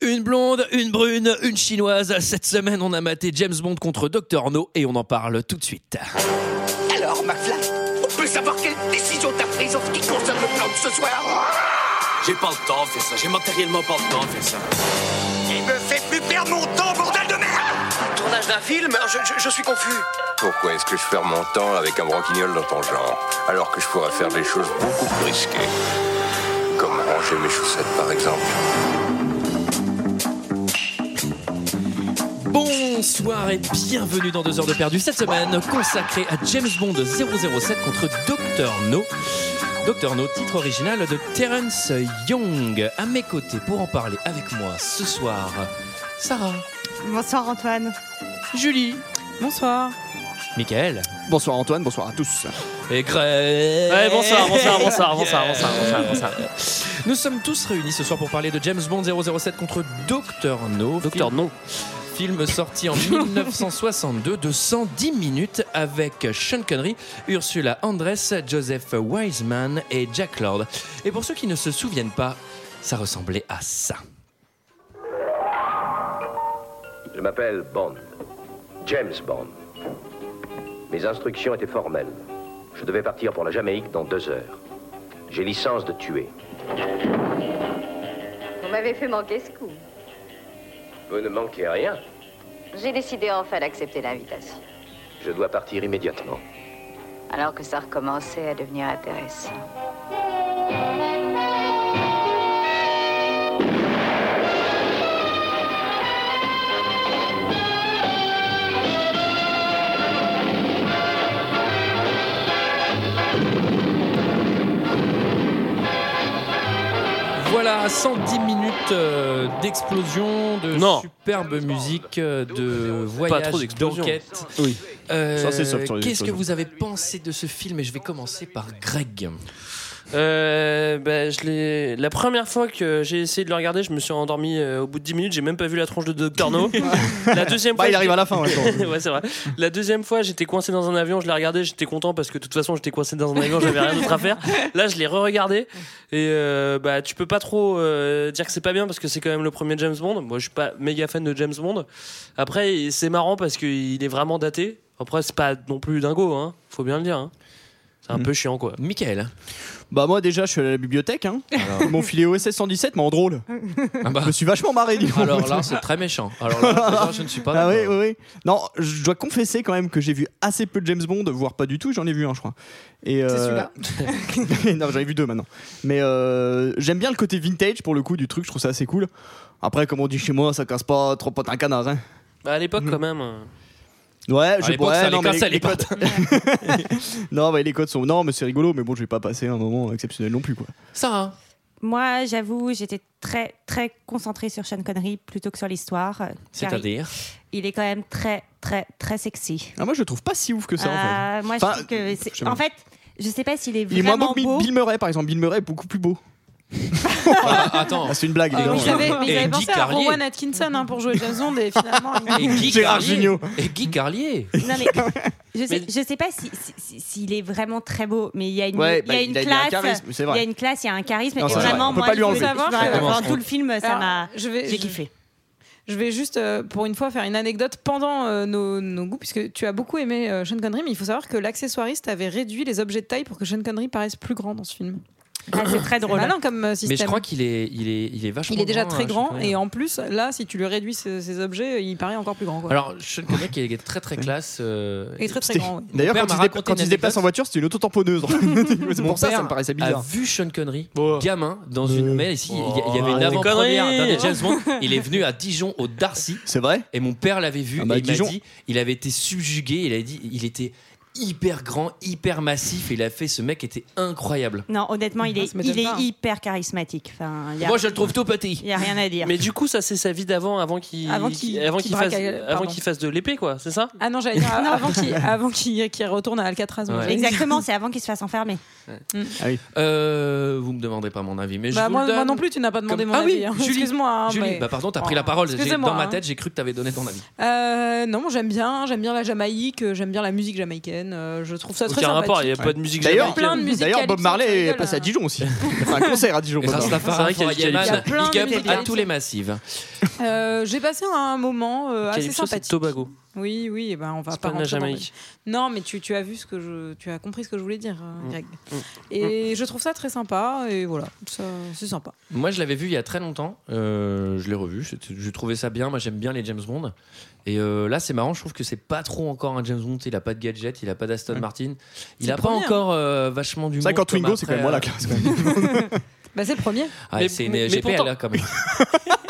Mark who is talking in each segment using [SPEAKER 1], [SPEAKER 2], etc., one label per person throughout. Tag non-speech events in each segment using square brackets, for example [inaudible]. [SPEAKER 1] Une blonde, une brune, une chinoise. Cette semaine, on a maté James Bond contre Dr. No et on en parle tout de suite.
[SPEAKER 2] Alors, McFly, on peut savoir quelle décision t'as prise en ce qui concerne le plan de ce soir
[SPEAKER 3] J'ai pas le temps de faire ça, j'ai matériellement pas le temps de faire ça.
[SPEAKER 2] Il me fait plus perdre mon temps, bordel de merde
[SPEAKER 4] Tournage d'un film je, je- je suis confus.
[SPEAKER 5] Pourquoi est-ce que je perds mon temps avec un broquignol dans ton genre Alors que je pourrais faire des choses beaucoup plus risquées. Comme ranger mes chaussettes par exemple.
[SPEAKER 1] Bonsoir et bienvenue dans 2 heures de perdu. Cette semaine, consacrée à James Bond 007 contre Dr. No. Dr. No, titre original de Terence Young. À mes côtés pour en parler avec moi ce soir, Sarah,
[SPEAKER 6] Bonsoir Antoine.
[SPEAKER 1] Julie,
[SPEAKER 6] Bonsoir.
[SPEAKER 1] Michael
[SPEAKER 7] Bonsoir Antoine, bonsoir à tous.
[SPEAKER 1] et Greg.
[SPEAKER 8] Ouais, bonsoir, bonsoir, bonsoir, bonsoir, bonsoir, bonsoir, bonsoir.
[SPEAKER 1] Nous sommes tous réunis ce soir pour parler de James Bond 007 contre Dr. No.
[SPEAKER 8] Docteur, non.
[SPEAKER 1] Film sorti
[SPEAKER 7] [laughs]
[SPEAKER 1] en 1962 de 110 minutes avec Sean Connery, Ursula Andress, Joseph Wiseman et Jack Lord. Et pour ceux qui ne se souviennent pas, ça ressemblait à ça.
[SPEAKER 9] Je m'appelle Bond. James Bond. Mes instructions étaient formelles. Je devais partir pour la Jamaïque dans deux heures. J'ai licence de tuer.
[SPEAKER 10] Vous m'avez fait manquer ce coup.
[SPEAKER 9] Vous ne manquez rien.
[SPEAKER 10] J'ai décidé enfin d'accepter l'invitation.
[SPEAKER 9] Je dois partir immédiatement.
[SPEAKER 10] Alors que ça recommençait à devenir intéressant.
[SPEAKER 1] Voilà, 110 minutes euh, d'explosion, de
[SPEAKER 8] Non.
[SPEAKER 1] superbe musique, euh, de
[SPEAKER 8] Pas trop
[SPEAKER 1] voyage,
[SPEAKER 8] d'explosion.
[SPEAKER 1] d'enquête.
[SPEAKER 7] Oui.
[SPEAKER 1] Euh,
[SPEAKER 7] Ça, c'est ça, sur les
[SPEAKER 1] Qu'est-ce que
[SPEAKER 7] explosions.
[SPEAKER 1] vous avez pensé de ce film Et je vais commencer par Greg.
[SPEAKER 8] Euh, bah, je l'ai- la première fois que j'ai essayé de le regarder, je me suis endormi euh, au bout de 10 minutes, j'ai même pas vu la tronche de Dr.
[SPEAKER 7] [laughs]
[SPEAKER 8] No. la deuxième fois.
[SPEAKER 7] Bah, il
[SPEAKER 8] je-
[SPEAKER 7] arrive à la fin
[SPEAKER 8] [laughs]
[SPEAKER 7] maintenant.
[SPEAKER 8] ouais, c'est vrai. La deuxième fois, j'étais coincé dans un avion, je l'ai regardé, j'étais content parce que de toute façon, j'étais coincé dans un avion, j'avais rien d'autre à faire. Là, je l'ai re-regardé et euh, bah tu peux pas trop euh, dire que c'est pas bien parce que c'est quand même le premier James Bond. Moi, je suis pas méga fan de James Bond. Après, c'est marrant parce qu'il est vraiment daté. Après, c'est pas non plus dingo, hein. Faut bien le dire. hein. C'est un peu chiant, quoi.
[SPEAKER 7] [laughs]
[SPEAKER 1] Michael.
[SPEAKER 7] Bah moi déjà je suis allé à la bibliothèque, hein. Ils m'ont filé OSS 117, mais en drôle.
[SPEAKER 1] Ah bah,
[SPEAKER 7] Je me suis vachement marré, dis donc.
[SPEAKER 1] alors là, c'est très méchant. Alors là, déjà, je ne suis pas
[SPEAKER 7] Ah oui,
[SPEAKER 1] d'accord.
[SPEAKER 7] oui, oui. Non, je dois confesser quand même que j'ai vu assez peu de James Bond, voire pas du tout, j'en ai vu un je crois. Et euh, [laughs] non, j'en ai vu deux maintenant. Mais euh, j'aime bien le côté vintage pour le coup du truc, je trouve ça assez cool. Après, comme on dit chez moi, ça casse pas trop pas un canard. Hein.
[SPEAKER 8] Bah, à l'époque, quand même. euh,
[SPEAKER 7] Ouais, je
[SPEAKER 1] À l'époque,
[SPEAKER 7] ouais,
[SPEAKER 1] ça les
[SPEAKER 7] non, mais
[SPEAKER 1] cassait, les
[SPEAKER 7] codes. [laughs] non, mais les codes sont. Non, mais c'est rigolo, mais bon, je vais pas passer un moment exceptionnel non plus, quoi.
[SPEAKER 1] Sarah.
[SPEAKER 6] Moi, j'avoue, j'étais très très concentrée sur Sean Connery plutôt que sur l'histoire. euh, car il-
[SPEAKER 7] [laughs]
[SPEAKER 1] C'est-à-dire
[SPEAKER 6] Il est quand même très très très sexy.
[SPEAKER 7] Ah, moi, je le trouve pas si ouf que ça. en fait.
[SPEAKER 6] Euh, Moi,
[SPEAKER 7] Enfin,
[SPEAKER 6] je trouve que c'est-
[SPEAKER 7] je sais
[SPEAKER 6] en
[SPEAKER 7] pas.
[SPEAKER 6] fait, je sais pas s'il est
[SPEAKER 7] Il est moins beau
[SPEAKER 6] vraiment
[SPEAKER 7] que
[SPEAKER 6] beau.
[SPEAKER 7] Bill Murray, par exemple. Bill Murray est beaucoup plus beau.
[SPEAKER 1] Ah, Attends,
[SPEAKER 7] Ah, c'est une blague, évidemment.
[SPEAKER 1] oui, j'avais- mais ils avaient Et pensé Guy à Carlier. Rowan
[SPEAKER 11] Atkinson hein, pour jouer James Bond et finalement.
[SPEAKER 1] et Guy
[SPEAKER 7] Gérard
[SPEAKER 1] Carlier.
[SPEAKER 7] Jugnot.
[SPEAKER 1] Et Guy Carlier.
[SPEAKER 6] Non,
[SPEAKER 7] [laughs]
[SPEAKER 6] mais je sais, je sais pas si- si- si- s'il est vraiment très beau, mais il y a une,
[SPEAKER 7] Ouais,
[SPEAKER 6] il
[SPEAKER 7] bah,
[SPEAKER 6] y a une
[SPEAKER 7] il a- il a un
[SPEAKER 6] classe.
[SPEAKER 7] charisme, c'est vrai.
[SPEAKER 6] Il y a une classe, il y a un charisme.
[SPEAKER 7] Non,
[SPEAKER 6] et
[SPEAKER 7] c'est vrai.
[SPEAKER 6] vraiment,
[SPEAKER 7] On peut
[SPEAKER 6] moi,
[SPEAKER 7] pas lui
[SPEAKER 6] je veux
[SPEAKER 7] enlever.
[SPEAKER 6] savoir que
[SPEAKER 11] Ouais,
[SPEAKER 6] pendant
[SPEAKER 1] on-
[SPEAKER 6] tout le film, ça m'a.
[SPEAKER 11] je vais,
[SPEAKER 6] J'ai
[SPEAKER 11] je-
[SPEAKER 6] kiffé.
[SPEAKER 11] Je vais juste, euh, pour une fois, faire une anecdote pendant euh, nos, nos goûts, puisque tu as beaucoup aimé euh, Sean Connery, mais il faut savoir que l'accessoiriste avait réduit les objets de taille pour que Sean Connery paraisse plus grand dans ce film.
[SPEAKER 6] Ah, c'est très drôle.
[SPEAKER 11] Malin comme euh, système.
[SPEAKER 1] Mais je crois qu'il est, il est, il est vachement.
[SPEAKER 11] il est déjà très
[SPEAKER 1] hein,
[SPEAKER 11] grand,
[SPEAKER 1] Sean Connery.
[SPEAKER 11] et en plus, là, si tu lui réduis ses, ses objets, euh, il paraît encore plus grand. Quoi.
[SPEAKER 1] Alors, Sean Connery qui est très très classe. euh,
[SPEAKER 11] il est très très
[SPEAKER 7] C'était-
[SPEAKER 11] grand. ouais.
[SPEAKER 7] D'ailleurs,
[SPEAKER 1] Mon
[SPEAKER 7] quand,
[SPEAKER 1] père m'a
[SPEAKER 7] il se, dé-
[SPEAKER 1] raconté
[SPEAKER 7] quand
[SPEAKER 1] une
[SPEAKER 7] il se déplace en
[SPEAKER 1] anecdote.
[SPEAKER 7] voiture, c'est une [laughs] autotamponneuse. c'est
[SPEAKER 1] Mon
[SPEAKER 7] pour ça,
[SPEAKER 1] père
[SPEAKER 7] ça me paraissait
[SPEAKER 1] a
[SPEAKER 7] bizarre.
[SPEAKER 1] vu Sean Connery,
[SPEAKER 7] Oh.
[SPEAKER 1] gamin, dans une mais ici, il y a- il y avait une
[SPEAKER 8] Oh,
[SPEAKER 1] avant-première
[SPEAKER 8] des
[SPEAKER 1] d'un des
[SPEAKER 8] conneries.
[SPEAKER 1] James Bond.
[SPEAKER 11] [laughs]
[SPEAKER 1] Il est venu à Dijon au Darcy
[SPEAKER 7] C'est vrai
[SPEAKER 1] et mon père l'avait vu
[SPEAKER 7] Ah bah,
[SPEAKER 1] et il m'a
[SPEAKER 7] Dijon.
[SPEAKER 1] dit, il avait été subjugué. Il a dit, il était hyper grand, hyper massif. Et il a fait, ce mec était incroyable.
[SPEAKER 6] Non, honnêtement, il
[SPEAKER 11] Ah,
[SPEAKER 6] est,
[SPEAKER 11] ça m'étonne
[SPEAKER 6] il est
[SPEAKER 11] pas.
[SPEAKER 6] hyper charismatique. Enfin, il y a,
[SPEAKER 1] Moi, je le trouve tout petit.
[SPEAKER 6] il y a rien à dire.
[SPEAKER 8] Mais du coup, ça c'est sa vie d'avant, avant qu'il
[SPEAKER 11] Avant qu'il-
[SPEAKER 8] avant
[SPEAKER 11] qu'il
[SPEAKER 8] qu'il
[SPEAKER 11] braque
[SPEAKER 8] fasse,
[SPEAKER 11] à-
[SPEAKER 8] avant
[SPEAKER 11] pardon.
[SPEAKER 8] qu'il fasse de l'épée, quoi, c'est ça
[SPEAKER 11] Ah non, j'allais dire avant qu'il avant qu'il- qu'il retourne à Alcatraz. moi,
[SPEAKER 1] Ouais.
[SPEAKER 11] j'allais dire. [laughs]
[SPEAKER 6] Exactement, c'est avant qu'il se fasse enfermer.
[SPEAKER 7] Ah
[SPEAKER 1] Euh, vous me demanderez pas mon avis, mais je
[SPEAKER 11] Bah,
[SPEAKER 1] vous
[SPEAKER 11] moi,
[SPEAKER 1] le donne.
[SPEAKER 11] moi non plus, tu n'as pas demandé
[SPEAKER 1] Comme-
[SPEAKER 11] mon
[SPEAKER 1] Ah oui,
[SPEAKER 11] avis. hein.
[SPEAKER 1] Julie.
[SPEAKER 11] Excuse-moi. hein,
[SPEAKER 1] Julie,
[SPEAKER 11] mais-
[SPEAKER 1] bah pardon, t'as pris la
[SPEAKER 11] Oh,
[SPEAKER 1] parole. J'ai-
[SPEAKER 11] excusez-moi,
[SPEAKER 1] Dans ma
[SPEAKER 11] hein.
[SPEAKER 1] tête, j'ai cru que t'avais donné ton avis.
[SPEAKER 11] Euh, non, moi, j'aime bien, j'aime bien la Jamaïque, euh, j'aime bien la musique jamaïcaine. jamaïcaine. euh, je trouve ça très
[SPEAKER 8] Aucun
[SPEAKER 11] sympa.
[SPEAKER 8] rapport, il n'y a pas de musique
[SPEAKER 7] D'ailleurs,
[SPEAKER 11] euh,
[SPEAKER 8] jamaïcaine.
[SPEAKER 7] d'ailleurs, Bob Marley est passé à Dijon aussi. [laughs] Enfin, un concert à Dijon.
[SPEAKER 1] Et
[SPEAKER 7] Bob Marley.
[SPEAKER 1] Rastafari,
[SPEAKER 8] C'est vrai qu'il y a
[SPEAKER 1] Foreman,
[SPEAKER 8] du
[SPEAKER 11] Il y a plein de
[SPEAKER 1] Big up à
[SPEAKER 11] musicalités.
[SPEAKER 1] tous les massives.
[SPEAKER 11] Euh, J'ai passé un moment euh, assez
[SPEAKER 8] Calypso, c'est
[SPEAKER 11] sympathique.
[SPEAKER 8] Tobago.
[SPEAKER 11] Oui, oui, eh ben on va
[SPEAKER 8] C'est
[SPEAKER 11] pas
[SPEAKER 8] pas de la
[SPEAKER 11] rentrer dans-
[SPEAKER 8] Jamaïque.
[SPEAKER 11] Non, mais tu, tu as vu ce que je, tu as compris ce que je voulais dire, euh,
[SPEAKER 8] Mm.
[SPEAKER 11] Greg.
[SPEAKER 1] Mm.
[SPEAKER 11] Et je trouve ça très sympa. Et voilà, ça- c'est sympa.
[SPEAKER 1] Moi, je l'avais vu il y a très longtemps. Euh, je l'ai revu. C'était- J'ai trouvé ça bien. Moi, j'aime bien les James Bond. Et euh, là, c'est marrant. Je trouve que c'est pas trop encore un James Bond. Il a pas de gadget. Il a pas d'Aston Martin. Il
[SPEAKER 11] C'est
[SPEAKER 1] a
[SPEAKER 11] le
[SPEAKER 1] pas
[SPEAKER 11] premier,
[SPEAKER 1] encore euh, vachement du.
[SPEAKER 7] C'est vrai qu'en Twingo, c'est quand même moi la classe. quand même.
[SPEAKER 11] Bah c'est le premier.
[SPEAKER 1] euh, Ah,
[SPEAKER 8] Mais-
[SPEAKER 1] c'est une
[SPEAKER 8] mais- mais
[SPEAKER 1] GPL
[SPEAKER 8] pourtant-
[SPEAKER 1] là, quand même.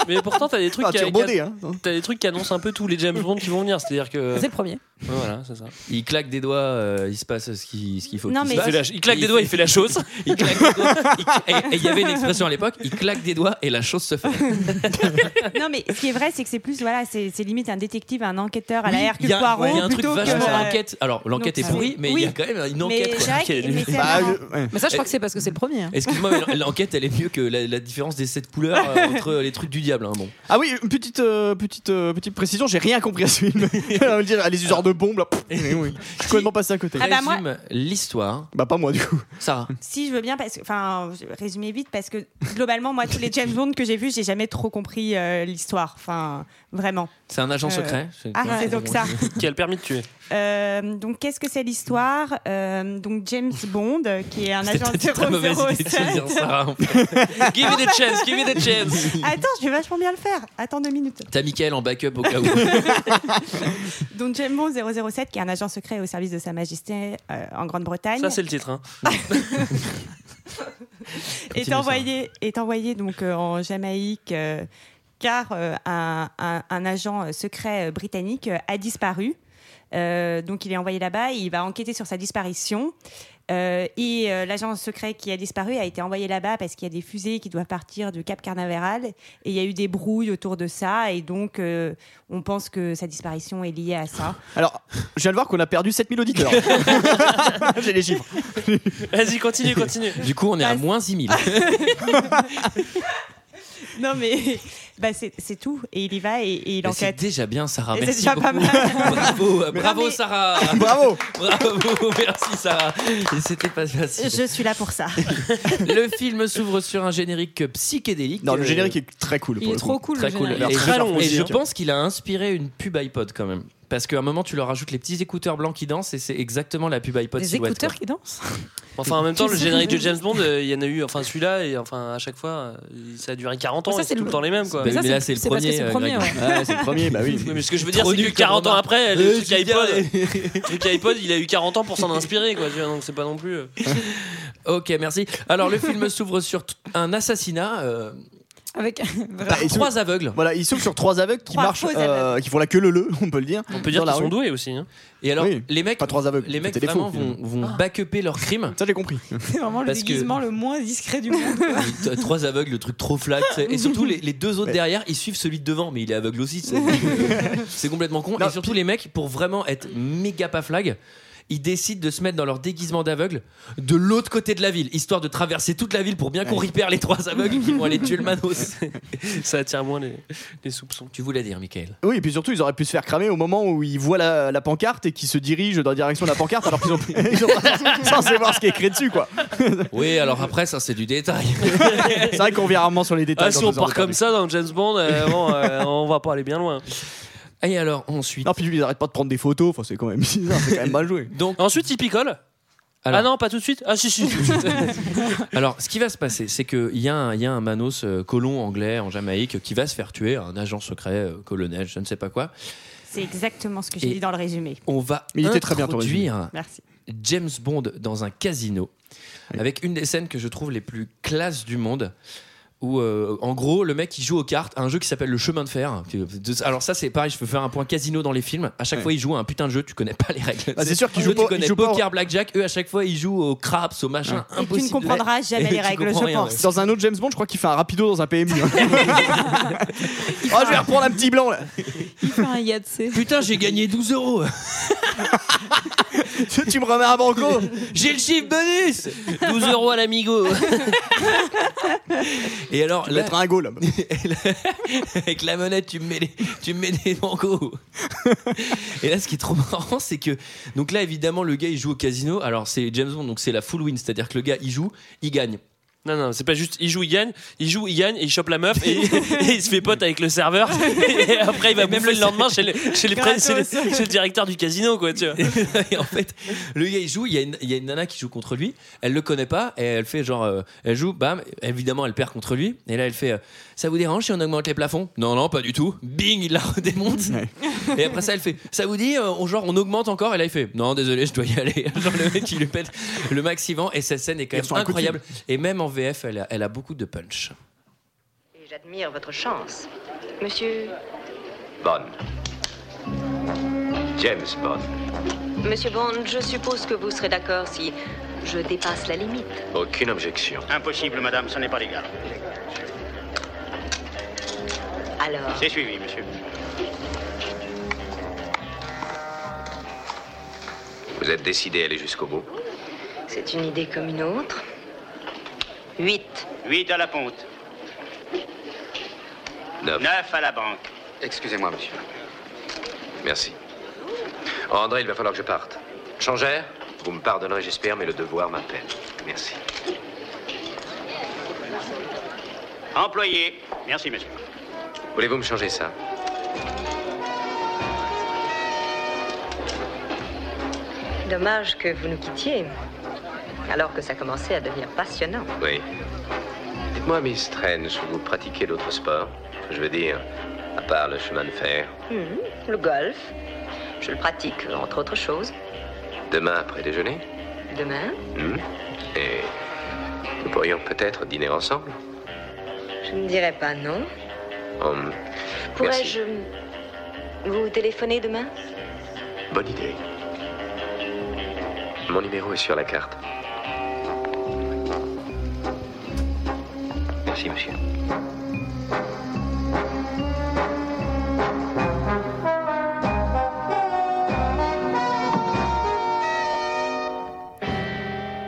[SPEAKER 8] Mais pourtant, t'as
[SPEAKER 11] [laughs]
[SPEAKER 8] des trucs
[SPEAKER 7] Un
[SPEAKER 8] qui-
[SPEAKER 7] tir
[SPEAKER 8] qui-
[SPEAKER 7] bondé, hein.
[SPEAKER 8] t'as des trucs qui annoncent un peu tous les James Bond qui vont venir. C'est-à-dire que.
[SPEAKER 11] C'est le premier.
[SPEAKER 8] Voilà, c'est ça.
[SPEAKER 1] Il claque des doigts. euh, il se passe ce qui- ce qu'il faut.
[SPEAKER 6] Non,
[SPEAKER 1] qu'il se
[SPEAKER 6] mais-
[SPEAKER 8] Il,
[SPEAKER 1] passe.
[SPEAKER 8] fait la- il claque des doigts, il fait la chose.
[SPEAKER 1] [laughs] Il claque des doigts. Il cla- Et et il y avait une expression à l'époque. Il claque des doigts et la chose se fait.
[SPEAKER 6] [laughs] Non, mais ce qui est vrai, c'est que c'est plus, voilà, c'est c'est limite un détective, un enquêteur à
[SPEAKER 1] Oui,
[SPEAKER 6] la
[SPEAKER 1] Il
[SPEAKER 6] Hercule
[SPEAKER 1] y a
[SPEAKER 6] Poirot.
[SPEAKER 1] il y a un truc
[SPEAKER 6] plutôt que-
[SPEAKER 1] vachement enquête. Alors, l'enquête
[SPEAKER 6] Donc,
[SPEAKER 1] est pourrie,
[SPEAKER 6] c'est-
[SPEAKER 1] mais il y a
[SPEAKER 6] oui.
[SPEAKER 1] quand même une
[SPEAKER 6] Mais
[SPEAKER 1] enquête. quoi.
[SPEAKER 6] c'est vrai que- mais c'est
[SPEAKER 7] Bah,
[SPEAKER 6] marrant.
[SPEAKER 7] je- ouais.
[SPEAKER 11] Mais ça, je crois que c'est parce que c'est le premier. hein.
[SPEAKER 1] Excuse-moi, mais l'enquête, elle est mieux que la, la différence des sept couleurs
[SPEAKER 6] [laughs]
[SPEAKER 1] euh, entre les trucs du diable. hein, bon.
[SPEAKER 7] Ah oui, une petite, euh, petite, euh, petite précision, j'ai rien compris à ce film. [laughs] On va dire, ah, les useurs de bombes, là. pff, oui, oui. Je suis complètement passé à côté.
[SPEAKER 6] Ah bah, moi-
[SPEAKER 1] Résume l'histoire,
[SPEAKER 7] Bah, pas moi, du coup.
[SPEAKER 1] Sarah.
[SPEAKER 6] Si je veux bien, parce que, enfin, je vais résumer vite, parce que globalement, moi, tous les James Bond que j'ai vus, j'ai jamais trop compris euh, l'histoire, enfin, vraiment.
[SPEAKER 1] C'est un agent
[SPEAKER 6] Euh,
[SPEAKER 1] secret.
[SPEAKER 6] Ah, c'est donc ça.
[SPEAKER 8] qui a le permis de tuer.
[SPEAKER 6] Euh, donc, qu'est-ce que c'est l'histoire Euh, Donc, James Bond, euh, qui est un
[SPEAKER 1] C'était
[SPEAKER 6] agent
[SPEAKER 1] peut-être une mauvaise idée de se
[SPEAKER 6] 007.
[SPEAKER 1] dire hein. Sarah. en fait.
[SPEAKER 8] Give it a chance, give it a chance.
[SPEAKER 7] Ah,
[SPEAKER 6] Attends, je vais vachement bien le faire. Attends deux minutes.
[SPEAKER 1] T'as Michael en backup au cas
[SPEAKER 6] [laughs]
[SPEAKER 1] où.
[SPEAKER 6] Donc, James Bond 007, qui est un agent secret au service de Sa Majesté euh, en Grande-Bretagne.
[SPEAKER 8] Ça, c'est le titre. hein.
[SPEAKER 6] est
[SPEAKER 1] Continue,
[SPEAKER 6] envoyé, est envoyé donc euh, en Jamaïque euh, car euh, un, un- un agent euh, secret euh, britannique euh, a disparu. Euh, donc il est envoyé là-bas, il va enquêter sur sa disparition. Euh, et euh, l'agent secret qui a disparu a été envoyé là-bas parce qu'il y a des fusées qui doivent partir du Cap Carnaveral. Et il y a eu des brouilles autour de ça. Et donc euh, on pense que sa disparition est liée
[SPEAKER 11] [laughs]
[SPEAKER 6] à ça.
[SPEAKER 7] Alors, je viens de voir qu'on a perdu 7000 auditeurs. j'ai les chiffres.
[SPEAKER 8] Vas-y, continue, continue.
[SPEAKER 1] Du coup, on est à
[SPEAKER 6] Bah,
[SPEAKER 1] moins 6000.
[SPEAKER 6] Non mais [laughs] bah, c'est c'est tout. Et il y va et, et il
[SPEAKER 1] Mais C'est
[SPEAKER 6] enquête.
[SPEAKER 1] déjà bien, Sarah.
[SPEAKER 6] Et c'est
[SPEAKER 1] Merci
[SPEAKER 6] déjà
[SPEAKER 1] beaucoup.
[SPEAKER 6] pas mal.
[SPEAKER 1] [laughs] Bravo, euh, bravo
[SPEAKER 6] mais- [laughs]
[SPEAKER 1] Sarah.
[SPEAKER 7] Bravo!
[SPEAKER 1] Bravo, merci Sarah. Et C'était pas facile.
[SPEAKER 6] Je suis là pour ça.
[SPEAKER 1] Le film s'ouvre sur un générique psychédélique.
[SPEAKER 7] Non, le
[SPEAKER 1] Euh,
[SPEAKER 7] générique est très cool.
[SPEAKER 11] Il
[SPEAKER 7] pour
[SPEAKER 11] est
[SPEAKER 7] le
[SPEAKER 11] trop
[SPEAKER 7] coup.
[SPEAKER 11] cool.
[SPEAKER 1] Très
[SPEAKER 11] le
[SPEAKER 1] cool.
[SPEAKER 11] générique.
[SPEAKER 7] Il
[SPEAKER 1] Et,
[SPEAKER 7] est très
[SPEAKER 1] je-
[SPEAKER 8] long
[SPEAKER 1] et
[SPEAKER 8] aussi,
[SPEAKER 1] je
[SPEAKER 8] hein.
[SPEAKER 1] pense qu'il a inspiré une pub iPod quand même. Parce qu'à un moment, tu leur rajoutes les petits écouteurs blancs qui dansent et c'est exactement la pub iPod.
[SPEAKER 11] Des
[SPEAKER 1] silhouette,
[SPEAKER 11] écouteurs
[SPEAKER 1] quoi.
[SPEAKER 11] qui dansent. [laughs]
[SPEAKER 8] Enfin, en même temps, le générique de James Bond, euh, il y en a eu, enfin celui-là, et enfin à chaque fois, euh, ça a duré 40 ans,
[SPEAKER 11] Ça,
[SPEAKER 8] et c'est
[SPEAKER 11] c'est
[SPEAKER 8] tout
[SPEAKER 11] le-
[SPEAKER 8] le temps les mêmes quoi.
[SPEAKER 1] Mais,
[SPEAKER 11] ça,
[SPEAKER 1] mais là, c'est le
[SPEAKER 11] c'est parce que
[SPEAKER 1] premier.
[SPEAKER 11] c'est le
[SPEAKER 1] euh,
[SPEAKER 11] premier,
[SPEAKER 1] Greg.
[SPEAKER 7] Ah, [laughs] c'est le premier, bah oui.
[SPEAKER 8] Oui, mais ce que je veux dire,
[SPEAKER 1] Trop
[SPEAKER 8] c'est que
[SPEAKER 1] nul comme
[SPEAKER 8] 40 ans
[SPEAKER 1] remarque.
[SPEAKER 8] après,
[SPEAKER 1] Euh,
[SPEAKER 8] le truc
[SPEAKER 1] c'est
[SPEAKER 8] iPod,
[SPEAKER 1] bien.
[SPEAKER 8] le truc iPod, il a eu 40 ans pour s'en inspirer quoi, tu vois, donc c'est pas non plus. euh.
[SPEAKER 1] Ok, merci. Alors, le film s'ouvre sur t- un assassinat euh,
[SPEAKER 11] Avec
[SPEAKER 7] Bah,
[SPEAKER 1] par
[SPEAKER 7] il s'ouvre-
[SPEAKER 1] trois aveugles.
[SPEAKER 7] Voilà, il s'ouvre sur trois aveugles qui
[SPEAKER 6] Trois
[SPEAKER 7] marchent,
[SPEAKER 6] faux
[SPEAKER 7] euh, qui font la queue le le, on peut le dire.
[SPEAKER 8] On peut dire
[SPEAKER 7] Dans la
[SPEAKER 8] qu'ils sont
[SPEAKER 7] rue.
[SPEAKER 8] doués aussi. hein.
[SPEAKER 1] Et alors,
[SPEAKER 7] Oui.
[SPEAKER 1] les mecs,
[SPEAKER 7] Pas trois aveugles.
[SPEAKER 1] les mecs
[SPEAKER 7] c'était des faux,
[SPEAKER 1] vraiment
[SPEAKER 7] finalement.
[SPEAKER 1] vont, vont
[SPEAKER 11] Ah.
[SPEAKER 1] back-upper leur crime.
[SPEAKER 7] Ça, j'ai compris. [laughs]
[SPEAKER 11] c'est vraiment le
[SPEAKER 1] Parce que-
[SPEAKER 11] déguisement le moins discret du monde.
[SPEAKER 1] Et t- trois aveugles, le truc trop flat. tu sais. Et surtout, les, les deux autres
[SPEAKER 7] Ouais.
[SPEAKER 1] derrière, ils suivent celui de devant, mais il est aveugle aussi.
[SPEAKER 7] [laughs]
[SPEAKER 1] C'est c'est complètement con.
[SPEAKER 7] Non,
[SPEAKER 1] et surtout, les mecs, pour vraiment être méga pas flag, ils décident de se mettre dans leur déguisement d'aveugle de l'autre côté de la ville, histoire de traverser toute la ville pour bien qu'on
[SPEAKER 7] Ouais.
[SPEAKER 1] repère les trois aveugles qui vont aller tuer le manos. [laughs]
[SPEAKER 8] Ça attire moins les, les soupçons.
[SPEAKER 1] tu voulais dire, Michael
[SPEAKER 7] Oui, et puis surtout, ils auraient pu se faire cramer au moment où ils voient la, la pancarte et qu'ils se dirigent dans la direction de la pancarte alors qu'ils ont, [laughs] ils sont censés voir ce qui est écrit dessus, quoi.
[SPEAKER 1] Oui, alors après, ça, c'est du
[SPEAKER 7] [laughs]
[SPEAKER 1] détail.
[SPEAKER 7] C'est vrai qu'on revient rarement sur les détails.
[SPEAKER 8] Ah, si
[SPEAKER 7] dans
[SPEAKER 8] on
[SPEAKER 7] deux heures
[SPEAKER 8] part
[SPEAKER 7] de
[SPEAKER 8] comme
[SPEAKER 7] perdu.
[SPEAKER 8] ça dans James Bond, euh, [laughs] bon, euh, on va pas aller bien loin.
[SPEAKER 1] Et alors, ensuite.
[SPEAKER 7] Non, puis lui, ils arrêtent pas de prendre des photos, enfin, c'est quand même [laughs] bizarre, c'est quand même mal joué.
[SPEAKER 1] Donc,
[SPEAKER 8] Ensuite, il picole.
[SPEAKER 1] Alors.
[SPEAKER 8] Ah non, pas tout de suite. Ah si, si, tout de suite. [laughs]
[SPEAKER 1] Alors, ce qui va se passer, c'est qu'il y, a un- il y a un Manos euh, colon anglais en Jamaïque qui va se faire tuer, un agent secret, euh, colonel, je ne sais pas quoi.
[SPEAKER 6] C'est exactement ce que j'ai
[SPEAKER 1] Et-
[SPEAKER 6] dit dans le résumé.
[SPEAKER 1] On va
[SPEAKER 7] Mais il était très bien, ton
[SPEAKER 1] introduire
[SPEAKER 6] Merci.
[SPEAKER 1] James Bond dans un casino
[SPEAKER 7] Oui.
[SPEAKER 1] avec une des scènes que je trouve les plus classes du monde. Où, euh, en gros, le mec il joue aux cartes à un jeu qui s'appelle le chemin de fer. Alors, ça, c'est pareil, je peux faire un point casino dans les films. À chaque
[SPEAKER 7] Ouais.
[SPEAKER 1] fois, il joue à un putain de jeu, tu connais pas les règles.
[SPEAKER 7] Bah, c'est sûr qu'ils
[SPEAKER 1] Eux,
[SPEAKER 7] jouent pas-
[SPEAKER 1] Tu connais
[SPEAKER 7] ils jouent pas-
[SPEAKER 1] poker, blackjack. Eux, à chaque fois, ils jouent au craps, au machin.
[SPEAKER 6] Et tu
[SPEAKER 1] Impossible. [laughs]
[SPEAKER 6] ne comprendras jamais
[SPEAKER 1] Tu
[SPEAKER 6] les règles,
[SPEAKER 1] comprends
[SPEAKER 6] je
[SPEAKER 1] rien,
[SPEAKER 6] pense.
[SPEAKER 7] Dans un autre [laughs] James Bond, je crois qu'il fait un rapido dans un PMU. hein. oh, je vais reprendre un petit blanc là.
[SPEAKER 11] Il fait un yatsé.
[SPEAKER 1] Putain, j'ai gagné 12 euros.
[SPEAKER 7] tu me remets à banco.
[SPEAKER 1] [laughs] J'ai le chiffre
[SPEAKER 7] [laughs]
[SPEAKER 1] bonus 12 euros à l'amigo Et alors, là,
[SPEAKER 7] Mettre un go là.
[SPEAKER 1] avec la monnaie, tu me mets, les- tu me mets des mangos Et là, ce qui est trop marrant, c'est que. Donc là, évidemment, le gars, il joue au casino. Alors, c'est James Bond, donc c'est la full win. C'est-à-dire que le gars, il joue, il gagne. [laughs]
[SPEAKER 8] Non, non, c'est pas juste. Il joue, il gagne, il joue, il gagne, et il chope la meuf, et, et il se fait pote avec le serveur. [laughs] Et après, il va bouffer le lendemain chez le, chez
[SPEAKER 7] [laughs]
[SPEAKER 8] les pré- chez le- chez le directeur du casino, quoi, tu vois.
[SPEAKER 1] et en fait, le gars il joue, il y, a une- il y a une nana qui joue contre lui, elle le connaît pas, et elle fait genre, euh, elle joue, bam, évidemment elle perd contre lui, et là elle fait, euh, ça vous dérange si on augmente les plafonds Non, non, pas du tout, bing, il la redémonte, et après ça elle fait, ça vous dit, euh, on, genre on augmente encore, et là il fait, non, désolé, je dois y aller, [laughs] genre le mec il lui pète le max il vend, et cette scène est quand même
[SPEAKER 7] Il reçoit un coup de
[SPEAKER 1] incroyable, et même en VF elle a, elle a beaucoup de punch.
[SPEAKER 10] Et j'admire votre chance. Monsieur.
[SPEAKER 9] Bond. James Bond.
[SPEAKER 10] Monsieur Bond, je suppose que vous serez d'accord si je dépasse la limite.
[SPEAKER 9] Aucune objection.
[SPEAKER 2] Impossible, madame, ce n'est pas légal.
[SPEAKER 10] Alors,
[SPEAKER 2] C'est suivi, monsieur.
[SPEAKER 9] Vous êtes décidé à aller jusqu'au bout
[SPEAKER 10] c'est une idée comme une autre. 8.
[SPEAKER 2] 8 à la ponte,
[SPEAKER 9] Neuf.
[SPEAKER 2] 9 à la banque.
[SPEAKER 9] Excusez-moi, monsieur. Merci. André, il va falloir que je parte. Changère, vous me pardonnerez, j'espère, mais le devoir m'appelle. Merci.
[SPEAKER 2] Employé. Merci, monsieur.
[SPEAKER 9] Voulez-vous me changer ça
[SPEAKER 10] Dommage que vous nous quittiez. Alors que ça commençait à devenir passionnant.
[SPEAKER 9] Oui. Dites-moi, Miss Strange, vous pratiquez d'autres sports Je veux dire, à part le chemin de fer.
[SPEAKER 10] Mhm. Le golf. Je le pratique, entre autres choses.
[SPEAKER 9] Demain, après déjeuner
[SPEAKER 10] Demain,
[SPEAKER 9] hmm Et nous pourrions peut-être dîner ensemble
[SPEAKER 10] je ne dirai pas non.
[SPEAKER 9] Hmm. Merci.
[SPEAKER 10] Pourrais-je vous téléphoner demain
[SPEAKER 9] Bonne idée. Mon numéro est sur la carte. Merci, monsieur.
[SPEAKER 7] Ouais,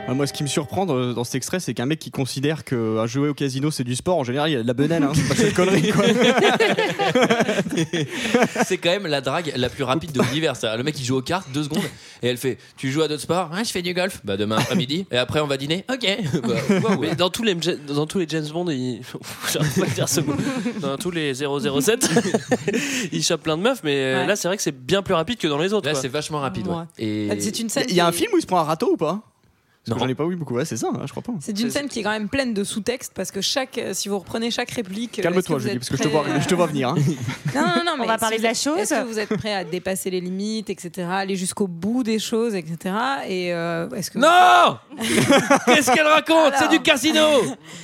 [SPEAKER 7] Ah, moi, ce qui me surprend dans, dans cet extrait, c'est qu'un mec qui considère que à jouer au casino c'est du sport, en général, il a de la benelle. Hein, c'est pas cette connerie. [laughs] Quoi.
[SPEAKER 1] C'est quand même la drague la plus rapide de l'univers. ça. Le mec il joue aux cartes deux secondes et elle fait Tu joues à d'autres sports Ouais, je fais du golf. Bah demain après-midi et après on va dîner. Ok. [laughs] Bah, waouh.
[SPEAKER 8] Mais dans tous les, dans tous les James Bond, [laughs] ils- j'arrive pas à dire ce mot. Dans tous
[SPEAKER 1] [laughs]
[SPEAKER 8] les 007, ils chopent plein de meufs, mais euh,
[SPEAKER 11] Ouais.
[SPEAKER 8] là, c'est vrai que c'est bien plus rapide que dans les autres.
[SPEAKER 1] Là
[SPEAKER 8] quoi.
[SPEAKER 1] c'est vachement rapide. ouais.
[SPEAKER 11] Ouais. Ah,
[SPEAKER 1] Et
[SPEAKER 11] C'est une scène.
[SPEAKER 7] Il y a un
[SPEAKER 11] qui-
[SPEAKER 7] film où il se prend un râteau ou pas Parce que
[SPEAKER 1] Non.
[SPEAKER 7] J'en ai pas vu beaucoup. Ouais, c'est ça, hein, je crois pas.
[SPEAKER 11] C'est une scène qui est quand même pleine de sous-textes parce que chaque, euh, si vous reprenez chaque réplique. euh, est-ce que
[SPEAKER 7] Calme-toi,
[SPEAKER 11] vous
[SPEAKER 7] Julie,
[SPEAKER 11] êtes
[SPEAKER 7] parce que je te
[SPEAKER 11] prêt,
[SPEAKER 7] vois,
[SPEAKER 11] euh,
[SPEAKER 7] je te vois venir. hein.
[SPEAKER 11] Non, non, non, mais
[SPEAKER 6] va parler
[SPEAKER 11] si
[SPEAKER 6] de la
[SPEAKER 11] vous-
[SPEAKER 6] chose.
[SPEAKER 11] Est-ce que vous êtes prêt à dépasser les limites, etc., aller jusqu'au bout des choses, etc. Et euh, est-ce que
[SPEAKER 1] Non [laughs] Qu'est-ce qu'elle raconte C'est
[SPEAKER 11] Alors.
[SPEAKER 1] du casino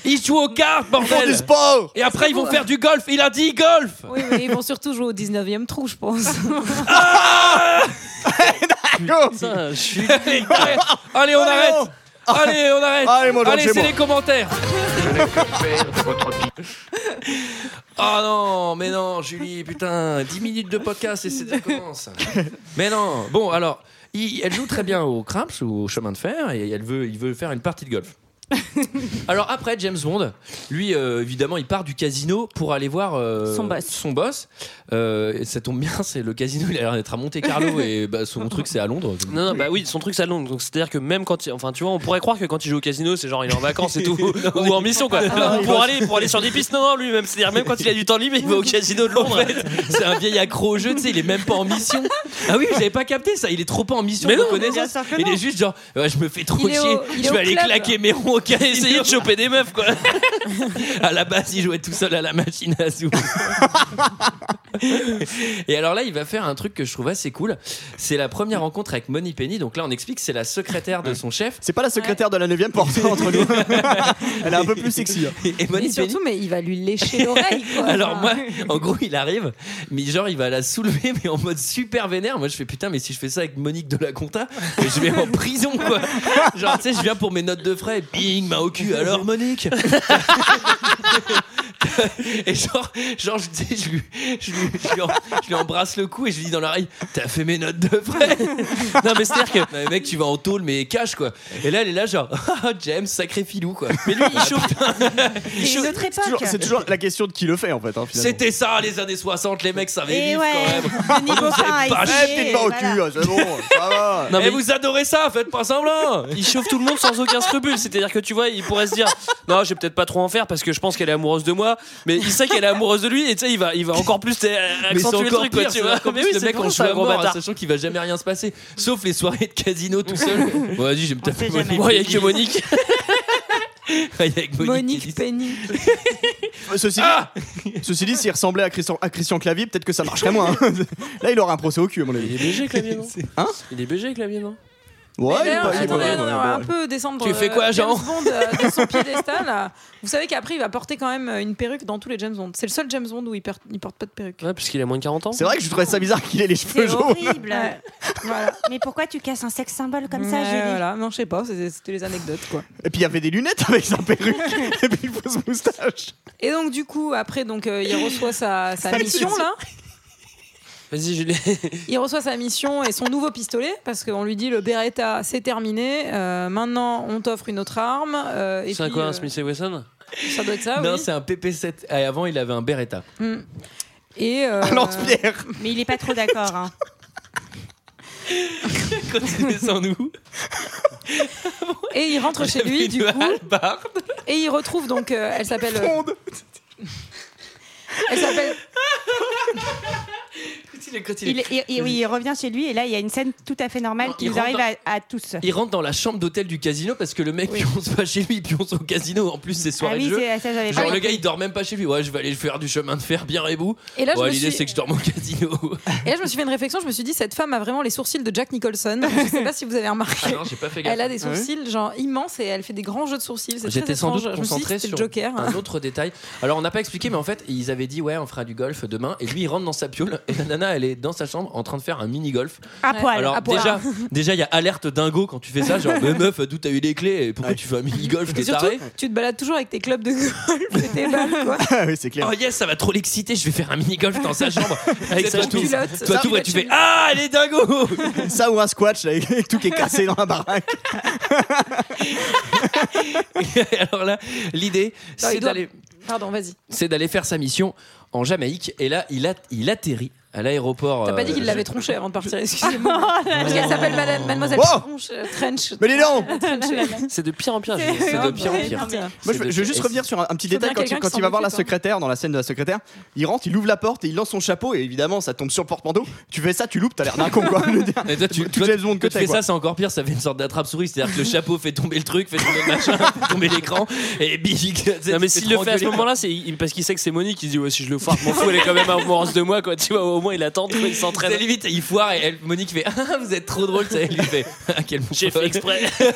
[SPEAKER 1] Ils jouent aux cartes,
[SPEAKER 7] Fais
[SPEAKER 11] [laughs]
[SPEAKER 7] du
[SPEAKER 1] bordel
[SPEAKER 7] [laughs] sport
[SPEAKER 1] Et après ils vont
[SPEAKER 11] bah.
[SPEAKER 1] faire du golf Il a dit golf
[SPEAKER 11] Oui, mais ils vont surtout jouer au 19e trou, je pense.
[SPEAKER 8] Putain, je suis-
[SPEAKER 1] Allez, arrête. Allez, on
[SPEAKER 7] Allez,
[SPEAKER 1] arrête Allez, on arrête
[SPEAKER 7] Allez, moi, je rentre
[SPEAKER 1] Allez,
[SPEAKER 7] chez
[SPEAKER 1] c'est
[SPEAKER 7] moi.
[SPEAKER 1] les commentaires
[SPEAKER 9] Père de votre vie.
[SPEAKER 1] Oh non, mais non, Julie, putain, 10 minutes de podcast et c'est déjà commence. Mais non, bon, alors, il- elle joue très bien au Cramps ou au chemin de fer et elle veut, il veut faire une partie de golf. Alors après, James Bond, lui, euh, évidemment, il part du casino pour aller voir euh,
[SPEAKER 6] Son boss.
[SPEAKER 1] boss. Euh, et ça tombe bien, c'est le casino, il a l'air d'être à Monte Carlo et bah, son truc, c'est à Londres.
[SPEAKER 8] Non, non, bah oui, son truc ça longue. Donc c'est à dire que même quand, il... enfin, tu vois, on pourrait croire que quand il joue au casino, c'est genre il est en
[SPEAKER 1] [laughs]
[SPEAKER 8] vacances et tout, ou en mission quoi. pour aller, pour aller sur des pistes, non, non, lui même, c'est à dire même quand il a du temps libre, il va au
[SPEAKER 1] [laughs]
[SPEAKER 8] casino de Londres.
[SPEAKER 1] C'est un vieil accro au jeu, tu sais, il est même pas en mission. Ah oui, vous avez pas capté ça, il est trop pas en mission
[SPEAKER 8] Mais
[SPEAKER 1] de
[SPEAKER 8] non,
[SPEAKER 6] bien
[SPEAKER 1] connaissance.
[SPEAKER 6] sûr que
[SPEAKER 1] Il
[SPEAKER 6] non.
[SPEAKER 1] est juste genre, ouais, je me fais trop
[SPEAKER 11] Il
[SPEAKER 1] chier,
[SPEAKER 11] est au- il est
[SPEAKER 1] je
[SPEAKER 11] au
[SPEAKER 1] vais aller
[SPEAKER 11] club.
[SPEAKER 1] clayer mes ronds au casino.
[SPEAKER 8] Essayer de choper des meufs quoi.
[SPEAKER 1] À la base, il jouait tout seul à la machine à sous. Et alors là, il va faire un truc que je trouve assez cool. C'est la première rencontre avec Money Penny. Donc là, on explique, c'est la secrétaire de son chef.
[SPEAKER 7] C'est pas la secrétaire de la 9 e [laughs] portée entre nous. Elle est un peu plus sexy. hein.
[SPEAKER 1] Et Money
[SPEAKER 11] Mais surtout, mais il va lui lécher l'oreille. quoi.
[SPEAKER 1] [laughs] Alors moi,
[SPEAKER 11] Enfin,
[SPEAKER 6] Ah
[SPEAKER 1] en gros, il arrive, mais genre il va la soulever, mais en mode super vénère. Moi, je fais putain, mais si je fais ça avec Monique de la Conta, je vais
[SPEAKER 6] [laughs]
[SPEAKER 1] en prison quoi. Genre, tu sais, je viens pour mes notes de frais, bing, main au cul. Alors Monique, [laughs] et genre, genre je, dis- je, lui, je, lui, je lui en- je lui embrasse le cou et je lui dis dans l'oreille T'as fait mes notes de près Non, mais c'est-à-dire que non, mais mec, tu vas en tôle, mais cache quoi. Et là, elle est là, genre [laughs] Ah, James, sacré filou quoi. Mais lui, il
[SPEAKER 6] Ah,
[SPEAKER 1] chauffe.
[SPEAKER 6] C'est une autre
[SPEAKER 7] C'est toujours-
[SPEAKER 6] époque.
[SPEAKER 7] C'est toujours la question de qui le fait en fait. hein, finalement.
[SPEAKER 1] C'était ça, les années 60, les mecs savaient
[SPEAKER 6] Et
[SPEAKER 1] vivre
[SPEAKER 6] [laughs] ouais,
[SPEAKER 1] quand même.
[SPEAKER 6] Denis
[SPEAKER 1] On nous
[SPEAKER 6] Baupin
[SPEAKER 1] avait
[SPEAKER 6] a
[SPEAKER 1] pas
[SPEAKER 6] essayé,
[SPEAKER 1] chier.
[SPEAKER 7] Petite main au
[SPEAKER 1] hein.
[SPEAKER 7] cul, hein, c'est bon, ça va.
[SPEAKER 1] Non, mais
[SPEAKER 8] Et
[SPEAKER 1] Eh, vous adorez ça, faites pas semblant
[SPEAKER 8] Il chauffe tout le monde sans aucun scrupule. C'est-à-dire que tu vois, il pourrait se dire Non, je vais peut-être pas trop en faire parce que je pense qu'elle est amoureuse de moi. Mais il sait qu'elle est amoureuse de lui et tu sais, il va, il va encore plus euh,
[SPEAKER 1] Mais c'est
[SPEAKER 8] accentuer le
[SPEAKER 1] encore
[SPEAKER 8] truc, quoi,
[SPEAKER 1] pire,
[SPEAKER 8] tu vois. Mais oui,
[SPEAKER 1] le
[SPEAKER 8] c'est
[SPEAKER 1] mec en
[SPEAKER 8] vraiment ça,
[SPEAKER 1] joue à
[SPEAKER 8] gros
[SPEAKER 1] mort,
[SPEAKER 8] bâtard.
[SPEAKER 1] sachant qu'il va jamais rien se passer, sauf les soirées de casino tout
[SPEAKER 8] [laughs]
[SPEAKER 1] seul. Bon, vas-y, je vais me taper
[SPEAKER 6] sait jamais.
[SPEAKER 1] Monique.
[SPEAKER 8] Bon, il y a que Monique.
[SPEAKER 1] [laughs] Il y a que Monique. qui
[SPEAKER 11] Monique
[SPEAKER 1] dit-
[SPEAKER 11] Penny.
[SPEAKER 7] [laughs] Ceci dit, ceci dit, s'il ressemblait à Christian, à Christian Clavier, peut-être que ça marcherait moins. [laughs] hein. Là, il aura un procès au cul, à mon avis.
[SPEAKER 8] Il est BG, Clavier, non
[SPEAKER 7] Hein
[SPEAKER 8] Il est BG, Clavier, non
[SPEAKER 1] hein.
[SPEAKER 7] Ouais, il est
[SPEAKER 11] D'ailleurs,
[SPEAKER 7] pas- il est pas
[SPEAKER 11] attendez,
[SPEAKER 7] mal,
[SPEAKER 11] on
[SPEAKER 7] ouais,
[SPEAKER 11] va un
[SPEAKER 7] ouais.
[SPEAKER 11] peu descendre.
[SPEAKER 1] Tu fais quoi,
[SPEAKER 11] euh,
[SPEAKER 1] Jean
[SPEAKER 11] James Bond euh, de son piédestal. là. Vous savez qu'après, il va porter quand même euh, une perruque dans tous les James Bond. C'est le seul James Bond où il, per- il porte pas de perruque.
[SPEAKER 8] Ouais, puisqu'il a moins de 40 ans.
[SPEAKER 7] C'est vrai que je trouvais ça bizarre qu'il ait les cheveux
[SPEAKER 6] C'est
[SPEAKER 7] jaunes.
[SPEAKER 6] horrible. [laughs]
[SPEAKER 11] Ouais. voilà.
[SPEAKER 6] Mais pourquoi tu casses un sexe symbole comme ça,
[SPEAKER 11] Ouais,
[SPEAKER 6] Julie
[SPEAKER 11] voilà. Non, je sais pas. c'était- C'était les anecdotes, quoi.
[SPEAKER 7] Et puis il y avait des lunettes avec
[SPEAKER 11] [laughs]
[SPEAKER 7] sa perruque et puis une fausse moustache.
[SPEAKER 11] Et donc, du coup, après, donc, euh, il reçoit sa, sa
[SPEAKER 7] Ça,
[SPEAKER 11] mission,
[SPEAKER 7] c'est-
[SPEAKER 11] là.
[SPEAKER 8] Vas-y, Julien.
[SPEAKER 11] Il reçoit sa mission et son nouveau pistolet parce qu'on lui dit le Beretta, c'est terminé. euh, maintenant, on t'offre une autre arme. euh, et
[SPEAKER 8] C'est un
[SPEAKER 11] puis,
[SPEAKER 8] quoi, un
[SPEAKER 11] euh,
[SPEAKER 8] Smith et Wesson
[SPEAKER 11] Ça doit être
[SPEAKER 8] Ah
[SPEAKER 11] ça.
[SPEAKER 1] non,
[SPEAKER 11] oui.
[SPEAKER 1] c'est un PP7. Ah, Et avant, il avait un Beretta.
[SPEAKER 11] Mm. Et euh,
[SPEAKER 7] Lance-pierre.
[SPEAKER 6] Mais il est pas trop d'accord. hein.
[SPEAKER 1] Continuez sans nous.
[SPEAKER 11] [laughs] et il rentre chez
[SPEAKER 1] J'avais
[SPEAKER 11] lui,
[SPEAKER 1] une
[SPEAKER 11] du coup.
[SPEAKER 1] hallebarde.
[SPEAKER 11] Et il retrouve donc, euh, elle s'appelle.
[SPEAKER 7] Fonde.
[SPEAKER 11] Elle s'appelle.
[SPEAKER 1] Continuez, continuez.
[SPEAKER 6] [laughs] Il, il- il- oui, il revient chez lui et là, il y a une scène tout à fait normale
[SPEAKER 1] Non,
[SPEAKER 6] qui
[SPEAKER 1] il
[SPEAKER 6] nous arrive
[SPEAKER 1] rentre
[SPEAKER 6] à, à tous.
[SPEAKER 1] Il rentre dans la chambre d'hôtel du casino parce que le mec [laughs]
[SPEAKER 11] Oui.
[SPEAKER 1] pionce pas chez lui, il pionce au casino. En plus, c'est
[SPEAKER 6] Ah
[SPEAKER 1] soirée de
[SPEAKER 6] oui,
[SPEAKER 1] jeu.
[SPEAKER 6] c'est- ça, j'avais
[SPEAKER 1] Genre,
[SPEAKER 6] pas
[SPEAKER 1] le
[SPEAKER 6] compris.
[SPEAKER 1] gars, il dort même pas chez lui. Ouais, je vais aller faire du chemin de fer bien rebou.
[SPEAKER 11] Et là, je
[SPEAKER 1] Ouais,
[SPEAKER 11] me
[SPEAKER 1] l'idée,
[SPEAKER 11] suis-
[SPEAKER 1] c'est que je dorme au casino.
[SPEAKER 11] [laughs] Et là, je me suis fait une réflexion. Je me suis dit, cette femme a vraiment les sourcils de Jack Nicholson. Je sais pas si vous avez
[SPEAKER 1] Ah
[SPEAKER 11] remarqué.
[SPEAKER 1] non, j'ai pas fait gaffe.
[SPEAKER 11] Elle a des sourcils genre immenses et elle fait des grands jeux de sourcils. C'est très
[SPEAKER 1] J'étais sans
[SPEAKER 11] étrange.
[SPEAKER 1] doute
[SPEAKER 11] Je me suis dit,
[SPEAKER 1] concentré
[SPEAKER 11] c'était
[SPEAKER 1] sur
[SPEAKER 11] le Joker. [laughs]
[SPEAKER 1] un autre détail. Alors on n'a pas expliqué, mais en fait ils avaient dit ouais on fera du golf demain et lui il rentre dans sa pioule et la nana elle est dans sa chambre en train de faire un mini golf.
[SPEAKER 6] À
[SPEAKER 11] Ouais.
[SPEAKER 6] poil.
[SPEAKER 1] Alors
[SPEAKER 11] à poil.
[SPEAKER 1] déjà
[SPEAKER 11] [laughs]
[SPEAKER 1] déjà il y a alerte dingo quand tu fais ça genre mais meuf d'où t'as eu les clés et pourquoi tu fais un mini golf t'es
[SPEAKER 11] Et surtout,
[SPEAKER 1] taré
[SPEAKER 11] tu te balades toujours avec tes clubs de golf et tes balles, quoi.
[SPEAKER 7] Ah oui, c'est clair.
[SPEAKER 1] Oh yes ça va trop l'exciter je vais faire un mini golf dans sa
[SPEAKER 11] [laughs]
[SPEAKER 1] chambre avec
[SPEAKER 11] sa
[SPEAKER 1] sa tour.
[SPEAKER 11] culotte.
[SPEAKER 1] Toi
[SPEAKER 11] Sa
[SPEAKER 1] t'ouvres et tu fais
[SPEAKER 11] culotte.
[SPEAKER 1] ah elle est dingo [laughs]
[SPEAKER 7] Ça ou un squash là, avec tout qui est cassé dans la baraque.
[SPEAKER 1] Et Alors là l'idée
[SPEAKER 11] Non, il
[SPEAKER 1] c'est
[SPEAKER 11] doit-
[SPEAKER 1] d'aller
[SPEAKER 11] Pardon, vas-y.
[SPEAKER 1] c'est d'aller faire sa mission en Jamaïque et là il, a, il atterrit à l'aéroport.
[SPEAKER 11] T'as
[SPEAKER 1] euh,
[SPEAKER 11] pas dit qu'il l'avait tronché avant de partir, excusez-moi.
[SPEAKER 6] Oh là
[SPEAKER 11] Parce
[SPEAKER 6] là.
[SPEAKER 11] qu'elle s'appelle Madame- Mademoiselle
[SPEAKER 7] Oh
[SPEAKER 11] Tronche, euh, Trench.
[SPEAKER 7] Mais dis donc
[SPEAKER 11] Trench.
[SPEAKER 8] C'est de pire en pire. Julien.
[SPEAKER 1] C'est de pire en
[SPEAKER 11] Ouais,
[SPEAKER 1] pire.
[SPEAKER 11] non, mais-
[SPEAKER 7] Moi,
[SPEAKER 1] C'est
[SPEAKER 7] je,
[SPEAKER 1] de-
[SPEAKER 7] veux- je veux juste
[SPEAKER 1] et- [laughs]
[SPEAKER 7] revenir sur un, un petit
[SPEAKER 11] Faut bien
[SPEAKER 7] détail quand, il-
[SPEAKER 11] quelqu'un
[SPEAKER 7] quand
[SPEAKER 11] qui
[SPEAKER 7] il va
[SPEAKER 11] s'en
[SPEAKER 7] voir la
[SPEAKER 11] occupe, hein.
[SPEAKER 7] secrétaire dans la scène de la secrétaire. Il rentre, il ouvre la porte et il lance son chapeau et évidemment ça tombe sur le porte-manteau. Tu fais ça, tu loupes, t'as l'air d'un con
[SPEAKER 11] [laughs]
[SPEAKER 7] quoi. Je veux dire.
[SPEAKER 1] Mais toi, tu,
[SPEAKER 7] Toutes
[SPEAKER 1] toi,
[SPEAKER 7] les secondes
[SPEAKER 1] quand
[SPEAKER 7] que
[SPEAKER 1] tu
[SPEAKER 7] t'as,
[SPEAKER 1] fais
[SPEAKER 7] quoi.
[SPEAKER 1] ça, c'est encore pire. Ça fait une sorte d'attrape-souris. C'est-à-dire que le chapeau fait tomber le truc, fait tomber le machin, [laughs] fait tomber l'écran. Et big.
[SPEAKER 8] Non, mais s'il le fait à ce moment-là, c'est il- parce qu'il sait que c'est Monique. Il se dit, ouais, si je le foire, je m'en fous, elle est quand même amoureuse de moi, quoi. Tu vois, au moins, il attend, tu vois, il
[SPEAKER 1] Très
[SPEAKER 8] s'entraîne.
[SPEAKER 1] limite, il foire et elle- Monique fait Ah, vous êtes trop drôle. Ça, elle lui fait [laughs] Ah, quel
[SPEAKER 8] J'ai fait
[SPEAKER 1] mongol.
[SPEAKER 8] exprès.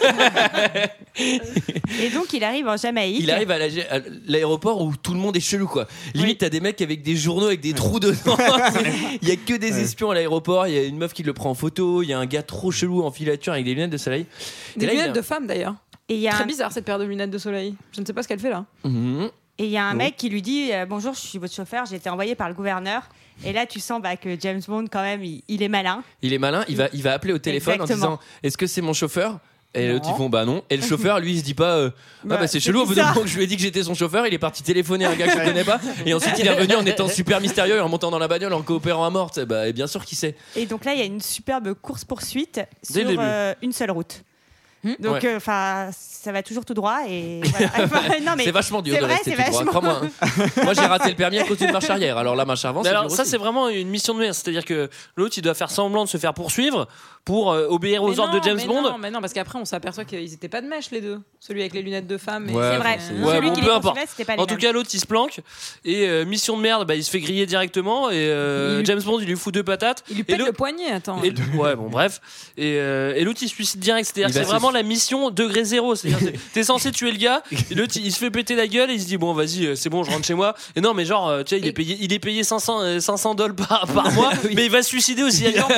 [SPEAKER 6] Et donc, il arrive en Jamaïque.
[SPEAKER 1] Il arrive à la- à l'aéroport où tout le monde est chelou quoi. Limite t'as des mecs avec des journaux avec des trous
[SPEAKER 8] [laughs]
[SPEAKER 1] dedans. il y a que des espions à l'aéroport. Il y a une meuf qui le prend en photo. Il y a un gars trop chelou en filature avec des lunettes de soleil.
[SPEAKER 11] Des
[SPEAKER 1] Et là, il
[SPEAKER 11] lunettes
[SPEAKER 1] a-
[SPEAKER 11] de femme d'ailleurs.
[SPEAKER 6] Et il y a
[SPEAKER 11] Très
[SPEAKER 6] un,
[SPEAKER 11] bizarre cette paire de lunettes de soleil. Je ne sais pas ce qu'elle fait là.
[SPEAKER 1] Mhm.
[SPEAKER 6] et il y a un mec qui lui dit euh, Bonjour, je suis votre chauffeur, j'ai été envoyé par le gouverneur. Et là, tu sens bah, que James Bond, quand même, il, il est malin.
[SPEAKER 1] Il est malin, il va, il va appeler au téléphone en
[SPEAKER 6] Exactement.
[SPEAKER 1] disant Est-ce que c'est mon chauffeur et
[SPEAKER 6] Non.
[SPEAKER 1] l'autre ils font bah non et le chauffeur lui il se dit pas
[SPEAKER 6] [laughs]
[SPEAKER 1] euh, ah bah c'est chelou au bout d'un
[SPEAKER 6] bizarre.
[SPEAKER 1] moment que je lui ai dit que j'étais son chauffeur il est parti téléphoner à un gars que je connais pas et ensuite il est revenu en étant super mystérieux et en montant dans la bagnole en coopérant à mort Tu sais, bah et bien sûr qui c'est
[SPEAKER 6] Et donc là, il y a une superbe course-poursuite
[SPEAKER 1] Dès le
[SPEAKER 6] sur
[SPEAKER 1] début.
[SPEAKER 6] euh, une seule route.
[SPEAKER 11] Hmm
[SPEAKER 6] Donc, euh,
[SPEAKER 1] Ouais.
[SPEAKER 6] enfin, ça va toujours tout droit. Et voilà. non, mais
[SPEAKER 1] c'est vachement dur
[SPEAKER 6] c'est
[SPEAKER 1] de
[SPEAKER 6] vrai,
[SPEAKER 1] rester
[SPEAKER 6] c'est
[SPEAKER 1] tout droit
[SPEAKER 6] vachement-
[SPEAKER 1] crois-moi hein.
[SPEAKER 6] [laughs]
[SPEAKER 1] moi j'ai raté le permis à cause d'une marche arrière alors la marche avant
[SPEAKER 8] Mais
[SPEAKER 1] c'est
[SPEAKER 8] alors
[SPEAKER 1] dur
[SPEAKER 8] ça
[SPEAKER 1] aussi.
[SPEAKER 8] c'est vraiment une mission de merde, c'est-à-dire que l'autre il doit faire semblant de se faire poursuivre pour euh, obéir aux
[SPEAKER 11] Mais
[SPEAKER 8] ordres
[SPEAKER 11] non,
[SPEAKER 8] de James
[SPEAKER 11] mais
[SPEAKER 8] Bond.
[SPEAKER 11] Non, mais non, parce qu'après on s'aperçoit qu'ils étaient pas de mèche les deux. Celui avec les lunettes de femme. et-
[SPEAKER 1] Ouais,
[SPEAKER 6] Ah, c'est vrai.
[SPEAKER 1] c'est-
[SPEAKER 6] Celui
[SPEAKER 8] ouais, bon,
[SPEAKER 6] qui
[SPEAKER 8] peu
[SPEAKER 6] les
[SPEAKER 8] importe.
[SPEAKER 6] poursuivait, c'était pas hein. les
[SPEAKER 8] En tout
[SPEAKER 6] mêmes.
[SPEAKER 8] cas l'autre il se planque et euh, mission de merde, bah, il se fait griller directement et euh,
[SPEAKER 11] Il lui-
[SPEAKER 8] James Bond il lui fout deux patates.
[SPEAKER 11] Il lui
[SPEAKER 8] et
[SPEAKER 11] pète le poignet, attends.
[SPEAKER 8] et- ouais bon bref et, euh, et l'autre il se suicide direct
[SPEAKER 1] Il
[SPEAKER 8] c'est-à-dire que c'est
[SPEAKER 1] va se
[SPEAKER 8] vraiment la mission degré zéro.
[SPEAKER 1] [laughs]
[SPEAKER 8] C'est-à-dire, t'es- t'es censé tuer le gars, et l'autre, il se fait péter la gueule et il se dit bon, vas-y, euh, c'est bon, je rentre chez moi. Et non, mais genre, euh, tu sais, il est payé, il est payé 500, euh, 500 dollars par,
[SPEAKER 1] [laughs]
[SPEAKER 8] par mois, mais il va se suicider aussi ailleurs.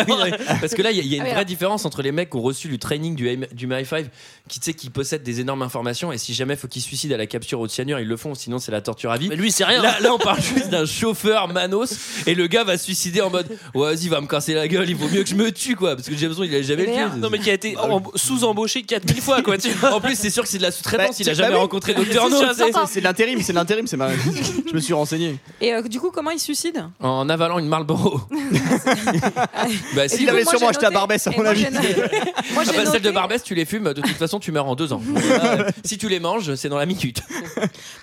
[SPEAKER 1] Parce que là, il y a- il y, a une
[SPEAKER 8] Ah
[SPEAKER 1] vraie
[SPEAKER 8] oui, alors.
[SPEAKER 1] différence entre les mecs qui ont reçu du training du, M- du MI5 qui, tu sais, qui possèdent des énormes informations et si jamais faut qu'ils se suicident à la capture au cyanure, ils le font, sinon c'est la torture à vie. Mais
[SPEAKER 8] lui, c'est rien.
[SPEAKER 1] Là, là, on [laughs] parle juste d'un chauffeur Manos et le gars va se suicider en mode ouais, Vas-y, va me casser la gueule, il vaut mieux que je me tue, quoi. Parce que Jameson, il a jamais le tué. Ah
[SPEAKER 8] Non, mais qui a été en- sous-embauché 4000 fois, quoi. Tu vois.
[SPEAKER 1] En plus, c'est sûr que c'est de la
[SPEAKER 7] Bah,
[SPEAKER 1] sous-traitance, il a
[SPEAKER 7] c'est-
[SPEAKER 1] jamais
[SPEAKER 7] bah oui.
[SPEAKER 1] [laughs] rencontré Dr. No.
[SPEAKER 7] C'est- c'est- C'est de l'intérim, c'est de l'intérim,
[SPEAKER 11] [laughs]
[SPEAKER 7] c'est ma- Je me suis renseigné.
[SPEAKER 11] Et euh, du coup, comment il se suicide
[SPEAKER 1] En avalant une Marlboro. [laughs] bah,
[SPEAKER 7] Il avait sûrement acheté à Barbès, à mon avis.
[SPEAKER 11] Moi, j'ai
[SPEAKER 1] Ah bah,
[SPEAKER 11] noté-
[SPEAKER 1] celle de Barbès, tu les fumes, de toute façon, tu meurs en deux ans. Euh, si tu les manges, c'est dans la minute.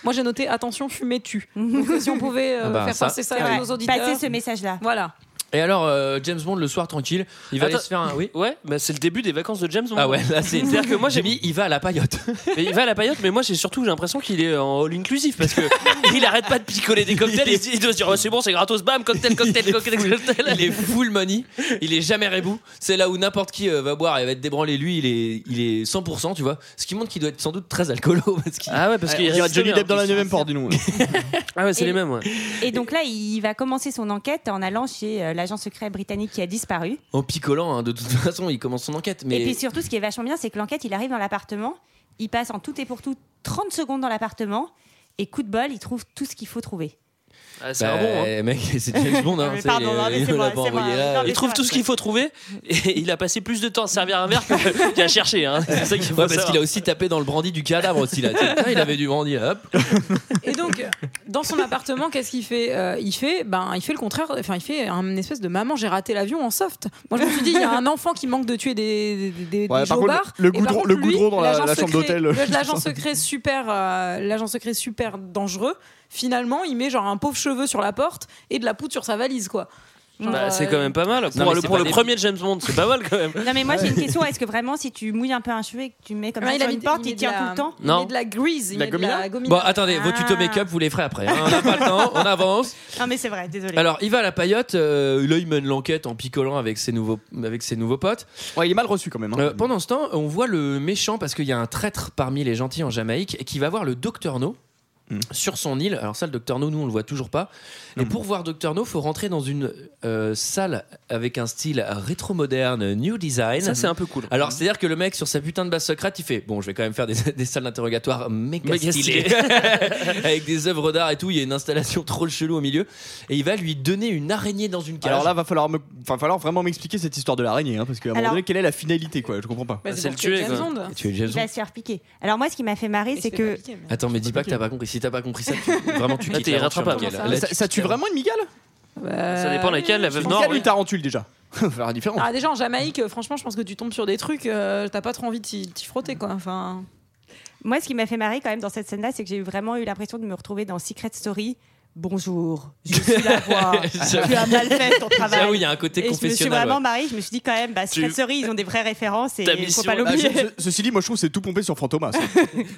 [SPEAKER 11] Moi, j'ai noté attention, fumée tue. Donc, si on pouvait euh,
[SPEAKER 1] Ah bah,
[SPEAKER 11] faire
[SPEAKER 1] ça-
[SPEAKER 11] passer ça
[SPEAKER 1] Ouais.
[SPEAKER 11] à nos auditeurs.
[SPEAKER 6] Passer ce
[SPEAKER 11] message-là. Voilà.
[SPEAKER 1] Et alors, euh, James Bond, le soir, tranquille, il va aller se faire un. Oui
[SPEAKER 8] Ouais, bah, c'est le début des vacances de James Bond.
[SPEAKER 1] Ah ouais, là, c'est-
[SPEAKER 8] C'est-à-dire que moi, j'ai
[SPEAKER 1] mis. Il va à la paillote.
[SPEAKER 8] Mais il va à la paillote, mais moi, j'ai surtout j'ai l'impression qu'il est en all inclusive parce que [laughs] il arrête pas de picoler des cocktails. Il, se dit- il doit se dire, oh, c'est bon, c'est gratos, bam, cocktail, cocktail,
[SPEAKER 1] [laughs]
[SPEAKER 8] cocktail, cocktail.
[SPEAKER 1] Il est full money, il est jamais rebou. C'est là où n'importe qui euh, va boire et va être débranlé. Lui, il est, il est 100%, tu vois. Ce qui montre qu'il doit être sans doute très alcoolo. [laughs] Parce qu'il-
[SPEAKER 8] Ah ouais, parce qu'il
[SPEAKER 7] Il y a Johnny Depp dans la 9ème
[SPEAKER 8] [laughs]
[SPEAKER 7] porte, dis-nous.
[SPEAKER 8] Ah ouais, c'est
[SPEAKER 6] Et-
[SPEAKER 8] les mêmes, ouais.
[SPEAKER 6] Et donc là, il va commencer son enquête en allant chez euh, l'agent secret britannique qui a disparu.
[SPEAKER 1] En picolant, hein, de toute façon, il commence son enquête. Mais
[SPEAKER 6] Et puis surtout, ce qui est vachement bien, c'est que l'enquête, il arrive dans l'appartement, il passe en tout et pour tout 30 secondes dans l'appartement, et coup de bol, il trouve tout ce qu'il faut trouver.
[SPEAKER 8] Ah, c'est
[SPEAKER 1] Bah,
[SPEAKER 8] un bon. hein.
[SPEAKER 1] mec, c'est James Bond. hein,
[SPEAKER 6] Mais
[SPEAKER 1] c'est-
[SPEAKER 6] pardon, non,
[SPEAKER 1] [laughs]
[SPEAKER 6] mais
[SPEAKER 1] on
[SPEAKER 6] c'est moi,
[SPEAKER 1] l'a pas
[SPEAKER 6] c'est moi.
[SPEAKER 1] envoyé là.
[SPEAKER 6] Non, mais
[SPEAKER 8] Il trouve
[SPEAKER 6] c'est
[SPEAKER 8] tout ce qu'il faut trouver et [laughs] il a passé plus de temps à servir un verre que- [laughs] qu'à chercher. Hein. C'est ça qu'il faut
[SPEAKER 1] Ouais, parce
[SPEAKER 8] savoir.
[SPEAKER 1] qu'il a aussi tapé dans le brandy du cadavre aussi là. Tiens, il avait du brandy là. Hop.
[SPEAKER 11] Et donc, euh, dans son appartement, qu'est-ce qu'il fait Euh, Il fait, ben, il fait le contraire. Enfin, il fait un espèce de maman, j'ai raté l'avion en soft. Moi, je me suis dit, il y a un enfant qui manque de tuer des, des, des-
[SPEAKER 7] Ouais,
[SPEAKER 11] des
[SPEAKER 7] par contre,
[SPEAKER 11] jobards.
[SPEAKER 7] le- le
[SPEAKER 11] Et par
[SPEAKER 7] goudron-
[SPEAKER 11] ben, contre,
[SPEAKER 7] le
[SPEAKER 11] lui,
[SPEAKER 7] goudron dans la-
[SPEAKER 11] l'agent
[SPEAKER 7] la chambre
[SPEAKER 11] secret-
[SPEAKER 7] d'hôtel.
[SPEAKER 11] le-
[SPEAKER 7] [laughs]
[SPEAKER 11] L'agent secret super, euh, l'agent secret super dangereux. Finalement, il met genre un pauvre cheveu sur la porte et de la poudre sur sa valise, quoi. Genre,
[SPEAKER 8] Bah,
[SPEAKER 11] euh,
[SPEAKER 8] c'est quand même pas mal.
[SPEAKER 1] mais
[SPEAKER 8] Pour, le,
[SPEAKER 1] c'est
[SPEAKER 8] pour
[SPEAKER 1] pas
[SPEAKER 8] le
[SPEAKER 1] des-
[SPEAKER 8] premier James Bond, c'est pas mal quand même.
[SPEAKER 6] Non, mais moi, j'ai une question. Est-ce que vraiment, si tu mouilles un peu un cheveu et que tu mets comme
[SPEAKER 11] Ouais,
[SPEAKER 6] ça
[SPEAKER 11] il
[SPEAKER 6] sur
[SPEAKER 11] a
[SPEAKER 6] une
[SPEAKER 11] mis-
[SPEAKER 6] porte,
[SPEAKER 11] il
[SPEAKER 6] il
[SPEAKER 11] met
[SPEAKER 6] tient
[SPEAKER 11] de
[SPEAKER 6] tout
[SPEAKER 11] la-
[SPEAKER 6] le temps
[SPEAKER 11] Il
[SPEAKER 1] Non.
[SPEAKER 11] met de la grease, il
[SPEAKER 7] La hein.
[SPEAKER 11] met de la gomina.
[SPEAKER 1] Bon, attendez, vos tutos make-up, vous les ferez après. hein. On n'a pas le temps, on avance.
[SPEAKER 6] Non, mais c'est vrai, désolé.
[SPEAKER 1] Alors, il va à la paillote. euh, là, il mène l'enquête en picolant avec ses nouveaux, avec ses nouveaux potes.
[SPEAKER 7] Ouais, il est mal reçu quand même. hein.
[SPEAKER 1] Euh, pendant ce temps, on voit le méchant, parce qu'il y a un traître parmi les gentils en Jamaïque, et qui va voir le Docteur No
[SPEAKER 8] Hmm.
[SPEAKER 1] sur son île. Alors ça, le Docteur No, nous, on le voit toujours pas. Et pour voir Docteur No, faut rentrer dans une euh, salle avec un style rétro-moderne, new design.
[SPEAKER 8] Ça, c'est un peu cool.
[SPEAKER 1] Alors, c'est-à-dire que le mec, sur sa putain de base secrète, il fait Bon, je vais quand même faire des, [laughs] des salles d'interrogatoire méga,
[SPEAKER 8] Méga
[SPEAKER 1] stylées.
[SPEAKER 8] [laughs]
[SPEAKER 1] Avec des œuvres d'art et tout. Il y a une installation trop chelou au milieu. Et il va lui donner une araignée dans une cage.
[SPEAKER 7] Alors là, va falloir, me... enfin, falloir vraiment m'expliquer cette histoire de l'araignée, hein, parce qu'à un moment
[SPEAKER 6] Alors-
[SPEAKER 7] donné, quelle est la finalité, quoi Je comprends pas.
[SPEAKER 11] Bah,
[SPEAKER 8] c'est
[SPEAKER 11] pour
[SPEAKER 8] le tuer,
[SPEAKER 11] James
[SPEAKER 8] quoi.
[SPEAKER 11] Bond.
[SPEAKER 1] tu es
[SPEAKER 6] Ah, il va se faire piquer. Alors, moi, ce qui m'a fait marrer,
[SPEAKER 11] Il se fait
[SPEAKER 6] c'est
[SPEAKER 11] pas
[SPEAKER 6] que.
[SPEAKER 11] piquer, mais-
[SPEAKER 1] Attends, mais dis pas que t'as pas compris. Si t'as pas compris ça, tu- vraiment, [laughs] tu
[SPEAKER 8] Là,
[SPEAKER 1] quittes l'aventure,
[SPEAKER 8] t'es irrattrapable.
[SPEAKER 1] Mickaël.
[SPEAKER 8] Comment
[SPEAKER 1] Là,
[SPEAKER 7] ça,
[SPEAKER 1] tu-
[SPEAKER 7] ça tue
[SPEAKER 1] [laughs]
[SPEAKER 7] vraiment une migale
[SPEAKER 8] Ça dépend laquelle, la veuve
[SPEAKER 7] Une
[SPEAKER 8] nord.
[SPEAKER 7] migale ou
[SPEAKER 8] oui.
[SPEAKER 7] une tarentule déjà [laughs] Faut faire la différence.
[SPEAKER 11] Ah déjà en Jamaïque, euh, franchement, je pense que tu tombes sur des trucs, euh, t'as pas trop envie de t'y t'y frotter quoi. Enfin,
[SPEAKER 6] Moi, ce qui m'a fait marrer quand même dans cette scène-là, c'est que j'ai vraiment eu l'impression de me retrouver dans Secret Story. Bonjour, je suis
[SPEAKER 1] [laughs]
[SPEAKER 6] la voix. tu as mal fait ton travail.
[SPEAKER 1] J'avoue, il y a un côté
[SPEAKER 6] Ah, bah, Et je me suis
[SPEAKER 1] confessionnel,
[SPEAKER 6] vraiment
[SPEAKER 1] ouais.
[SPEAKER 6] mariée, je me suis dit quand même, bah, Secret
[SPEAKER 8] Tu-
[SPEAKER 6] Story, ils ont des vraies références et
[SPEAKER 8] Ta
[SPEAKER 6] faut
[SPEAKER 8] mission-
[SPEAKER 6] pas
[SPEAKER 7] Ah,
[SPEAKER 6] l'oublier.
[SPEAKER 7] ce- ce- ceci dit, moi je trouve que c'est tout pompé sur Fantomas.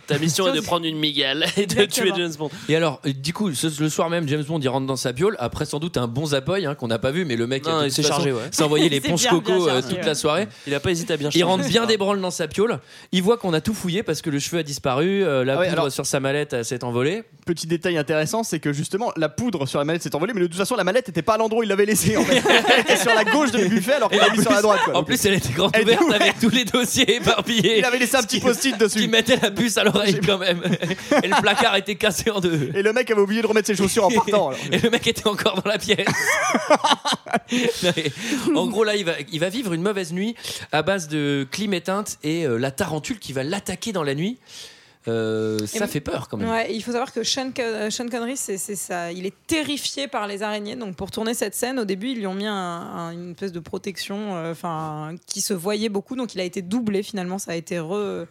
[SPEAKER 8] Ta mission est de prendre une migale et de tuer
[SPEAKER 6] Exactement.
[SPEAKER 8] James Bond.
[SPEAKER 1] Et alors, euh, du coup, ce- le soir même, James Bond il rentre dans sa piole. Après, sans doute un bon zapoy hein, qu'on n'a pas vu, mais le mec
[SPEAKER 8] Non,
[SPEAKER 1] de
[SPEAKER 8] il
[SPEAKER 1] toute
[SPEAKER 8] s'est
[SPEAKER 1] façon,
[SPEAKER 8] chargé, ouais.
[SPEAKER 1] s'est envoyé les
[SPEAKER 6] Il s'est
[SPEAKER 1] ponches
[SPEAKER 6] bien, bien
[SPEAKER 1] coco euh,
[SPEAKER 6] chargé,
[SPEAKER 1] toute
[SPEAKER 6] ouais.
[SPEAKER 1] la soirée.
[SPEAKER 8] Il a pas hésité à bien
[SPEAKER 1] Il
[SPEAKER 8] chercher.
[SPEAKER 1] rentre bien des branles dans sa piole. Il voit qu'on a tout fouillé parce que le cheveu a disparu, euh, la
[SPEAKER 7] Ah ouais,
[SPEAKER 1] poudre
[SPEAKER 7] alors-
[SPEAKER 1] sur sa mallette euh, s'est envolée.
[SPEAKER 7] Petit détail intéressant, c'est que justement la poudre sur la mallette s'est envolée, mais de toute façon la mallette n'était pas à l'endroit où il l'avait laissée.
[SPEAKER 1] [laughs]
[SPEAKER 7] En fait. Elle était sur la gauche de buffet alors qu'il l'a mis sur la droite. quoi.
[SPEAKER 1] En
[SPEAKER 7] Donc,
[SPEAKER 1] plus, elle était grande
[SPEAKER 7] Elle était
[SPEAKER 1] ouverte
[SPEAKER 7] ouverte.
[SPEAKER 1] avec tous les dossiers éparpillés.
[SPEAKER 7] il avait laissé un petit post-it
[SPEAKER 1] Qui
[SPEAKER 7] dessus.
[SPEAKER 1] mettait la puce à l'oreille quand
[SPEAKER 7] [laughs]
[SPEAKER 1] même. Et le placard était cassé en deux.
[SPEAKER 7] Et le mec avait oublié de remettre ses chaussures en partant. alors.
[SPEAKER 1] Et le mec était encore dans la
[SPEAKER 7] [laughs]
[SPEAKER 1] pièce. Non, mais en gros, là, il va, il va vivre une mauvaise nuit à base de clim éteinte et euh, la tarentule qui va l'attaquer dans la nuit. Euh, ça
[SPEAKER 11] Et-
[SPEAKER 1] fait peur quand même.
[SPEAKER 11] ouais, il faut savoir que Sean, Con- euh, Sean Connery, c'est c'est ça, il est terrifié par les araignées. Donc pour tourner cette scène, au début, ils lui ont mis un- un- une espèce de protection, euh, enfin qui se voyait beaucoup. Donc il a été doublé finalement, ça a été re-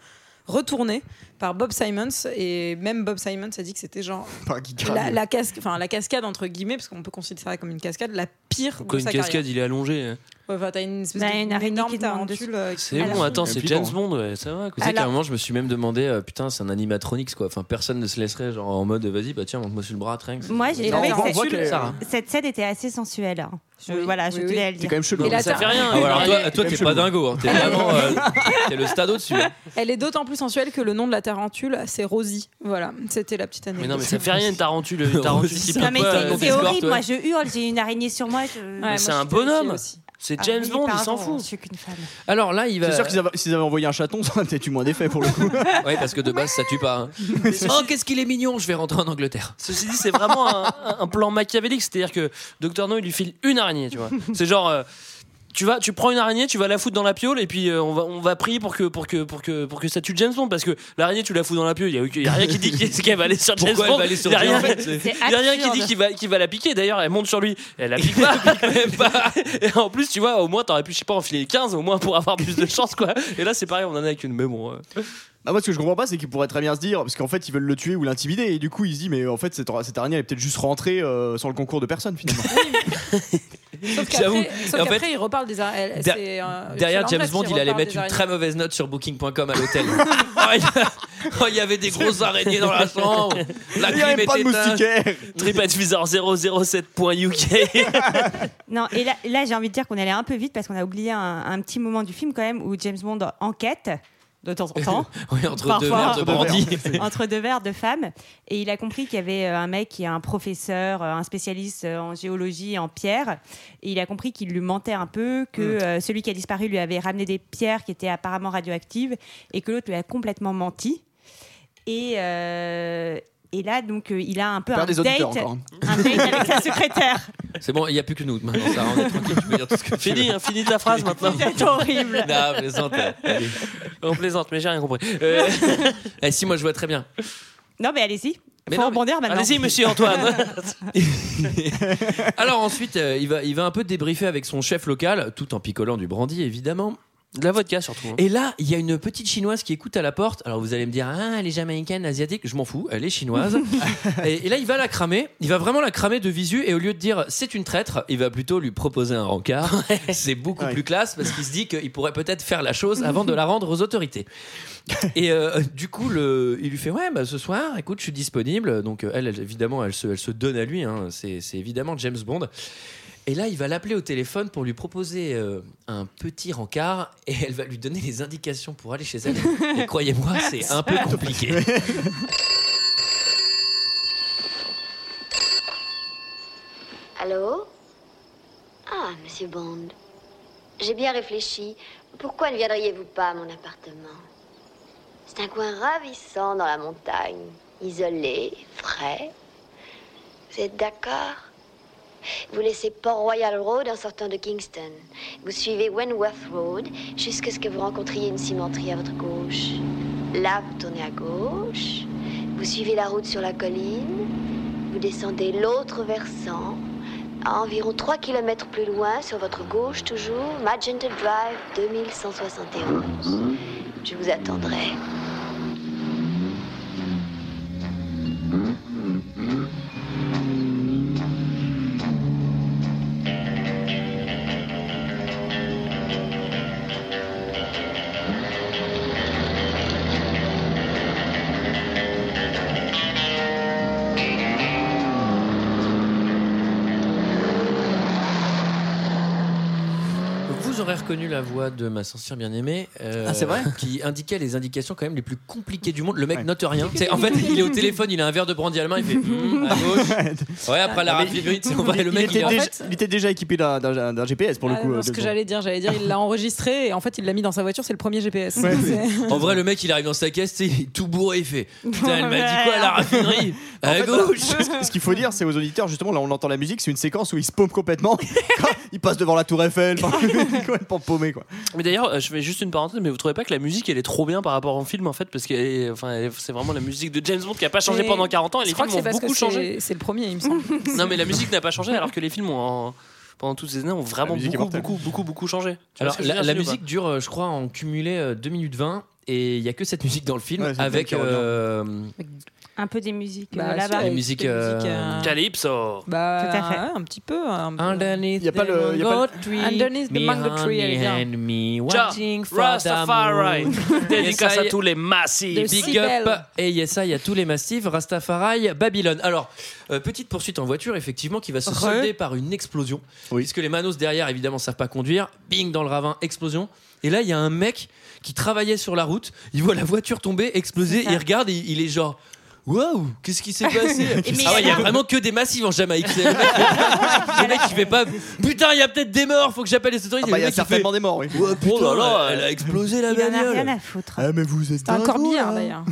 [SPEAKER 11] retourné par Bob Simons et même Bob Simons a dit que c'était genre
[SPEAKER 7] Par qui
[SPEAKER 11] la,
[SPEAKER 7] crame.
[SPEAKER 11] la casca- enfin, la cascade entre guillemets parce qu'on peut considérer ça comme une cascade la pire
[SPEAKER 8] Quand
[SPEAKER 11] de
[SPEAKER 8] une
[SPEAKER 11] sa
[SPEAKER 8] cascade,
[SPEAKER 11] carrière.
[SPEAKER 8] il est allongé. hein.
[SPEAKER 11] Ouais, enfin, euh, t'as une espèce
[SPEAKER 6] Bah,
[SPEAKER 11] de-
[SPEAKER 6] une
[SPEAKER 11] une
[SPEAKER 6] araignée
[SPEAKER 11] énorme
[SPEAKER 6] qui te monte
[SPEAKER 11] tarentule, euh, qui-
[SPEAKER 8] C'est
[SPEAKER 6] Alors-
[SPEAKER 8] bon, attends, c'est
[SPEAKER 7] Flippant.
[SPEAKER 8] James Bond, ouais, ça va.
[SPEAKER 1] Vous
[SPEAKER 8] quoi.
[SPEAKER 1] savez
[SPEAKER 6] Alors-
[SPEAKER 1] qu'à un moment, je me suis même demandé, euh, putain, c'est un animatronics quoi. Enfin, personne ne se laisserait genre en mode, vas-y, bah tiens, monte-moi sur le bras, trinque.
[SPEAKER 6] Moi, j'ai
[SPEAKER 7] Non,
[SPEAKER 6] trouvé
[SPEAKER 7] on voit-
[SPEAKER 6] que
[SPEAKER 7] on voit
[SPEAKER 6] cette-
[SPEAKER 7] qu'elle-
[SPEAKER 1] Sarah.
[SPEAKER 6] cette scène était assez sensuelle. hein. Je- Voilà, je tenais à le dire.
[SPEAKER 7] C'est quand même chelou. hein.
[SPEAKER 11] Et la
[SPEAKER 1] Ça
[SPEAKER 11] tar-
[SPEAKER 1] fait rien. Ah ouais, alors toi,
[SPEAKER 11] Elle est-
[SPEAKER 1] toi, t'es pas dingo. hein. T'es vraiment. euh, t'es le stade au-dessus. hein.
[SPEAKER 11] Elle est d'autant plus sensuelle que le nom de la tarentule, c'est Rosie. Voilà, c'était la petite anecdote.
[SPEAKER 8] Mais non, mais ça fait rien une tarentule. [laughs] Une tarentule qui
[SPEAKER 1] Non,
[SPEAKER 8] pique
[SPEAKER 6] Non, mais
[SPEAKER 8] pas,
[SPEAKER 6] c'est-
[SPEAKER 8] euh,
[SPEAKER 6] c'est
[SPEAKER 8] Discord,
[SPEAKER 6] horrible,
[SPEAKER 8] ouais.
[SPEAKER 6] moi je hurle, j'ai une araignée sur moi. je-
[SPEAKER 1] Ah,
[SPEAKER 8] Mais
[SPEAKER 11] moi,
[SPEAKER 8] c'est
[SPEAKER 11] je
[SPEAKER 8] un
[SPEAKER 11] suis terrifiée
[SPEAKER 8] bonhomme.
[SPEAKER 11] aussi.
[SPEAKER 8] C'est
[SPEAKER 6] Ah,
[SPEAKER 8] James
[SPEAKER 6] oui,
[SPEAKER 8] Bond, il s'en
[SPEAKER 6] pardon,
[SPEAKER 8] fout.
[SPEAKER 6] Je suis qu'une femme.
[SPEAKER 1] Alors là, il va.
[SPEAKER 7] C'est sûr qu'ils avaient- s'ils avaient envoyé un chaton, ça aurait peut-être eu moins d'effet pour le coup.
[SPEAKER 1] Ouais, parce que de base, ça tue pas.
[SPEAKER 8] [laughs]
[SPEAKER 1] hein. Oh, qu'est-ce qu'il est mignon, je vais rentrer en Angleterre.
[SPEAKER 8] Ceci dit, c'est vraiment un, un- un plan machiavélique. C'est-à-dire que Docteur No, il lui file une araignée,
[SPEAKER 1] [laughs]
[SPEAKER 8] tu vois. C'est genre. euh, tu vas, tu prends une araignée, tu vas la foutre dans la piole et puis euh, on va, on va prier pour que, pour que, pour que, pour que ça tue James Bond parce que l'araignée tu la fous dans la piole, il y a, aucun- y a rien qui dit qu'est- qu'elle va aller sur James
[SPEAKER 1] Pourquoi elle
[SPEAKER 8] Bond.
[SPEAKER 1] va aller sur
[SPEAKER 8] y a rien,
[SPEAKER 1] James Bond C'est-
[SPEAKER 6] C'est
[SPEAKER 8] y a rien qui
[SPEAKER 6] absurde.
[SPEAKER 8] dit qu'il va, qu'il va la piquer. D'ailleurs, elle monte sur lui, elle la pique pas.
[SPEAKER 1] [laughs]
[SPEAKER 8] Elle va- [laughs] et en plus, tu vois, au moins t'aurais pu, je sais pas, enfiler 15 au moins pour avoir plus de chance quoi. Et là, c'est pareil, on en a qu'une. Mais bon, euh,
[SPEAKER 7] Ah, moi, ce que je comprends pas, c'est qu'ils pourraient très bien se dire, parce qu'en fait, ils veulent le tuer ou l'intimider, et du coup, ils se disent, mais en fait, cette, cette araignée, elle est peut-être juste rentrée euh, sans le concours de personne, finalement.
[SPEAKER 11] Sauf
[SPEAKER 1] J'avoue.
[SPEAKER 11] qu'après,
[SPEAKER 1] Et en
[SPEAKER 11] sauf qu'après, il reparle des ara- elle-
[SPEAKER 1] Der-
[SPEAKER 11] c'est, euh,
[SPEAKER 1] Derrière
[SPEAKER 11] c'est
[SPEAKER 1] James
[SPEAKER 11] l'anglais
[SPEAKER 1] Bond,
[SPEAKER 11] qui
[SPEAKER 1] il allait
[SPEAKER 11] reparle
[SPEAKER 1] mettre
[SPEAKER 11] des
[SPEAKER 1] une
[SPEAKER 11] araignées.
[SPEAKER 1] très mauvaise note sur Booking.com à l'hôtel. [laughs] oh, il y a- oh, il y avait des grosses araignées dans la chambre. La
[SPEAKER 7] Il y avait
[SPEAKER 1] clim
[SPEAKER 7] pas de
[SPEAKER 1] était éteinte.
[SPEAKER 7] moustiquaire
[SPEAKER 8] TripAdvisor 007.uk.
[SPEAKER 6] Non, et là, là, j'ai envie de dire qu'on allait un peu vite parce qu'on a oublié un, un petit moment du film quand même où James Bond enquête de temps en temps
[SPEAKER 1] Oui, entre deux
[SPEAKER 6] Parfois.
[SPEAKER 1] verres de brandy.
[SPEAKER 6] [laughs] entre deux verres de femmes et il a compris qu'il y avait euh, un mec qui est un professeur, euh, un spécialiste euh, en géologie et en pierre et il a compris qu'il lui mentait un peu, que
[SPEAKER 1] Mm.
[SPEAKER 6] euh, celui qui a disparu lui avait ramené des pierres qui étaient apparemment radioactives et que l'autre lui a complètement menti et euh, et là, donc, euh, il a un peu
[SPEAKER 7] Faire
[SPEAKER 6] un
[SPEAKER 7] des auditeurs
[SPEAKER 6] date,
[SPEAKER 7] encore. hein.
[SPEAKER 6] un date
[SPEAKER 1] [laughs]
[SPEAKER 6] avec sa secrétaire.
[SPEAKER 1] C'est bon, il n'y a plus que nous maintenant. Ça, on est tranquille, tu peux dire tout ce que tu veux.
[SPEAKER 8] Fini, hein, fini de la
[SPEAKER 1] [laughs]
[SPEAKER 8] phrase maintenant.
[SPEAKER 6] C'est horrible.
[SPEAKER 1] Non, plaisante. Allez.
[SPEAKER 8] On plaisante, mais j'ai rien compris. Euh,
[SPEAKER 1] Eh, si, moi, je vois très bien.
[SPEAKER 6] Non, mais allez-y.
[SPEAKER 1] Mais
[SPEAKER 6] Faut
[SPEAKER 1] non,
[SPEAKER 6] rebondir maintenant.
[SPEAKER 8] Allez-y,
[SPEAKER 1] [laughs]
[SPEAKER 8] monsieur Antoine.
[SPEAKER 1] Alors ensuite, euh, il, va, il va un peu débriefer avec son chef local, tout en picolant du brandy, évidemment.
[SPEAKER 8] De la vodka surtout. hein.
[SPEAKER 1] Et là, il y a une petite chinoise qui écoute à la porte. Alors vous allez me dire, ah, elle est jamaïcaine, asiatique. Je m'en fous, elle est
[SPEAKER 7] [laughs]
[SPEAKER 1] chinoise. et, et là, il va la cramer. Il va vraiment la cramer de visu. Et au lieu de dire, c'est une traître, il va plutôt lui proposer un rencard. c'est beaucoup
[SPEAKER 7] [laughs] Ouais.
[SPEAKER 1] plus classe parce qu'il se dit qu'il pourrait peut-être faire la
[SPEAKER 7] [laughs]
[SPEAKER 1] chose avant de la rendre aux autorités. Et euh, du coup, le, il lui fait Ouais, bah, ce soir, écoute, je suis disponible. Donc, euh, elle, elle, évidemment, elle se, elle se donne à lui. hein. C'est c'est évidemment James Bond. Et là, il va l'appeler au téléphone pour lui proposer euh, un petit rencard et elle va lui donner les indications pour aller chez [laughs] elle. Et croyez-moi, c'est un peu
[SPEAKER 7] [laughs]
[SPEAKER 1] compliqué.
[SPEAKER 12] Allô Ah, monsieur Bond. J'ai bien réfléchi. Pourquoi ne viendriez-vous pas à mon appartement C'est un coin ravissant dans la montagne, isolé, frais. Vous êtes d'accord Vous laissez Port Royal Road en sortant de Kingston. Vous suivez Wentworth Road jusqu'à ce que vous rencontriez une cimenterie à votre gauche. Là, vous tournez à gauche. Vous suivez la route sur la colline. Vous descendez l'autre versant. À environ 3 km plus loin, sur votre gauche toujours, Magenta Drive 2171. Je vous attendrai.
[SPEAKER 1] Vous aurez reconnu la voix de ma censure bien-aimée, euh,
[SPEAKER 7] Ah, c'est vrai
[SPEAKER 1] qui indiquait les indications quand même les plus compliquées du monde. Le mec
[SPEAKER 7] Ouais.
[SPEAKER 1] note rien. C'est- en fait, il est au téléphone, il a un verre de brandy allemand, il fait Hmm, à gauche. Ouais, après la rapide, on va- le
[SPEAKER 7] Ah, il,
[SPEAKER 1] mec il
[SPEAKER 7] était
[SPEAKER 1] est en-
[SPEAKER 7] déjà,
[SPEAKER 11] fait-
[SPEAKER 7] il était déjà équipé d'un- d'un d'un GPS pour le
[SPEAKER 11] Ah,
[SPEAKER 7] coup.
[SPEAKER 11] non,
[SPEAKER 7] euh,
[SPEAKER 11] ce que
[SPEAKER 7] James Bond.
[SPEAKER 11] j'allais dire, j'allais dire, il l'a enregistré et en fait, il l'a mis dans sa voiture, c'est le premier GPS.
[SPEAKER 7] Ouais,
[SPEAKER 11] C'est- [laughs]
[SPEAKER 1] En vrai, le mec il arrive dans sa caisse, tu sais, il est tout bourré, il fait Putain, elle m'a dit quoi à la raffinerie Ah,
[SPEAKER 7] En
[SPEAKER 1] À
[SPEAKER 7] fait,
[SPEAKER 1] gauche
[SPEAKER 7] Ce qu'il faut dire, c'est aux auditeurs, justement, là on entend la musique, c'est une séquence où ils se paument
[SPEAKER 11] [laughs]
[SPEAKER 7] complètement. Quand ils passent devant la Tour Eiffel, enfin, [laughs] ils sont complètement paumés quoi.
[SPEAKER 8] Mais d'ailleurs, euh, je fais juste une parenthèse, mais vous trouvez pas que la musique elle est trop bien par rapport au film en fait Parce que euh, enfin, elle- c'est vraiment la musique de James Bond qui a pas changé
[SPEAKER 11] Mais
[SPEAKER 8] pendant 40 ans et
[SPEAKER 11] Je
[SPEAKER 8] les
[SPEAKER 11] crois que
[SPEAKER 8] films
[SPEAKER 11] c'est
[SPEAKER 8] ont
[SPEAKER 11] parce que [laughs]
[SPEAKER 8] beaucoup changé.
[SPEAKER 11] c'est- c'est le premier, il me semble.
[SPEAKER 8] Non, mais la musique n'a pas changé alors que les films ont, en- pendant toutes ces années ont vraiment
[SPEAKER 7] La musique est
[SPEAKER 8] beaucoup,
[SPEAKER 7] mortelle.
[SPEAKER 8] beaucoup, beaucoup, beaucoup changé. Tu vois
[SPEAKER 1] Alors,
[SPEAKER 8] ce que je veux
[SPEAKER 1] la,
[SPEAKER 8] dire,
[SPEAKER 1] la
[SPEAKER 8] Philippe, ou pas
[SPEAKER 1] musique dure, euh, je crois, en cumulé euh, 2 minutes 20. Et il n'y a que cette [laughs] musique dans le film
[SPEAKER 7] Ouais, c'est le thème
[SPEAKER 1] avec
[SPEAKER 7] qui revient.
[SPEAKER 1] euh,
[SPEAKER 6] Un peu des musiques
[SPEAKER 11] Bah,
[SPEAKER 6] euh, là-bas. Euh,
[SPEAKER 11] sûr,
[SPEAKER 1] Les musiques. euh,
[SPEAKER 8] Calypso.
[SPEAKER 11] Bah,
[SPEAKER 6] Tout à fait.
[SPEAKER 11] un petit peu.
[SPEAKER 6] hein.
[SPEAKER 11] Un...
[SPEAKER 1] Underneath
[SPEAKER 7] Y a pas
[SPEAKER 1] the
[SPEAKER 7] le- y a pas
[SPEAKER 1] mango
[SPEAKER 7] le-
[SPEAKER 1] tree,
[SPEAKER 11] euh, Underneath the mango tree, elle est bien.
[SPEAKER 1] behind me,
[SPEAKER 8] Ja,
[SPEAKER 1] watching for
[SPEAKER 8] Rastafari.
[SPEAKER 1] the moon.
[SPEAKER 8] [laughs] Dédicace
[SPEAKER 1] Yes,
[SPEAKER 8] à
[SPEAKER 1] I-
[SPEAKER 8] tous les massifs.
[SPEAKER 11] De
[SPEAKER 1] Big
[SPEAKER 11] Cybèle.
[SPEAKER 1] up et yes, il y a tous les massifs, Rastafari, Babylone. Alors, euh, petite poursuite en voiture, effectivement, qui va se
[SPEAKER 11] Re.
[SPEAKER 1] solder par une explosion.
[SPEAKER 7] Oui.
[SPEAKER 1] Puisque les manos derrière, évidemment, savent pas conduire. Bing dans le ravin, explosion. Et là, il y a un mec qui travaillait sur la route. Il voit la voiture tomber, exploser.
[SPEAKER 6] C'est ça.
[SPEAKER 1] Il regarde, et il est genre. Waouh, qu'est-ce qui s'est
[SPEAKER 6] [laughs]
[SPEAKER 1] passé
[SPEAKER 6] mais
[SPEAKER 1] Ah ouais, il y a
[SPEAKER 6] alors-
[SPEAKER 1] vraiment que des massifs en Jamaïque. C'est Le mec, le mec, il fait pas. Putain, il y a peut-être des morts, faut que j'appelle les
[SPEAKER 11] Oh,
[SPEAKER 1] autorités.
[SPEAKER 7] Ah bah,
[SPEAKER 1] Le
[SPEAKER 7] il y a
[SPEAKER 1] mec, fait,
[SPEAKER 7] certainement des morts, oui.
[SPEAKER 1] Ouais, putain,
[SPEAKER 8] Oh là là,
[SPEAKER 1] elle a explosé la
[SPEAKER 6] Il en a
[SPEAKER 1] bagnole.
[SPEAKER 6] rien à foutre.
[SPEAKER 7] Ah, mais vous êtes
[SPEAKER 11] C'est un corbillard d'ailleurs.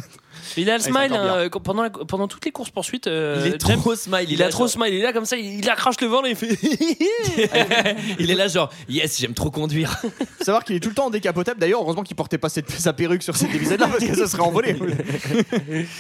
[SPEAKER 8] Il a le
[SPEAKER 7] Ah, il
[SPEAKER 8] smile
[SPEAKER 7] s'entend bien.
[SPEAKER 8] hein, quand- pendant, la- pendant toutes les courses poursuites. euh,
[SPEAKER 1] Euh, Il est trop smile.
[SPEAKER 8] il a
[SPEAKER 1] là,
[SPEAKER 8] trop
[SPEAKER 1] genre-
[SPEAKER 8] smile, il est là comme ça, il, il accroche le ventre et il fait. [laughs]
[SPEAKER 1] Il est là genre yes j'aime trop conduire.
[SPEAKER 7] Faut Savoir qu'il est tout le temps en décapotable. D'ailleurs, heureusement qu'il portait pas cette, sa perruque sur cette
[SPEAKER 11] [laughs]
[SPEAKER 7] épisode-là parce que ça serait envolé.